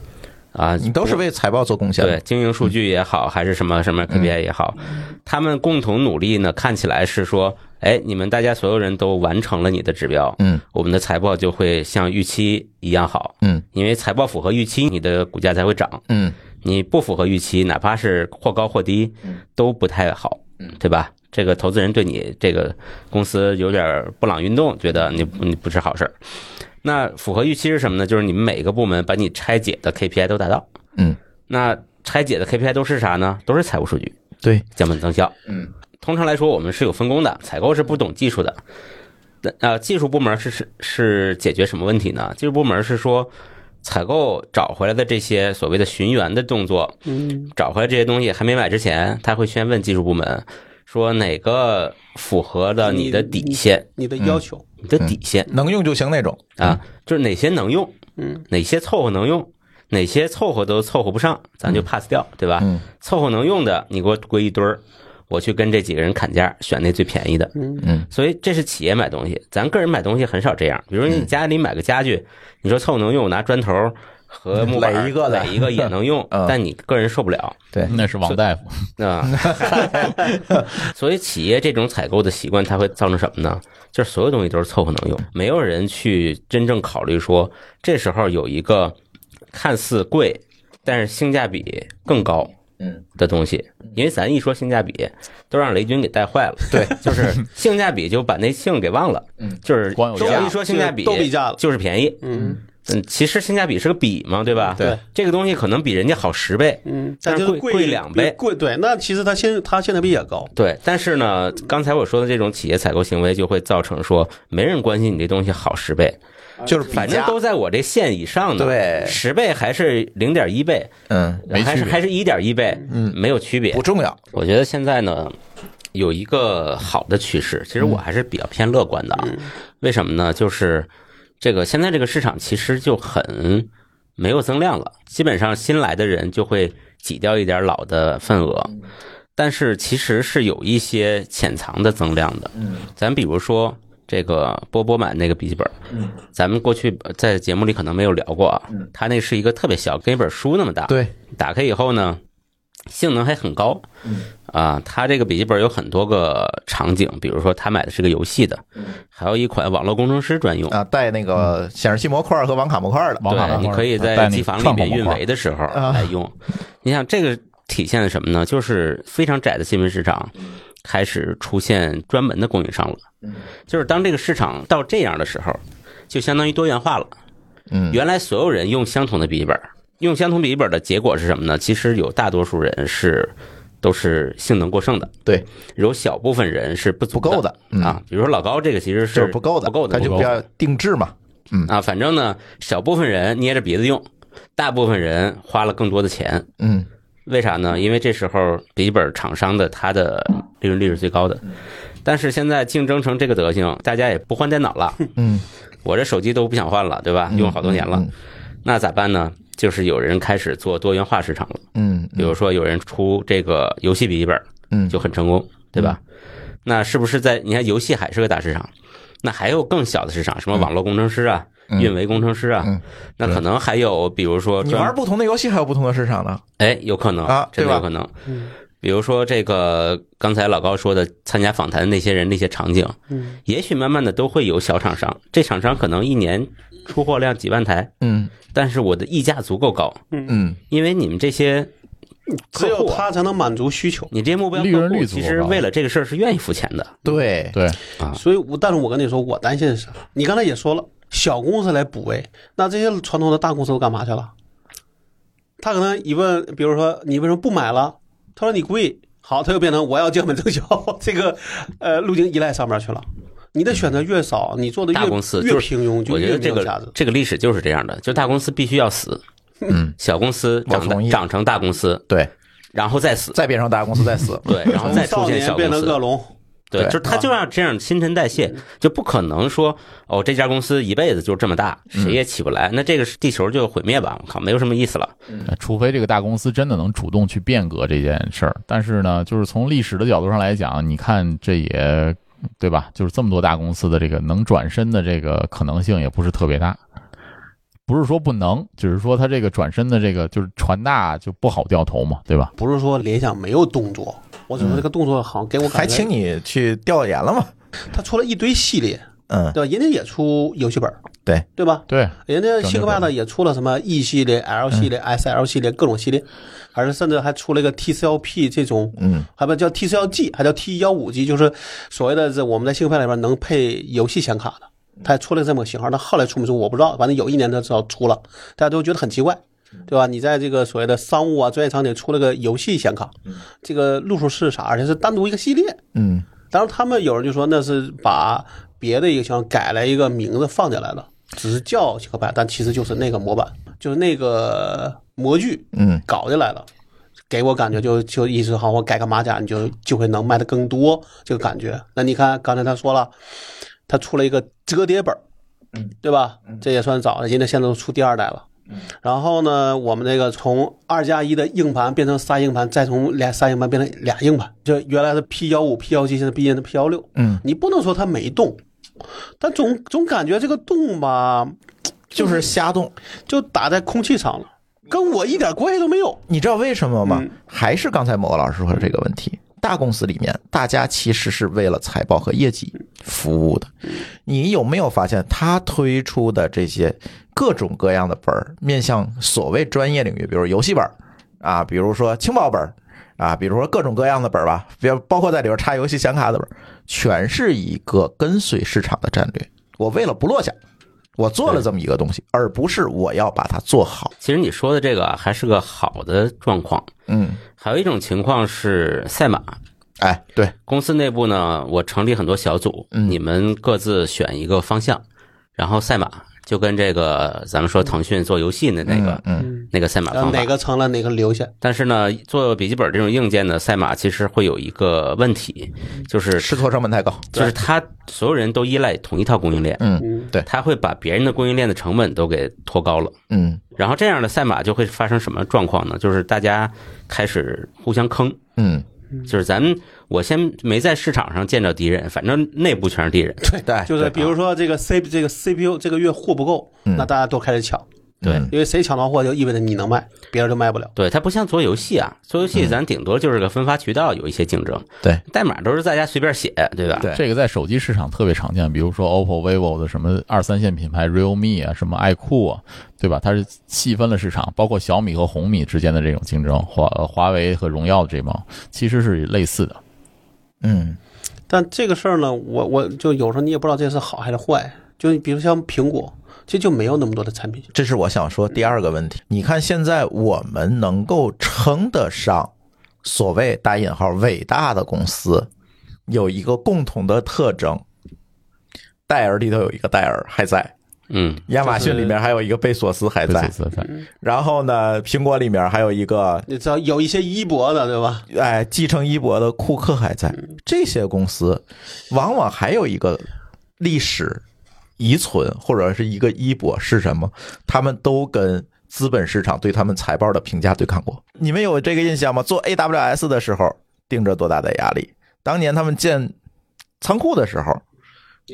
Speaker 4: 啊，
Speaker 1: 你都是为财报做贡献
Speaker 4: 对
Speaker 1: 的。
Speaker 4: 经营数据也
Speaker 1: 嗯
Speaker 4: 好，还是什么什么 KPI 也好，他们共同努力呢，看起来是说，哎，你们大家所有人都完成了你的指标，
Speaker 1: 嗯
Speaker 4: 我们的财报就会像预期一样好，
Speaker 1: 嗯
Speaker 4: 因为财报符合预期，你的股价才会涨。
Speaker 1: 嗯
Speaker 4: 你不符合预期，哪怕是或高或低，都不太好，对吧？这个投资人对你这个公司有点布朗运动，觉得你你不是好事儿。那符合预期是什么呢？就是你们每个部门把你拆解的 KPI 都达到。
Speaker 1: 嗯，
Speaker 4: 那拆解的 KPI 都是啥呢？都是财务数据，
Speaker 1: 对，
Speaker 4: 降本增效。
Speaker 1: 嗯，
Speaker 4: 通常来说，我们是有分工的，采购是不懂技术的。那呃，技术部门是是是解决什么问题呢？技术部门是说，采购找回来的这些所谓的寻源的动作，
Speaker 3: 嗯，
Speaker 4: 找回来这些东西还没买之前，他会先问技术部门，说哪个符合了你的底线，
Speaker 3: 你的要求，嗯
Speaker 4: 你的底线
Speaker 1: 能用就行那种。
Speaker 4: 啊，就是哪些能用，
Speaker 3: 嗯，
Speaker 4: 哪些凑合能用，哪些凑合都凑合不上，咱就 pass 掉，对吧？
Speaker 1: 嗯
Speaker 4: 凑合能用的，你给我归一堆儿。我去跟这几个人砍价，选那最便宜的。
Speaker 3: 嗯
Speaker 1: 嗯，
Speaker 4: 所以这是企业买东西，咱个人买东西很少这样。比如
Speaker 1: 嗯
Speaker 4: 你家里买个家具，你说凑能用，拿砖头和木板
Speaker 1: 垒一个的
Speaker 4: 垒一个也能用
Speaker 1: (laughs) ，嗯
Speaker 4: 但你个人受不了。
Speaker 1: 对，
Speaker 2: 那是王大夫，
Speaker 4: 啊，所以企业这种采购的习惯，它会造成什么呢？就是所有东西都是凑合能用，没有人去真正考虑说，这时候有一个看似贵，但是性价比更高。
Speaker 1: 嗯
Speaker 4: 的东西，因为咱一说性价比，都让雷军给带坏了。对，就是 (laughs) 性价比就把那性给忘了。
Speaker 1: 嗯，
Speaker 4: 就是
Speaker 2: 光有
Speaker 4: 只
Speaker 2: 价
Speaker 4: 要一说性价比，
Speaker 3: 都比价了
Speaker 4: 就是便宜。
Speaker 3: 嗯
Speaker 4: 嗯，其实性价比是个比嘛，对吧？
Speaker 3: 对，
Speaker 4: 这个东西可能比人家好十倍，
Speaker 3: 嗯，
Speaker 4: 但是
Speaker 3: 就是
Speaker 4: 贵贵两倍
Speaker 3: 贵对，那其实它现它性价比也高，
Speaker 4: 对，但是呢，刚才我说的这种企业采购行为，就会造成说没人关心你这东西好十倍，
Speaker 1: 就是比
Speaker 4: 反正
Speaker 1: 价，
Speaker 4: 都在我这线以上的，
Speaker 1: 对
Speaker 4: 十倍还是零点一倍，
Speaker 1: 嗯，
Speaker 2: 没
Speaker 4: 还是
Speaker 2: 区别
Speaker 4: 还是一点一倍，
Speaker 1: 嗯，
Speaker 4: 没有区别
Speaker 1: 不。重要，
Speaker 4: 我觉得现在呢，有一个好的趋势，其实
Speaker 1: 嗯
Speaker 4: 我还是比较偏乐观的啊。为什么呢？就是这个现在这个市场其实就很没有增量了，基本上新来的人就会挤掉一点老的份额，
Speaker 1: 嗯
Speaker 4: 但是其实是有一些潜藏的增量的。
Speaker 1: 嗯，
Speaker 4: 咱比如说。这个波波满那个笔记本，
Speaker 1: 嗯
Speaker 4: 咱们过去呃在节目里可能没有聊过啊，它那是一个特别小，跟一本书那么大，
Speaker 1: 对，
Speaker 4: 打开以后呢，性能还很高。
Speaker 1: 嗯
Speaker 4: 啊，它这个笔记本有很多个场景，比如说他买的是个游戏的，还有一款网络工程师专用。
Speaker 1: 嗯啊，带那个显示器模块和网卡模块的，
Speaker 2: 王大
Speaker 4: 对，啊
Speaker 2: 夫
Speaker 4: 你可以在
Speaker 2: 带
Speaker 4: 机
Speaker 2: 那
Speaker 4: 房里
Speaker 2: 创口
Speaker 4: 面
Speaker 2: 模
Speaker 4: 运
Speaker 2: 块
Speaker 4: 维的时候
Speaker 1: 啊
Speaker 4: 来用。你想这个体现了什么呢？就是非常窄的新闻市场开始出现专门的供应商了。
Speaker 1: 嗯
Speaker 4: 就是当这个市场到这样的时候，就相当于多元化了。
Speaker 1: 嗯，
Speaker 4: 原来所有人用相同的笔记本，用相同笔记本的结果是什么呢？其实有大多数人是都是性能过剩的，
Speaker 1: 对，
Speaker 4: 有小部分人是不足
Speaker 1: 不够的嗯
Speaker 4: 啊。比如说老高这个其实
Speaker 1: 就是是不够的，嗯
Speaker 4: 不够的，
Speaker 1: 它就比较定制嘛，
Speaker 4: 啊。反正呢，小部分人捏着鼻子用，大部分人花了更多的钱。
Speaker 1: 嗯
Speaker 4: 为啥呢？因为这时候笔记本厂商的它的利润率是最高的，但是现在竞争成这个德行，大家也不换电脑了，
Speaker 1: 嗯，
Speaker 4: 我这手机都不想换了，对吧？用好多年了。
Speaker 1: 嗯
Speaker 4: 那咋办呢？就是有人开始做多元化市场了，
Speaker 1: 嗯，
Speaker 4: 比如说有人出这个游戏笔记本
Speaker 1: 嗯
Speaker 4: 就很成功，对吧？那是不是在你看游戏还是个大市场？那还有更小的市场，什么网络工程师啊、运维工程师啊，
Speaker 1: 嗯
Speaker 4: 那可能还有比如说
Speaker 1: 你
Speaker 4: 专
Speaker 1: 玩不同的游戏还有不同的市场呢，
Speaker 4: 哎，有可能
Speaker 1: 啊
Speaker 4: 真
Speaker 1: 对
Speaker 4: 的
Speaker 1: 吧
Speaker 4: 有可能。比如说这个刚才老高说的参加访谈的那些人那些场景，
Speaker 3: 嗯，
Speaker 4: 也许慢慢的都会有小厂商，这厂商可能一年出货量几万台，
Speaker 1: 嗯
Speaker 4: 但是我的溢价足够高，
Speaker 1: 嗯
Speaker 4: 因为你们这些
Speaker 3: 只
Speaker 4: 客
Speaker 3: 有
Speaker 4: 户啊，
Speaker 3: 它才能满足需求。
Speaker 4: 你这些目标
Speaker 2: 利
Speaker 4: 客
Speaker 2: 润
Speaker 4: 户啊
Speaker 2: 率足
Speaker 4: 其
Speaker 2: 够
Speaker 4: 实
Speaker 2: 高
Speaker 4: 为了这个事儿是愿意付钱的，
Speaker 1: 对，
Speaker 2: 对，
Speaker 3: 啊所以我，但是我跟你说，我担心的是啥？你刚才也说了，小公司来补位，那这些传统的大公司都干嘛去了？他可能一问，比如说你为什么不买了？他说你贵，好，他又变成我要降本增效， (laughs) 这个呃路径依赖上面去了。你的选择越少，你做的越
Speaker 4: 大公司
Speaker 3: 越
Speaker 4: 就是
Speaker 3: 平庸，就
Speaker 4: 我觉
Speaker 3: 越
Speaker 4: 得
Speaker 3: 没
Speaker 4: 这
Speaker 3: 有价值
Speaker 4: 个。这个历史就是这样的，就大公司必须要死，
Speaker 1: 嗯，
Speaker 4: 小公司
Speaker 1: 我
Speaker 4: 长
Speaker 1: 同
Speaker 4: 得
Speaker 1: 意
Speaker 4: 长成大公司，
Speaker 1: 对，
Speaker 4: 然后再死，
Speaker 1: 再变成大公司再死，
Speaker 4: 对，然后再出
Speaker 3: 少
Speaker 4: 现
Speaker 3: 年
Speaker 4: 小
Speaker 3: 变
Speaker 4: 公
Speaker 3: 成恶
Speaker 4: 司，
Speaker 3: 龙，
Speaker 4: 对，
Speaker 1: 对
Speaker 4: 就是
Speaker 3: 啊
Speaker 4: 他就要这样新陈代谢，就不可能说哦这家公司一辈子就这么大，
Speaker 2: 嗯
Speaker 4: 谁也起不来，那这个地球就毁灭吧，我靠，没有什么意思了，
Speaker 2: 除非这个大公司真的能主动去变革这件事儿。但是呢，就是从历史的角度上来讲，你看这也对吧？就是这么多大公司的这个能转身的这个可能性也不是特别大。不是说不能，只是说它这个转身的这个就是船大就不好掉头嘛，对吧？
Speaker 3: 不是说联想没有动作，我只是说这个动作好像
Speaker 4: 嗯
Speaker 3: 给我
Speaker 1: 还
Speaker 3: 感觉
Speaker 1: 请，你去调研了嘛，
Speaker 3: 他出了一堆系列，
Speaker 1: 嗯，
Speaker 3: 对吧？人家也出游戏本儿，
Speaker 1: 对
Speaker 3: 对吧？
Speaker 2: 对，
Speaker 3: 人家西格帕呢也出了什么 E 系列、L 系列、SL 系列各种系列，而是甚至还出了一个 TCLP 这种，
Speaker 1: 嗯，
Speaker 3: 还不叫 TCLG，还叫 T 幺五 G，就是所谓的这我们在西格派里边能配游戏显卡的，它还出了这么个型号。但后来出没出我不知道，反正有一年它至少出了，大家都觉得很奇怪。对吧？你在这个所谓的商务啊、专业场景出了个游戏显卡，这个路数是啥？而且是单独一个系列，
Speaker 1: 嗯
Speaker 3: 当然，他们有人就说那是把别的一个型号改了一个名字放进来的，只是叫协克派，但其实就是那个模板，就是那个模具
Speaker 1: 嗯
Speaker 3: 搞进来的。给我感觉就就意思好，我改个马甲，你就就会能卖的更多，这个感觉。那你看刚才他说了，
Speaker 1: 嗯
Speaker 3: 他出了一个折叠本儿，对吧？这也算早了，人家现在都出第二代了。然后呢，我们这个从二加一的硬盘变成仨硬盘，再从俩仨硬盘变成俩硬盘，就原来的 P 幺五、P 幺七，现在变成 P 幺六。
Speaker 1: 嗯，
Speaker 3: 你不能说它没动，但总总感觉这个动吧，
Speaker 1: 就是瞎动。
Speaker 3: 就打在空气上了，跟我一点关系都没有。
Speaker 1: 你知道为什么吗
Speaker 3: 嗯？
Speaker 1: 还是刚才某个老师说的这个问题。大公司里面，大家其实是为了财报和业绩服务的。你有没有发现，他推出的这些各种各样的本儿，面向所谓专业领域，比如游戏本儿啊，比如说轻薄本儿啊，比如说各种各样的本儿吧，比如包括在里边插游戏显卡的本儿，全是一个跟随市场的战略。我为了不落下，我做了这么一个东西，而不是我要把它做好。
Speaker 4: 其实你说的这个啊，还是个好的状况。
Speaker 1: 嗯，
Speaker 4: 还有一种情况是赛马，
Speaker 1: 哎，对，
Speaker 4: 公司内部呢，我成立很多小组，
Speaker 1: 嗯
Speaker 4: 你们各自选一个方向，然后赛马就跟这个咱们说腾讯做游戏的那个、
Speaker 1: 嗯嗯。嗯
Speaker 4: 那个赛马
Speaker 3: 然后
Speaker 4: 方法
Speaker 3: 呃哪。个成了哪个留下，
Speaker 4: 但是呢，做笔记本这种硬件的赛马其实会有一个问题，就是
Speaker 1: 试错成本太高。
Speaker 4: 就是它所有人都依赖同一套供应链，
Speaker 1: 嗯，对，
Speaker 4: 它会把别人的供应链的成本都给拖高了。
Speaker 1: 嗯
Speaker 4: 然后这样的赛马就会发生什么状况呢？就是大家开始互相坑，
Speaker 1: 嗯，
Speaker 4: 就是咱们我先没在市场上见着敌人，反正内部全是敌人。
Speaker 1: 对对，啊
Speaker 3: 就是比如说这个 C 这个 CPU 这个月货不够，
Speaker 1: 嗯
Speaker 3: 那大家都开始抢，
Speaker 1: 对
Speaker 3: 因为谁抢到货就意味着你能卖，别人就卖不了。
Speaker 4: 对，它不像做游戏啊，做游戏咱顶多就是个分发渠道有一些竞争，
Speaker 1: 嗯对，
Speaker 4: 代码都是大家随便写，对吧？
Speaker 1: 对
Speaker 2: 这个在手机市场特别常见，比如说 OPPO、vivo 的什么二三线品牌 realme 啊，什么爱酷啊，对吧？它是细分了市场，包括小米和红米之间的这种竞争，华呃华为和荣耀的这帮其实是类似的。
Speaker 1: 嗯
Speaker 3: 但这个事儿呢，我我就有时候你也不知道这是好还是坏。就比如像苹果，其实就没有那么多的产品线。
Speaker 1: 这是我想说第二个问题。你看，现在我们能够称得上所谓打引号伟大的公司，有一个共同的特征。戴尔里头有一个戴尔还在，
Speaker 4: 嗯，
Speaker 1: 亚马逊里面还有一个贝索斯还
Speaker 2: 对
Speaker 1: 在，
Speaker 2: 对对对
Speaker 1: 然后呢，苹果里面还有一个
Speaker 3: 你知道有一些衣钵的，对吧？
Speaker 1: 哎继承衣钵的库克还在。
Speaker 3: 嗯
Speaker 1: 这些公司往往还有一个历史遗存或者是一个衣钵是什么？他们都跟资本市场对他们财报的评价对抗过。你们有这个印象吗？做 AWS 的时候盯着多大的压力？当年他们建仓库的时候，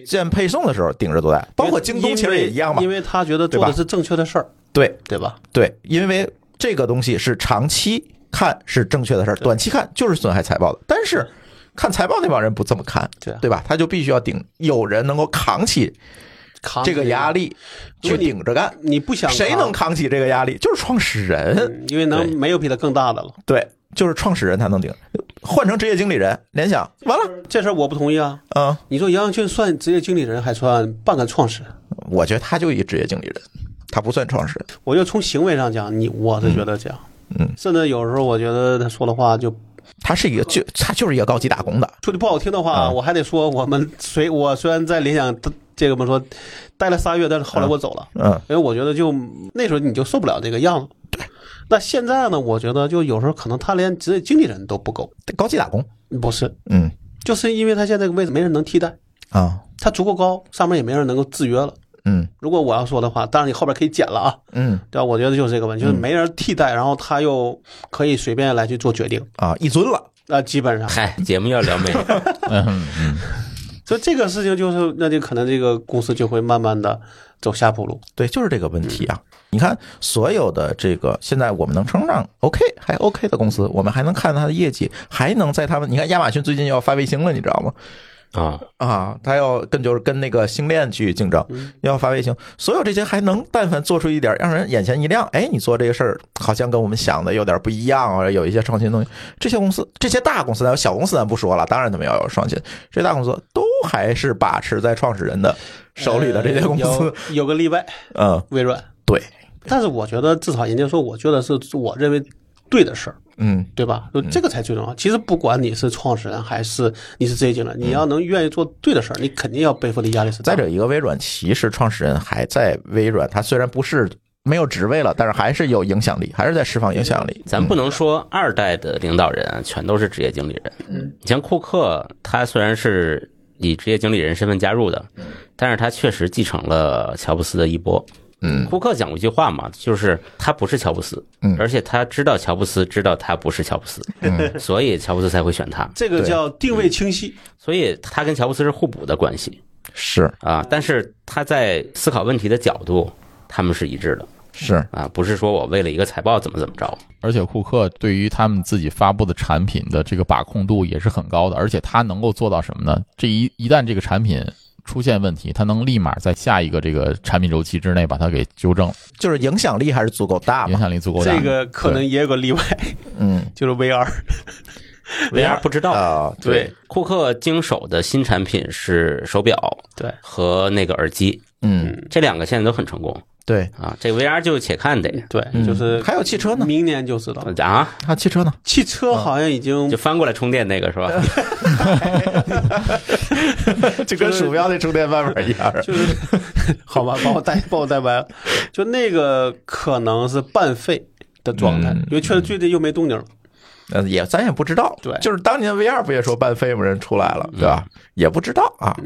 Speaker 1: 建配送的时候盯着多大？包括京东其实也一样嘛
Speaker 3: 因。为因为他觉得做
Speaker 1: 对
Speaker 3: 的
Speaker 1: 吧
Speaker 3: 是正确的事儿，
Speaker 1: 对
Speaker 3: 对吧？
Speaker 1: 对，因为这个东西是长期看是正确的事儿，短期看就是损害财报的。但是看财报那帮人不这么看，
Speaker 3: 对啊
Speaker 1: 对吧？他就必须要顶，有人能够扛起
Speaker 3: 扛
Speaker 1: 这个压，力去顶着干。
Speaker 3: 你不想
Speaker 1: 谁能扛起这个压力？就是创始人，
Speaker 3: 嗯因为能
Speaker 4: 对
Speaker 3: 没有比他更大的了。
Speaker 1: 对，就是创始人才能顶。换成职业经理人，联想完了，
Speaker 3: 这事儿我不同意啊！
Speaker 1: 嗯，
Speaker 3: 你说杨洋俊算职业经理人，还算半个创始人？
Speaker 1: 我觉得他就一职业经理人，他不算创始人。
Speaker 3: 我就从行为上讲，你我是觉得这样。
Speaker 1: 嗯嗯
Speaker 3: 甚至有时候我觉得他说的话就
Speaker 1: 他是一个就他就是一个高级打工的，
Speaker 3: 说句不好听的话，
Speaker 1: 啊
Speaker 3: 我还得说我们虽我虽然在联想这个怎么说待了仨月，但是后来我走了，
Speaker 1: 嗯
Speaker 3: 因为我觉得就那时候你就受不了这个样子。那现在呢？我觉得就有时候可能他连职业经理人都不够，
Speaker 1: 高级打工，
Speaker 3: 不是，
Speaker 1: 嗯
Speaker 3: 就是因为他现在这个位置没人能替代，
Speaker 1: 啊，
Speaker 3: 他足够高，上面也没人能够制约了。
Speaker 1: 嗯
Speaker 3: 如果我要说的话，当然你后边可以剪了啊，
Speaker 1: 嗯
Speaker 3: 对吧？我觉得就是这个问题，就是没人替代，然后他又可以随便来去做决定，
Speaker 1: 啊，一尊了，
Speaker 3: 那、基本
Speaker 4: (laughs)
Speaker 3: 上，
Speaker 4: 嗨，节目要聊没
Speaker 1: (laughs)
Speaker 4: 有？
Speaker 2: 嗯嗯，
Speaker 3: 所以这个事情就是，那就可能这个公司就会慢慢的走下坡路。
Speaker 1: 对，就是这个问题
Speaker 3: 嗯
Speaker 1: 啊！你看，所有的这个现在我们能称上 OK 还 OK 的公司，我们还能看它的业绩，还能在他们，你看亚马逊最近要发卫星了，你知道吗？
Speaker 4: 啊，
Speaker 1: 啊，它要跟就是跟那个星链去竞争，
Speaker 3: 嗯
Speaker 1: 要发卫星，所有这些还能但凡做出一点让人眼前一亮，哎，你做这个事儿好像跟我们想的有点不一样，或者有一些创新东西，这些公司，这些大公司，还有小公司咱不说了，当然他们要有创新，这些大公司都还是把持在创始人的手里的这些公司，
Speaker 3: 呃有有个例外，
Speaker 1: 嗯，
Speaker 3: 微软。
Speaker 1: 对，
Speaker 3: 但是我觉得至少人家说，我觉得是我认为对的事儿，
Speaker 1: 嗯。
Speaker 3: 对吧？就这个才最重要。其实不管你是创始人还是你是职业经理人，你要能愿意做对的事儿，你肯定要背负的压力是大
Speaker 1: 嗯再
Speaker 3: 的。
Speaker 1: 者一个，微软其实创始人还在微软，他虽然不是没有职位了，但是还是有影响力，还是在释放影响力。
Speaker 4: 咱不能说二代的领导人啊全都是职业经理人。嗯，像库克，他虽然是
Speaker 1: 嗯
Speaker 4: 以职业经理人身份加入的，但是他确实继承了乔布斯的衣钵。
Speaker 1: 嗯
Speaker 4: 库克讲过一句话嘛，就是他不是乔布斯，
Speaker 1: 嗯
Speaker 4: 而且他知道乔布斯知道他不是乔布斯，
Speaker 1: 嗯
Speaker 4: 所以乔布斯才会选他，
Speaker 3: 这个
Speaker 1: 对嗯
Speaker 3: 叫定位清晰。
Speaker 4: 所以他跟乔布斯是互补的关系
Speaker 1: 是
Speaker 4: 啊。但是他在思考问题的角度，他们是一致的
Speaker 1: 是，
Speaker 4: 啊，不是说我为了一个财报怎么怎么着，
Speaker 2: 而且库克对于他们自己发布的产品的这个把控度也是很高的，而且他能够做到什么呢？这一一旦这个产品出现问题，他能立马在下一个这个产品周期之内把它给纠正，
Speaker 1: 就是影响力还是足够大
Speaker 2: 影
Speaker 1: 嘛。
Speaker 2: 响力足够大。
Speaker 3: 这个可能也有个例外，
Speaker 1: 嗯
Speaker 3: 就是 VR。
Speaker 4: VR 不知道。
Speaker 1: 啊，
Speaker 3: 对
Speaker 4: 库克经手的新产品是手表
Speaker 3: 对，
Speaker 4: 和那个耳机，
Speaker 1: 嗯
Speaker 4: 这两个现在都很成功
Speaker 1: 对，
Speaker 4: 啊。这 VR 就且看得
Speaker 3: 对，
Speaker 1: 嗯
Speaker 3: 就是
Speaker 1: 还有汽车呢，
Speaker 3: 明年就知道了。
Speaker 4: 啊，
Speaker 1: 啊，汽车呢？
Speaker 3: 汽车好像已经
Speaker 4: 就翻过来充电那个是吧？
Speaker 1: (laughs) 就跟鼠标那充电办法一 (laughs) 样。
Speaker 3: 就是 (laughs) 好吧，把我带把我带歪了，就那个可能是半废的状态，
Speaker 1: 嗯
Speaker 3: 因为确实最近又没动静了。
Speaker 1: 呃，也咱也不知道，
Speaker 3: 对
Speaker 1: 就是当年 VR 不也说半飞吗？人出来了，对吧？也不知道啊，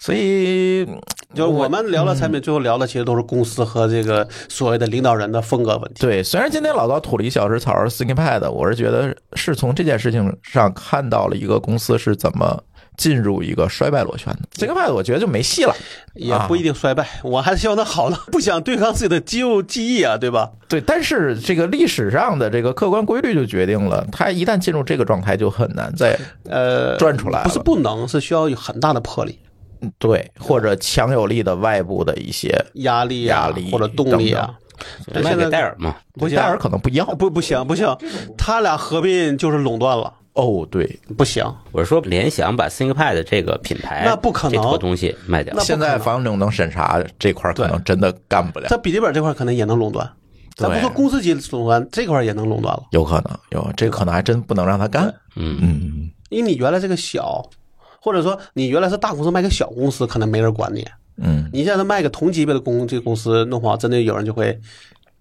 Speaker 1: 所以
Speaker 3: 就是我们聊了产品，最后聊的其实都是公司和这个所谓的领导人的风格问题。
Speaker 1: 对，虽然今天老高吐了一小时槽 ThinkPad，我是觉得是从这件事情上看到了一个公司是怎么进入一个衰败螺旋的。ThinkPad 我觉得就没戏了，
Speaker 3: 也不一定衰败，我还是希望它好了，不想对抗自己的肌肉记忆啊，对吧？
Speaker 1: 对，但是这个历史上的这个客观规律就决定了，它一旦进入这个状态，就很难再
Speaker 3: 呃，
Speaker 1: 转出来了。
Speaker 3: 不是不能，是需要有很大的魄力、
Speaker 1: 对，或者强有力的外部的一些，
Speaker 3: 压力啊，
Speaker 1: 压力
Speaker 3: 或者动力啊。但
Speaker 4: 卖
Speaker 3: 现
Speaker 4: 给
Speaker 3: 在
Speaker 4: 戴尔嘛，
Speaker 3: 不行，
Speaker 1: 戴尔可能不要。
Speaker 3: 不不行不行，他俩合并就是垄断了，
Speaker 1: 哦，对，
Speaker 3: 不行。
Speaker 4: 我是说联想把 ThinkPad 这个品牌
Speaker 3: 那不可能
Speaker 4: 这坨东西卖掉
Speaker 3: 那，
Speaker 1: 现在防冷能审查这块儿可能真的干不了，
Speaker 3: 在笔记本这块可能也能垄断，咱不
Speaker 1: 对
Speaker 3: 说公司级垄断，这块也能垄断了。
Speaker 1: 有可能有这可能还真不能让他干。
Speaker 4: 嗯，
Speaker 1: 嗯，
Speaker 3: 因为你原来是个小，或者说你原来是大公司卖给小公司，可能没人管你。
Speaker 1: 嗯
Speaker 3: 你现在卖给同级别的公这个公司，弄不好真的有人就会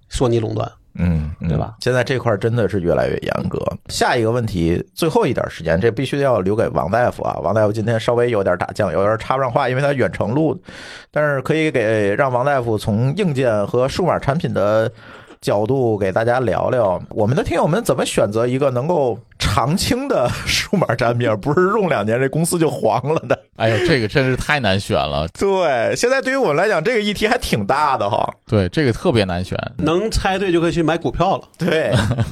Speaker 3: 说你垄断。
Speaker 1: 嗯，嗯
Speaker 3: 对吧？
Speaker 1: 现在这块儿真的是越来越严格。下一个问题，最后一点时间，这必须要留给王大夫啊。王大夫今天稍微有点打酱油，有点插不上话，因为他远程录，但是可以给让王大夫从硬件和数码产品的。角度给大家聊聊，我们的听友们怎么选择一个能够长青的数码产品，而不是用两年这公司就黄了的。 (laughs)
Speaker 2: 哎呦，这个真是太难选了，
Speaker 1: 对，现在对于我们来讲，这个议题还挺大的哈。
Speaker 2: 对，这个特别难选。
Speaker 3: 能猜对就可以去买股票了。
Speaker 1: 对，
Speaker 2: 嗯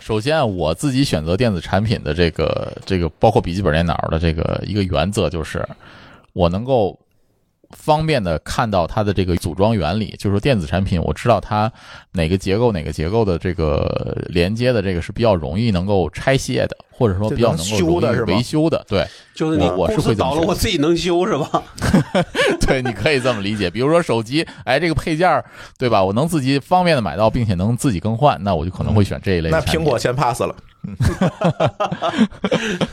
Speaker 2: 首先，啊我自己选择电子产品的这个这个，包括笔记本电脑的这个一个原则就是，我能够方便的看到它的这个组装原理，就是说电子产品，我知道它哪个结构哪个结构的这个连接的这个是比较容易能够拆卸的，或者说比较能够
Speaker 1: 就能修的
Speaker 2: 容
Speaker 1: 是
Speaker 2: 易
Speaker 1: 吗
Speaker 2: 维修的。对 (laughs)
Speaker 3: 就是你
Speaker 2: 我我是
Speaker 3: 公司
Speaker 2: 会这么
Speaker 3: 倒了，
Speaker 2: 觉得
Speaker 3: 我自己能修是吧？
Speaker 2: 对，你可以这么理解。比如说手机，哎，这个配件儿对吧？我能自己方便的买到，并且能自己更换，那我就可能会选这一
Speaker 1: 嗯
Speaker 2: 类
Speaker 1: 那
Speaker 2: 的产品。
Speaker 1: 苹果先 pass 了。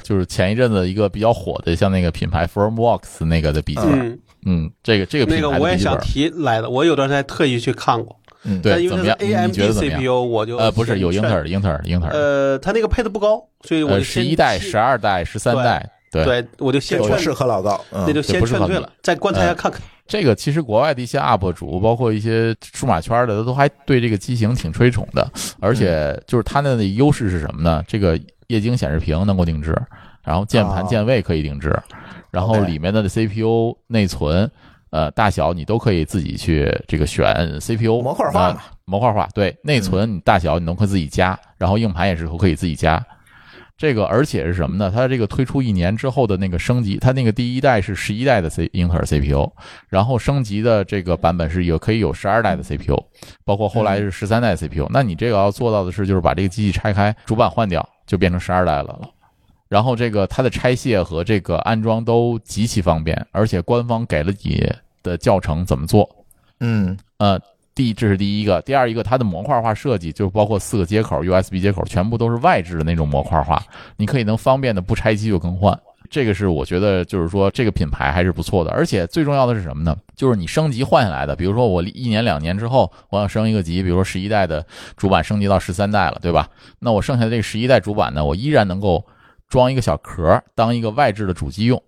Speaker 2: 就是前一阵子一个比较火的，像那个品牌 FromWorks 那个的笔记本。
Speaker 3: 嗯，
Speaker 2: 嗯，这个这个品
Speaker 3: 那个
Speaker 2: 牌
Speaker 3: 我
Speaker 2: 的
Speaker 3: 也
Speaker 2: 笔记
Speaker 3: 想
Speaker 2: 本，
Speaker 3: 提来的，我有段时间特意去看过，
Speaker 1: 嗯
Speaker 3: 但
Speaker 2: 嗯对，
Speaker 3: 因
Speaker 2: 怎
Speaker 3: 为
Speaker 2: 么样
Speaker 3: 它？是
Speaker 2: 你你
Speaker 3: AMD
Speaker 2: 觉得怎么样？
Speaker 3: CPU，我就
Speaker 2: 呃，不是，有英
Speaker 3: 先
Speaker 2: 特
Speaker 3: 劝
Speaker 2: 尔的，英特尔的，英特尔的。
Speaker 3: 呃，它那个配置不高，所以我
Speaker 2: 呃，
Speaker 3: 就
Speaker 2: 十
Speaker 3: 先
Speaker 2: 一代、十二代、十三
Speaker 3: 对
Speaker 2: 代，对，
Speaker 3: 对，我就先
Speaker 1: 这
Speaker 3: 劝
Speaker 1: 不，适合老高，嗯
Speaker 3: 那就
Speaker 2: 对
Speaker 3: 先
Speaker 2: 不是
Speaker 3: 劝
Speaker 2: 很
Speaker 3: 退
Speaker 2: 理
Speaker 3: 了，再观察一下看看。
Speaker 2: 这个其实国外的一些 UP 主，包括一些数码圈的，都还对这个机型挺吹崇的。而且
Speaker 1: 嗯
Speaker 2: 就是它的优势是什么呢？这个液晶显示屏能够定制，然后键盘
Speaker 1: 哦
Speaker 2: 键位可以定制，然后
Speaker 1: OK
Speaker 2: 里面的 CPU 内存。呃，大小你都可以自己去这个选 CPU
Speaker 1: 模块化
Speaker 2: 呃
Speaker 1: 嘛嗯
Speaker 2: 模块化对，内存你大小你都可以自己加，然后硬盘也是都可以自己加。这个而且是什么呢？它这个推出一年之后的那个升级，它那个第一代是十一代的 C 英特尔 CPU，然后升级的这个版本是有可以有十二代的 CPU，包括后来是十三代 CPU。那你这个要做到的是，就是把这个机器拆开，主板换掉，就变成十二代了了。然后这个它的拆卸和这个安装都极其方便，而且官方给了你的教程怎么做。
Speaker 1: 嗯
Speaker 2: 呃，第这是第一个，第二一个它的模块化设计，就是包括四个接口、USB 接口，全部都是外置的那种模块化，你可以能方便的不拆机就更换。这个是我觉得，就是说这个品牌还是不错的，而且最重要的是什么呢？就是你升级换下来的，比如说我一年两年之后，我想升一个级，比如说十一代的主板升级到十三代了，对吧？那我剩下的这个十一代主板呢，我依然能够装一个小壳儿，当一个外置的主机用，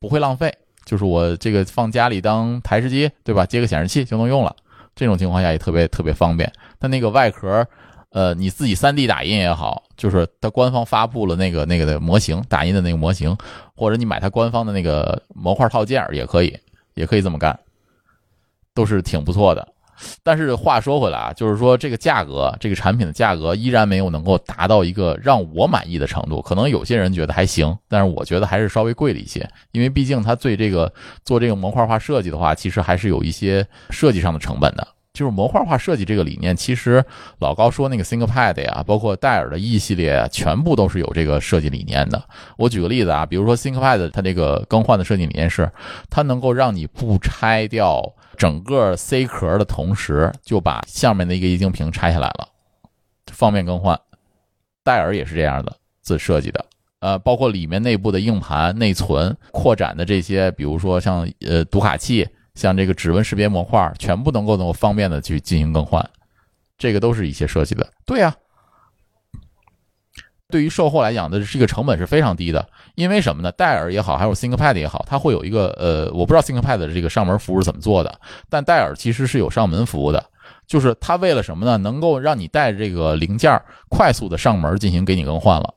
Speaker 2: 不会浪费。就是我这个放家里当台式机，对吧？接个显示器就能用了。这种情况下也特别特别方便。但那个外壳，呃，你自己 3D 打印也好，就是它官方发布了那个那个的模型打印的那个模型，或者你买它官方的那个模块套件儿也可以，也可以这么干，都是挺不错的。但是话说回来啊，就是说这个价格，这个产品的价格依然没有能够达到一个让我满意的程度。可能有些人觉得还行，但是我觉得还是稍微贵了一些，因为毕竟它对这个做这个模块化设计的话，其实还是有一些设计上的成本的。就是模块化设计这个理念，其实老高说那个 ThinkPad 呀，包括戴尔的 E 系列啊，全部都是有这个设计理念的。我举个例子啊，比如说 ThinkPad 它这个更换的设计理念是，它能够让你不拆掉整个 C 壳的同时，就把下面的一个液晶屏拆下来了，方便更换。戴尔也是这样的自设计的，呃，包括里面内部的硬盘、内存扩展的这些，比如说像呃读卡器，像这个指纹识别模块，全部能够能够方便的去进行更换，这个都是一些设计的。对呀、对于售后来讲的这个成本是非常低的，因为什么呢？戴尔也好，还有 ThinkPad 也好，它会有一个呃，我不知道 ThinkPad 的这个上门服务是怎么做的，但戴尔其实是有上门服务的，就是它为了什么呢？能够让你带着这个零件儿快速的上门进行给你更换了。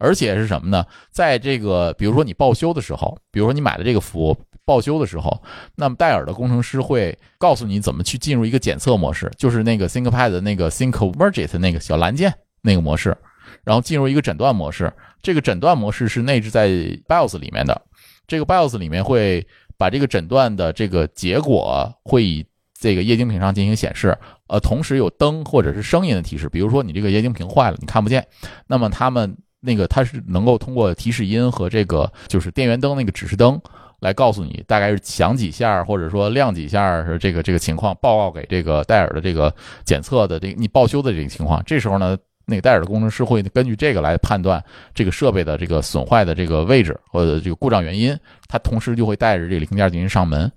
Speaker 2: 而且是什么呢？在这个比如说你报修的时候，比如说你买的这个服务报修的时候，那么戴尔的工程师会告诉你怎么去进入一个检测模式，就是那个 ThinkPad 的那个 ThinkVerget 那个小蓝键那个模式，然后进入一个诊断模式。这个诊断模式是内置在 BIOS 里面的，这个 BIOS 里面会把这个诊断的这个结果会以这个液晶屏上进行显示，呃，同时有灯或者是声音的提示，比如说你这个液晶屏坏了，你看不见，那么他们那个它是能够通过提示音和这个就是电源灯那个指示灯来告诉你大概是响几下，或者说亮几下是这个这个情况，报告给这个戴尔的这个检测的这个你报修的这个情况。这时候呢，那个戴尔的工程师会根据这个来判断这个设备的这个损坏的这个位置或者这个故障原因，它同时就会带着这个零件进行上门。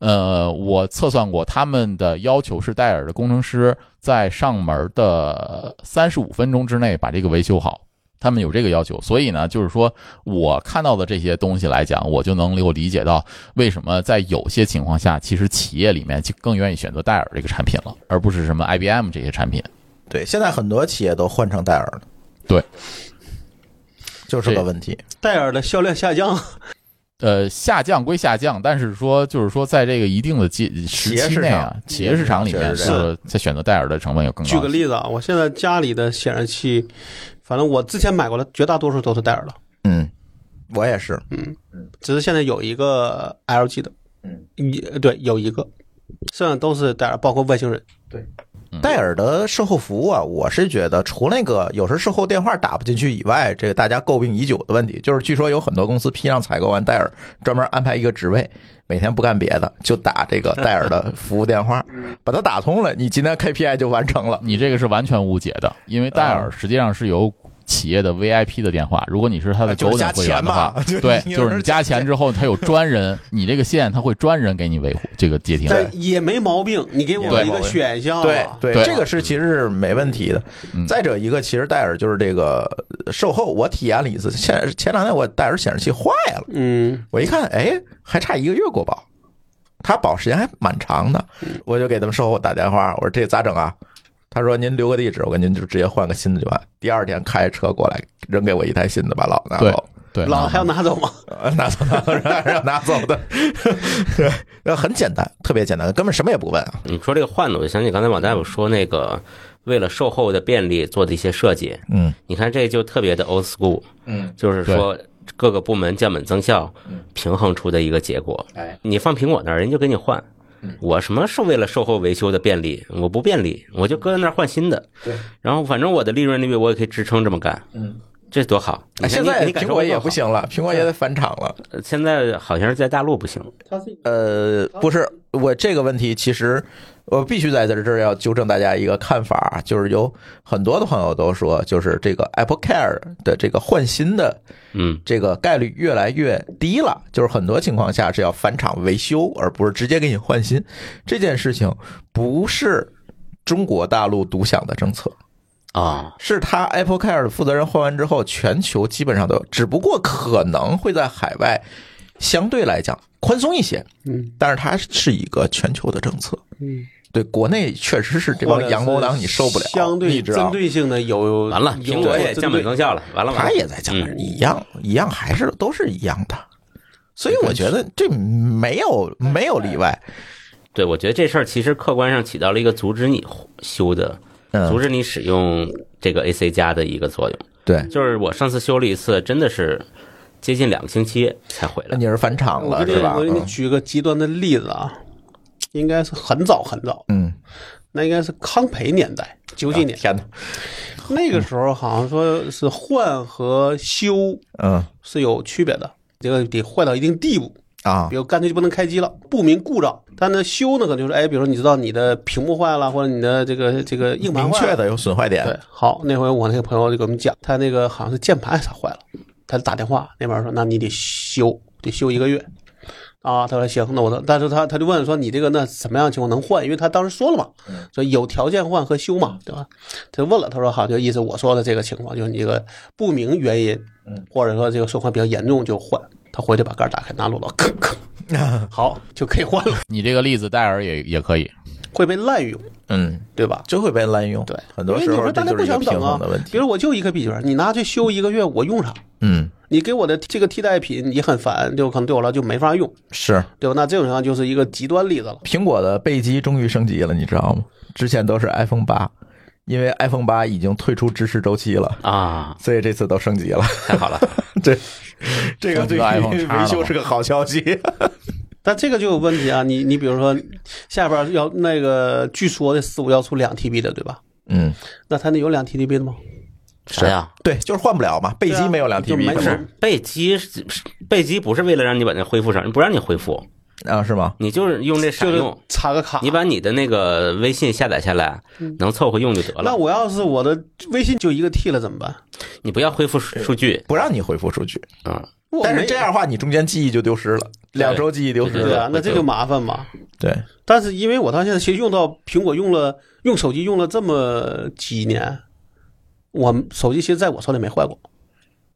Speaker 2: 呃，我测算过，他们的要求是戴尔的工程师在上门的三十五分钟之内把这个维修好，他们有这个要求。所以呢，就是说我看到的这些东西来讲，我就能够理解到为什么在有些情况下，其实企业里面就更愿意选择戴尔这个产品了，而不是什么 IBM 这些产品。
Speaker 1: 对，现在很多企业都换成戴尔了，
Speaker 2: 对，
Speaker 1: 就是个问题。
Speaker 3: 戴尔的销量下降，
Speaker 2: 呃，下降归下降，但是说就是说，在这个一定的阶时
Speaker 1: 业
Speaker 2: 期
Speaker 1: 市
Speaker 2: 内
Speaker 1: 场
Speaker 2: 啊，企业市场里面，
Speaker 1: 是
Speaker 2: 就是在选择戴尔的成本有更高。
Speaker 3: (laughs) 举个例子啊，我现在家里的显示器，反正我之前买过的绝大多数都是戴尔的，
Speaker 1: 嗯，我也是，
Speaker 3: 只是现在有一个 LG 的，嗯，一对有一个，剩下都是戴尔，包括外星人。
Speaker 1: 戴尔的售后服务啊，我是觉得除那个有时候售后电话打不进去以外，这个大家诟病已久的问题，就是据说有很多公司批量采购完戴尔，专门安排一个职位，每天不干别的，就打这个戴尔的服务电话，把它打通了，你今天 KPI 就完成了。
Speaker 2: 你这个是完全误解的，因为戴
Speaker 1: 嗯
Speaker 2: 尔实际上是有企业的 VIP 的电话，如果你是他的
Speaker 1: 哎就是
Speaker 2: Golden
Speaker 1: 加
Speaker 2: 会员
Speaker 1: 钱
Speaker 2: 的话
Speaker 1: 嘛， (laughs) 就是
Speaker 2: 对， (laughs)
Speaker 1: 你
Speaker 2: 就是你加钱之后，他有专人，你这个线他会专人给你维护这个接听。
Speaker 3: 但也没毛病，你给我
Speaker 1: 对
Speaker 3: 一个选项、啊，
Speaker 1: 对
Speaker 2: 对嗯
Speaker 1: 这个是其实是没问题的。再者一个，其实戴尔就是这个售后，我体验了一次，前前两天我戴尔显示器坏了，
Speaker 3: 嗯，
Speaker 1: 我一看，哎，还差一个月过保，他保时间还蛮长的，我就给他们售后打电话，我说这咋整啊？他说您留个地址，我给您就直接换个新的就完。第二天开车过来扔给我一台新的，把老拿
Speaker 2: 对
Speaker 1: 走，
Speaker 2: 对，
Speaker 3: 老还要拿走吗？
Speaker 1: 呃 (laughs) 拿走拿走让拿走的， (laughs) 对很简单，特别简单，根本什么也不问啊。
Speaker 4: 你说这个换的，我想起刚才王大夫说那个，为了售后的便利做的一些设计，
Speaker 1: 嗯
Speaker 4: 你看这就特别的 old school，
Speaker 1: 嗯，
Speaker 4: 就是说各个部门降本增效，平衡出的一个结果。
Speaker 1: 哎，嗯
Speaker 4: 你放苹果那儿，人家给你换。我什么是为了售后维修的便利？我不便利，我就搁那儿换新的。
Speaker 1: 对，
Speaker 4: 然后反正我的利润率我也可以支撑这么干。
Speaker 1: 嗯，哎
Speaker 4: 这多好！你看
Speaker 1: 现
Speaker 4: 你
Speaker 1: 在
Speaker 4: 你感
Speaker 1: 苹
Speaker 4: 受
Speaker 1: 果
Speaker 4: 得多
Speaker 1: 也
Speaker 4: 好嗯
Speaker 1: 不，行了，苹果也得返厂了。
Speaker 4: 呃现在好像是在大陆不行。嗯
Speaker 1: 呃，不是，我这个问题其实我必须在这儿要纠正大家一个看法啊，就是有很多的朋友都说，就是这个 Apple Care 的这个换新的
Speaker 4: 嗯，
Speaker 1: 这个概率越来越低了，就是很多情况下是要返厂维修，而不是直接给你换新。这件事情不是中国大陆独享的政策，
Speaker 4: 啊，
Speaker 1: 是他 Apple Care 的负责人换完之后，全球基本上都有，只不过可能会在海外相对来讲宽松一些，
Speaker 3: 嗯，
Speaker 1: 但是它是一个全球的政策，
Speaker 3: 嗯，
Speaker 1: 对国内确实是这帮洋魔党你受不了，
Speaker 3: 相对
Speaker 1: 你知道
Speaker 3: 针
Speaker 1: 吗。
Speaker 3: 对性的有
Speaker 4: 完了，
Speaker 3: 有
Speaker 4: 苹果也
Speaker 3: 针
Speaker 4: 降本
Speaker 3: 对
Speaker 4: 增效了，完了完
Speaker 1: 他
Speaker 4: 了，
Speaker 1: 也在讲一样，
Speaker 3: 嗯
Speaker 1: 一样还是都是一样的，所以我觉得这没有
Speaker 3: 哎
Speaker 1: 没有例外。
Speaker 4: 对我觉得这事儿其实客观上起到了一个阻止你修的，
Speaker 3: 哎
Speaker 1: 嗯，
Speaker 4: 阻止你使用这个 AC 加的一个作用。
Speaker 1: 对，
Speaker 4: 就是我上次修了一次，真的是接近两个星期才回
Speaker 3: 嗯
Speaker 4: 来。
Speaker 1: 你是返场
Speaker 3: 我
Speaker 1: 了
Speaker 3: 给
Speaker 1: 是
Speaker 3: 你
Speaker 1: 吧
Speaker 3: 我？给你
Speaker 1: 嗯
Speaker 3: 举个极端的例子啊，应该是很早很早，
Speaker 1: 嗯，啊
Speaker 3: 那应该是康培年代，九几年、
Speaker 1: 天哪，
Speaker 3: 那个时候，好像说是换和修
Speaker 1: 嗯
Speaker 3: 是有区别的，这个得坏到一定地步，
Speaker 1: 啊
Speaker 3: 比，如干脆就不能开机了，不明故障。但呢，修呢可能就是，哎，比如说你知道你的屏幕坏了，或者你的这个这个硬盘
Speaker 1: 明
Speaker 3: 坏
Speaker 1: 确
Speaker 3: 了，
Speaker 1: 的有损坏
Speaker 3: 对
Speaker 1: 点，，
Speaker 3: 好，那回我那个朋友就给我们讲，他那个好像是键盘啥坏了，他打电话那边说，那你得修，得修一个月。啊，他说行，那我的，但是他他就问说你这个那什么样的情况能换？因为他当时说了嘛，说有条件换和修嘛，对吧？他就问了，他说好，就意思我说的这个情况，就是你这个不明原因，或者说这个损坏比较严重就换。他回去把盖儿打开，拿螺丝吭吭，好就可以换了，
Speaker 2: 你这个例子戴尔也也可以，
Speaker 3: 会被滥用，
Speaker 1: 嗯，
Speaker 3: 对吧？
Speaker 1: 就会被滥用。
Speaker 3: 对，
Speaker 1: 很多
Speaker 3: 因为
Speaker 1: 时
Speaker 3: 你
Speaker 1: 候
Speaker 3: 说
Speaker 1: 这
Speaker 3: 大家
Speaker 1: 就是
Speaker 3: 不
Speaker 1: 一个
Speaker 3: 想
Speaker 1: 平
Speaker 3: 等啊
Speaker 1: 衡的问，
Speaker 3: 比
Speaker 1: 题。
Speaker 3: 如我就一个笔记本，你拿去修一个月，我用啥？
Speaker 1: 嗯，
Speaker 3: 你给我的这个替代品也很烦，就可能对我来说就没法用，
Speaker 1: 是
Speaker 3: 对吧？那这种情况就是一个极端例子了。
Speaker 1: 苹果的备机终于升级了，你知道吗？之前都是 iPhone 八，因为 iPhone 八已经退出支持周期了。
Speaker 4: 啊，
Speaker 1: 所以这次都升级了，
Speaker 4: 太好了！
Speaker 1: (laughs) 对，这个
Speaker 2: 升级
Speaker 1: 对
Speaker 2: 到
Speaker 1: (laughs)
Speaker 2: iPhone
Speaker 1: 于
Speaker 2: 叉了
Speaker 1: 维修
Speaker 2: 吗
Speaker 1: 是个好消息。
Speaker 3: 但这个就有问题啊！你你比如说，下边要那个，据说这四五要出两 TB 的，对吧？
Speaker 1: 嗯，
Speaker 3: 那它那有两 TB 的吗？
Speaker 4: 啥呀？
Speaker 1: 对，就是换不了嘛，备
Speaker 3: 对
Speaker 1: 机
Speaker 3: 啊
Speaker 1: 没有两
Speaker 3: 就没
Speaker 1: TB
Speaker 3: 有
Speaker 1: 可
Speaker 4: 不
Speaker 1: 能
Speaker 4: 是备机是，备机不是为了让你把那恢复上，不让你恢复，
Speaker 1: 啊，是吗？
Speaker 4: 你就是用这傻
Speaker 3: 就是啊
Speaker 4: 用。
Speaker 3: 插个卡。
Speaker 4: 你把你的那个微信下载下来，能凑合用就得
Speaker 3: 嗯那
Speaker 4: 了。
Speaker 3: 我要是我的微信就一个 T 了怎么办？
Speaker 4: 你不要恢复数数据，
Speaker 1: 不让你回复数据，
Speaker 4: 嗯，
Speaker 3: 我
Speaker 1: 但
Speaker 3: 没
Speaker 1: 是这样的话，你中间记忆就丢失了，两周记忆丢失
Speaker 3: 对
Speaker 1: 了。
Speaker 3: 啊，那这就麻烦嘛。
Speaker 1: 对，
Speaker 3: 但是因为我到现在其实用到苹果用了用手机用了这么几年，我手机其实在我手里没坏过，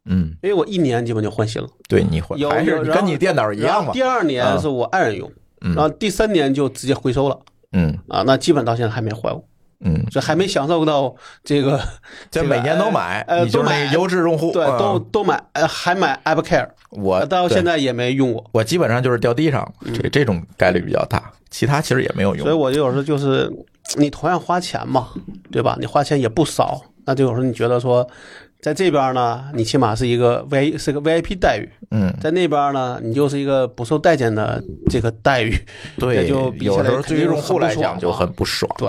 Speaker 1: 嗯，
Speaker 3: 因为我一年基本就换新了。
Speaker 1: 对，你会
Speaker 3: 有
Speaker 1: 还是
Speaker 3: 有
Speaker 1: 你
Speaker 3: 然后
Speaker 1: 跟你电脑一
Speaker 3: 然
Speaker 1: 样
Speaker 3: 后
Speaker 1: 嘛？
Speaker 3: 第二年是我爱人用，
Speaker 1: 嗯
Speaker 3: 然后第三年就直接回收了
Speaker 1: 嗯
Speaker 3: 啊，那基本到现在还没坏过，
Speaker 1: 嗯，
Speaker 3: 所以还没享受到这个，
Speaker 1: 就
Speaker 3: 这个
Speaker 1: 每年都买，
Speaker 3: 呃
Speaker 1: 你就是
Speaker 3: 都
Speaker 1: 那
Speaker 3: 买
Speaker 1: 优质用户。
Speaker 3: 对，
Speaker 1: 嗯
Speaker 3: 都都买，呃还买 App Care，
Speaker 1: 我
Speaker 3: 到
Speaker 1: 对
Speaker 3: 现在也没用过，
Speaker 1: 我基本上就是掉地上，这这种概率比较大，其他其实也没有
Speaker 3: 所以
Speaker 1: 用。
Speaker 3: 我就有时候就是你同样花钱嘛，对吧？你花钱也不少，那就有时候你觉得说。在这边呢，你起码是一个 V 是个 VIP 待遇，
Speaker 1: 嗯，
Speaker 3: 在那边呢，你就是一个不受待见的这个待遇， (laughs)
Speaker 1: 对，
Speaker 3: 这就比起来
Speaker 1: 有时候对于
Speaker 3: 肯定
Speaker 1: 用户来
Speaker 3: 很不爽
Speaker 1: 讲
Speaker 3: 嘛
Speaker 1: 就很不爽。
Speaker 3: 对。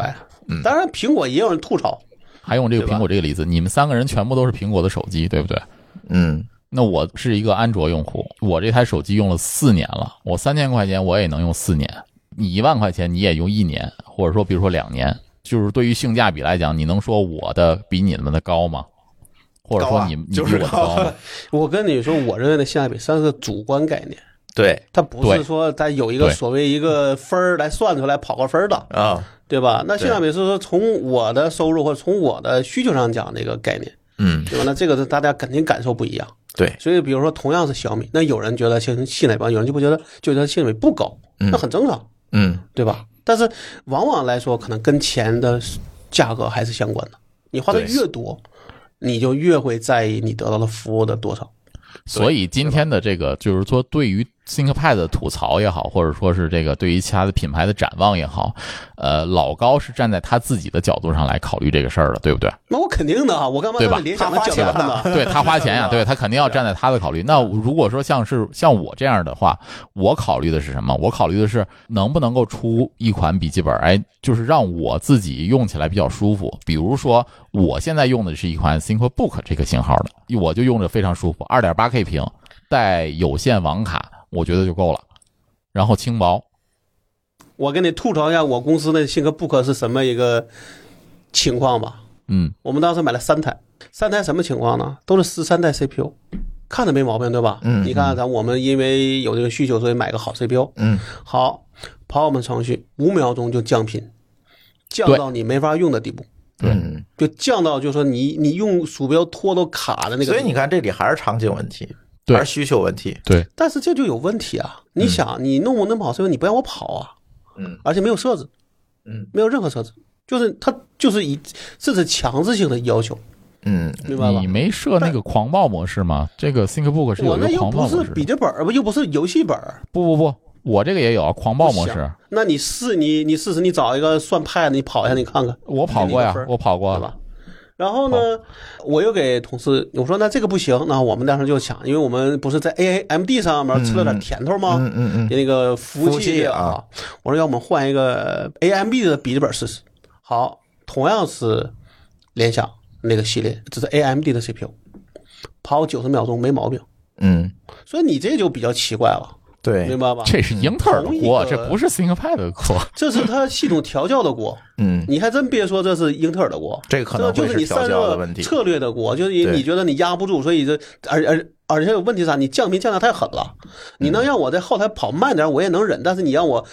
Speaker 3: 当然，苹果也有人吐槽，
Speaker 2: 还用这个
Speaker 3: 对吧
Speaker 2: 苹果这个例子，你们三个人全部都是苹果的手机，对不对？
Speaker 1: 嗯，
Speaker 2: 那我是一个安卓用户，我这台手机用了四年了，我三千块钱我也能用四年，你一万块钱你也用一年，或者说比如说两年，就是对于性价比来讲，你能说我的比你们的高吗？或者
Speaker 1: 高
Speaker 2: 说
Speaker 1: 啊
Speaker 2: 你、你
Speaker 1: 就
Speaker 2: 比
Speaker 1: 是
Speaker 2: 我的高吗？
Speaker 3: 我跟你说，我认为的性价比实际上是个主观概念，
Speaker 1: 对
Speaker 3: 它不
Speaker 2: 对
Speaker 3: 是说它有一个
Speaker 2: 对
Speaker 3: 所谓一个分儿来算出来跑个分儿的，
Speaker 1: 啊，
Speaker 3: 对吧？那性价比是说从我的收入或者从我的需求上讲的一个概念，
Speaker 1: 嗯，
Speaker 3: 对吧？那这个是大家肯定感受不一样。
Speaker 1: 对，
Speaker 3: 所以比如说同样是小米，那有人觉得性性价比高，有人就不觉得，就觉得性价比不高，
Speaker 1: 嗯
Speaker 3: 那很正常，
Speaker 1: 嗯，
Speaker 3: 对吧？但是往往来说，可能跟钱的价格还是相关的，你花的
Speaker 1: 对
Speaker 3: 越多，你就越会在意你得到的服务的多少。
Speaker 2: 所以今天的这个就是说，对于 ThinkPad 的吐槽也好，或者说是这个对于其他的品牌的展望也好，呃，老高是站在他自己的角度上来考虑这个事儿的，对不对？
Speaker 3: 那我肯定的啊，我干嘛
Speaker 2: 对吧
Speaker 3: 站在联想的
Speaker 1: 他花
Speaker 3: 角度
Speaker 1: 钱
Speaker 3: 看
Speaker 1: 呢
Speaker 3: 呢？ (laughs)
Speaker 2: 对他花钱呀、对他肯定要站在他的考虑。那
Speaker 3: 啊
Speaker 2: 如果说像是像我这样的话，我考虑的是什么？我考虑的是能不能够出一款笔记本，哎，就是让我自己用起来比较舒服。比如说，我现在用的是一款 ThinkBook 这个型号的，我就用着非常舒服，二点八 K 屏，带有线网卡，我觉得就够了。然后轻薄，
Speaker 3: 我跟你吐槽一下我公司的信科 Book 是什么一个情况吧。
Speaker 2: 嗯，
Speaker 3: 我们当时买了三台，三台什么情况呢？都是十三代 CPU，看着没毛病，对吧？
Speaker 1: 嗯
Speaker 3: 你看咱我们因为有这个需求，所以买个好 CPU。
Speaker 1: 嗯，
Speaker 3: 好，跑我们程序五秒钟就降频，降
Speaker 2: 对
Speaker 3: 到你没法用的地步，
Speaker 2: 对
Speaker 1: 嗯
Speaker 3: 就降到就说你你用鼠标拖都卡的那个。
Speaker 1: 所以你，看，这里还是场景问题，
Speaker 2: 对
Speaker 1: 还是需求问题。
Speaker 2: 对，
Speaker 3: 但是这
Speaker 2: 嗯
Speaker 3: 就有问题啊！你想，你弄我那么好 CPU，你不让我跑啊，
Speaker 1: 嗯，
Speaker 3: 而且没有设置，
Speaker 1: 嗯，
Speaker 3: 没有任何奢侈，就是它就是以这是强制性的要求，
Speaker 1: 嗯，
Speaker 3: 明白吧
Speaker 2: 你？没设那个狂暴模式吗？这个 ThinkBook 是有
Speaker 3: 我
Speaker 2: 一
Speaker 3: 那
Speaker 2: 个
Speaker 3: 又
Speaker 2: 狂暴
Speaker 3: 不
Speaker 2: 模
Speaker 3: 是
Speaker 2: 式
Speaker 3: 笔
Speaker 2: 的。
Speaker 3: 记本儿，不又不是游戏本儿，
Speaker 2: 不不不，我这个也有啊狂暴模
Speaker 3: 不
Speaker 2: 式
Speaker 3: 行，那你试你你试试，你找一个算派的，你跑一下，你看看，
Speaker 2: 我跑过
Speaker 3: 你
Speaker 2: 呀
Speaker 3: 那个分，儿
Speaker 2: 我跑过
Speaker 3: 对吧？然后呢，我又给同事我说，那这个不行，那我们当时就想，因为我们不是在 A M D 上面吃了点甜头吗？
Speaker 1: 嗯嗯嗯
Speaker 3: 那个服务
Speaker 1: 服务器啊
Speaker 3: 啊，我说要我们换一个 A M D 的笔记本试试。好，同样是联想那个系列，只是 A M D 的 C P U，跑九十秒钟没毛病。
Speaker 1: 嗯，
Speaker 3: 所以你这就比较奇怪了，明
Speaker 1: 对，
Speaker 3: 白吧？
Speaker 2: 这是英特尔的
Speaker 3: 嗯同一
Speaker 2: 锅，
Speaker 3: 个
Speaker 2: 这不是 ThinkPad 的锅。
Speaker 3: 这是它系统调教的锅，
Speaker 1: 嗯，
Speaker 3: 你还真别说这是英特尔的锅，
Speaker 1: 这可能
Speaker 3: 就
Speaker 1: 会
Speaker 3: 是你
Speaker 1: 调
Speaker 3: 散
Speaker 1: 教
Speaker 3: 热
Speaker 1: 的问题。
Speaker 3: 策略的锅，就是你
Speaker 1: 对
Speaker 3: 你觉得你压不住，所以这而而而且有问题是啥？你降频降的太狠了，
Speaker 1: 嗯
Speaker 3: 你能让我在后台跑慢点，我也能忍，但是你让我。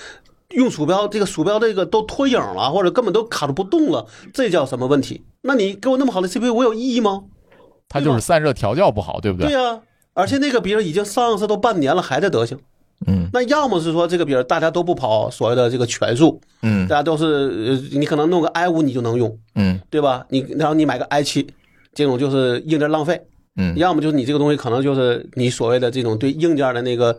Speaker 3: 用鼠标，这个鼠标这个都脱影了，或者根本都卡住不动了，这叫什么问题？那你给我那么好的 CPU，我有意义吗？
Speaker 2: (laughs) 它就是散热调教不好，对不
Speaker 3: 对啊
Speaker 2: 对？
Speaker 3: 呀、而且那个笔儿已经上市都半年了，还在德行。
Speaker 1: 嗯，
Speaker 3: 那要么是说这个笔儿大家都不跑所谓的这个全速，
Speaker 1: 嗯
Speaker 3: 大家都是呃你可能弄个 i 五你就能用，
Speaker 1: 嗯
Speaker 3: 对吧？你然后你买个 i 七，这种就是硬件浪费。
Speaker 1: 嗯
Speaker 3: 要么就是你这个东西可能就是你所谓的这种对硬件的那个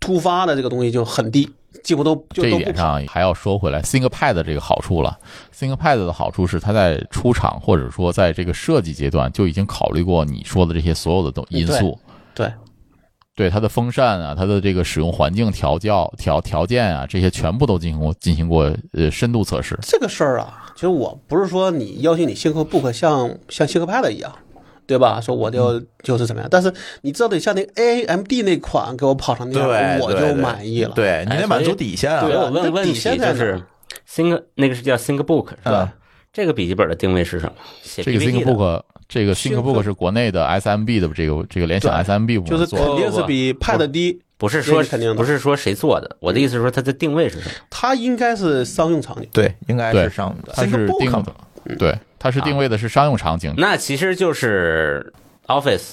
Speaker 3: 突发的这个东西就很低，几乎都就
Speaker 2: 这一
Speaker 3: 都不
Speaker 2: 点上还要说回来，ThinkPad 的这个好处了。ThinkPad 的好处是，它在出厂或者说在这个设计阶段就已经考虑过你说的这些所有的东因素，
Speaker 3: 哎对，
Speaker 2: 对它的风扇啊，它的这个使用环境调教条条件啊，这些全部都进行过进行过呃深度测试。
Speaker 3: 这个事儿啊，其实我不是说你要求你星客 book 像像星客 pad 一样，对吧？说我就
Speaker 1: 嗯
Speaker 3: 就是怎么样，但是你知道得像那 AMD 那款给我跑成那样，
Speaker 1: 对，
Speaker 3: 我
Speaker 1: 对
Speaker 3: 就满意了。，哎
Speaker 1: 对你得满足底线啊
Speaker 4: 所以。我问
Speaker 3: 这
Speaker 4: 个问
Speaker 3: 底
Speaker 4: 题
Speaker 3: 线在
Speaker 4: 就
Speaker 3: 哪
Speaker 4: 是，Think 那个是叫 ThinkBook 是
Speaker 1: 嗯
Speaker 4: 吧？这个笔记本的定位是什么？写
Speaker 2: 这个
Speaker 4: PPT 的
Speaker 2: ThinkBook，这个 ThinkBook 是国内的 SMB 的这个这个联想
Speaker 3: 对
Speaker 2: SMB 部
Speaker 3: 就
Speaker 2: 门
Speaker 3: 是
Speaker 2: 做
Speaker 3: 肯
Speaker 2: 的。
Speaker 3: 定是比 pad 低，
Speaker 4: 不是说
Speaker 3: 这是肯定的
Speaker 4: 不是说谁做的，我的意思是说它的定位是什么？
Speaker 3: 它应该是商用场景。
Speaker 1: 对，应该
Speaker 2: 对
Speaker 1: 是上的，
Speaker 2: 它是定的，对，它
Speaker 3: 啊
Speaker 2: 是定位的是商用场景，
Speaker 3: 嗯
Speaker 4: 那其实就是 Office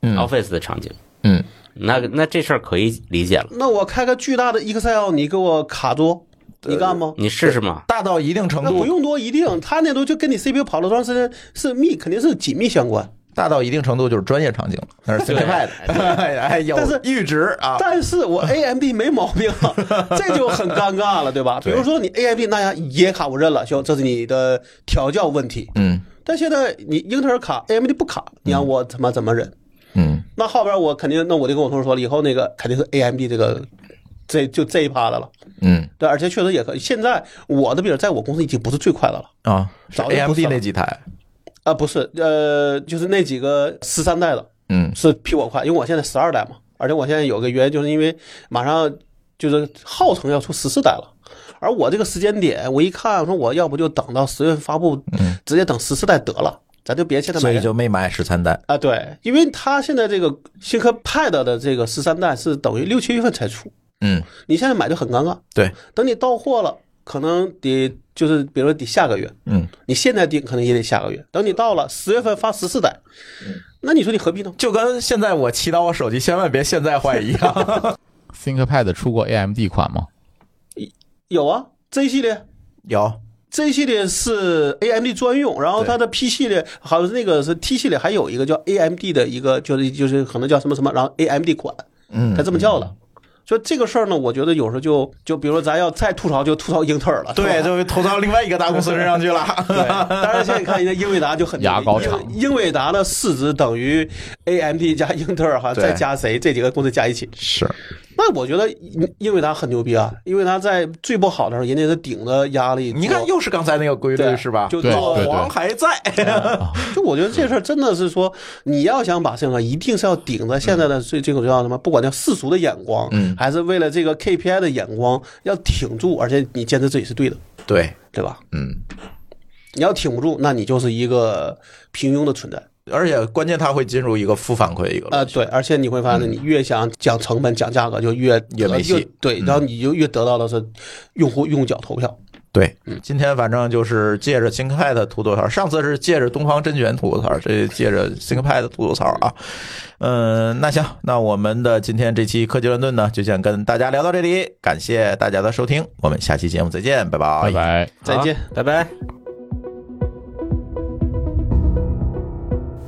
Speaker 1: 嗯
Speaker 4: Office 的场景。
Speaker 1: 嗯，
Speaker 4: 那那这事儿可以理解了，
Speaker 3: 那我开个巨大的 Excel，你给我卡住，你干吗？
Speaker 4: 你试试嘛。
Speaker 1: 大到一定程
Speaker 3: 那不
Speaker 1: 度，
Speaker 3: 用多，一定他那都就跟你 CPU 跑了多长时间是密，肯定是紧密相关。
Speaker 1: 大到一定程度就是专业场景了，那是 CPI 的， (laughs) 哎，有
Speaker 3: 但是
Speaker 1: 阈值啊，
Speaker 3: 但是
Speaker 1: (laughs)
Speaker 3: 我 AMD 没毛病，啊这就很尴尬了，对吧？比
Speaker 1: 对
Speaker 3: 如说你 AMD 那样也卡，我认了，行，这是你的调教问题。
Speaker 1: 嗯
Speaker 3: 但现在你英特尔卡，AMD 不卡，你让我他妈怎么忍？
Speaker 1: 嗯
Speaker 3: 那后边我肯定，那我就跟我同事说了，以后那个肯定是 AMD 这个，这就这一趴的了。
Speaker 1: 嗯
Speaker 3: 对，而且确实也可以。现在我的笔在我公司已经不是最快的了。
Speaker 1: 啊，是
Speaker 3: 早就不
Speaker 1: AMD
Speaker 3: 算了
Speaker 1: 那几台，
Speaker 3: 啊，不是，呃，就是那几个十三代的，
Speaker 1: 嗯
Speaker 3: 是比我快，因为我现在十二代嘛，而且我现在有个原因，就是因为马上就是号称要出十四代了，而我这个时间点，我一看，我说我要不就等到十月份发布，直接等十四代得了，咱就别现在
Speaker 1: 嗯所
Speaker 3: 买
Speaker 1: 以就没买十三代，
Speaker 3: 啊，对，因为它现在这个新科 Pad 的这个十三代是等于六七月份才出，
Speaker 1: 嗯，
Speaker 3: 你现在买就很尴尬，
Speaker 1: 对，
Speaker 3: 等你到货了，可能得就是比如说得下个月，
Speaker 1: 嗯，
Speaker 3: 你现在订可能也得下个月，等你到了十月份发十四代，
Speaker 1: 嗯
Speaker 3: 那你说你何必呢？
Speaker 1: 就跟现在我祈祷我手机千万别现在坏一 (laughs) 样，
Speaker 2: ThinkPad 出过 AMD 款吗？
Speaker 3: 有啊，Z 系列。
Speaker 1: 有，
Speaker 3: Z 系列是 AMD 专用，然后它的 P 系列还有那个是 T 系列，还有一个叫 AMD 的一个，就是就是可能叫什么什么，然后 AMD 款，
Speaker 1: 嗯
Speaker 3: 它这么叫的。所以这个事儿呢，我觉得有时候就就比如说咱要再吐槽，就吐槽英特尔了，是吧
Speaker 1: (laughs) 对，就投到另外一个大公司身上去 (laughs)
Speaker 3: 对。
Speaker 1: 了，
Speaker 3: 当然现在看人家英伟达就很牛
Speaker 2: 牙膏厂
Speaker 3: 英英伟达的市值等于 AMD 加英特尔哈，
Speaker 1: 对
Speaker 3: 再加谁这几个公司加一起，
Speaker 1: 是，
Speaker 3: 那我觉得英英伟达很牛逼啊，英伟达在最不好的时候，人家是顶着压力做，
Speaker 1: 你看又是刚才那个规律
Speaker 3: 对
Speaker 1: 是吧？
Speaker 3: 就
Speaker 2: 对
Speaker 3: 做
Speaker 2: 对
Speaker 1: 黄还在，
Speaker 3: 就我觉得这事儿真的是说，你要想把事情啊，一定是要顶着现在的最这种叫什么，不管叫世俗的眼光，
Speaker 1: 嗯
Speaker 3: 还是为了这个 KPI 的眼光，要挺住，而且你坚持自己是对的，
Speaker 1: (laughs) 对，
Speaker 3: 对吧？
Speaker 1: 嗯。
Speaker 3: 你要挺不住，那你就是一个平庸的存在
Speaker 1: 而且关键它会进入一个负反馈一个
Speaker 3: 啊、
Speaker 1: 逻辑
Speaker 3: 对，而且你会发现，你越想讲成本、讲价格，就越
Speaker 1: 嗯越没戏嗯
Speaker 3: 对，然后你就越得到的是用户用脚投票，
Speaker 1: 对
Speaker 4: 嗯，
Speaker 1: 今天反正就是借着 ThinkPad 吐吐槽，上次是借着东方甄选吐吐槽，这借着 ThinkPad 吐吐槽啊。嗯，那行，那我们的今天这期科技乱炖呢，就先跟大家聊到这里，感谢大家的收听，我们下期节目再见，拜拜，
Speaker 2: 拜拜。
Speaker 3: 再见。
Speaker 4: 拜拜。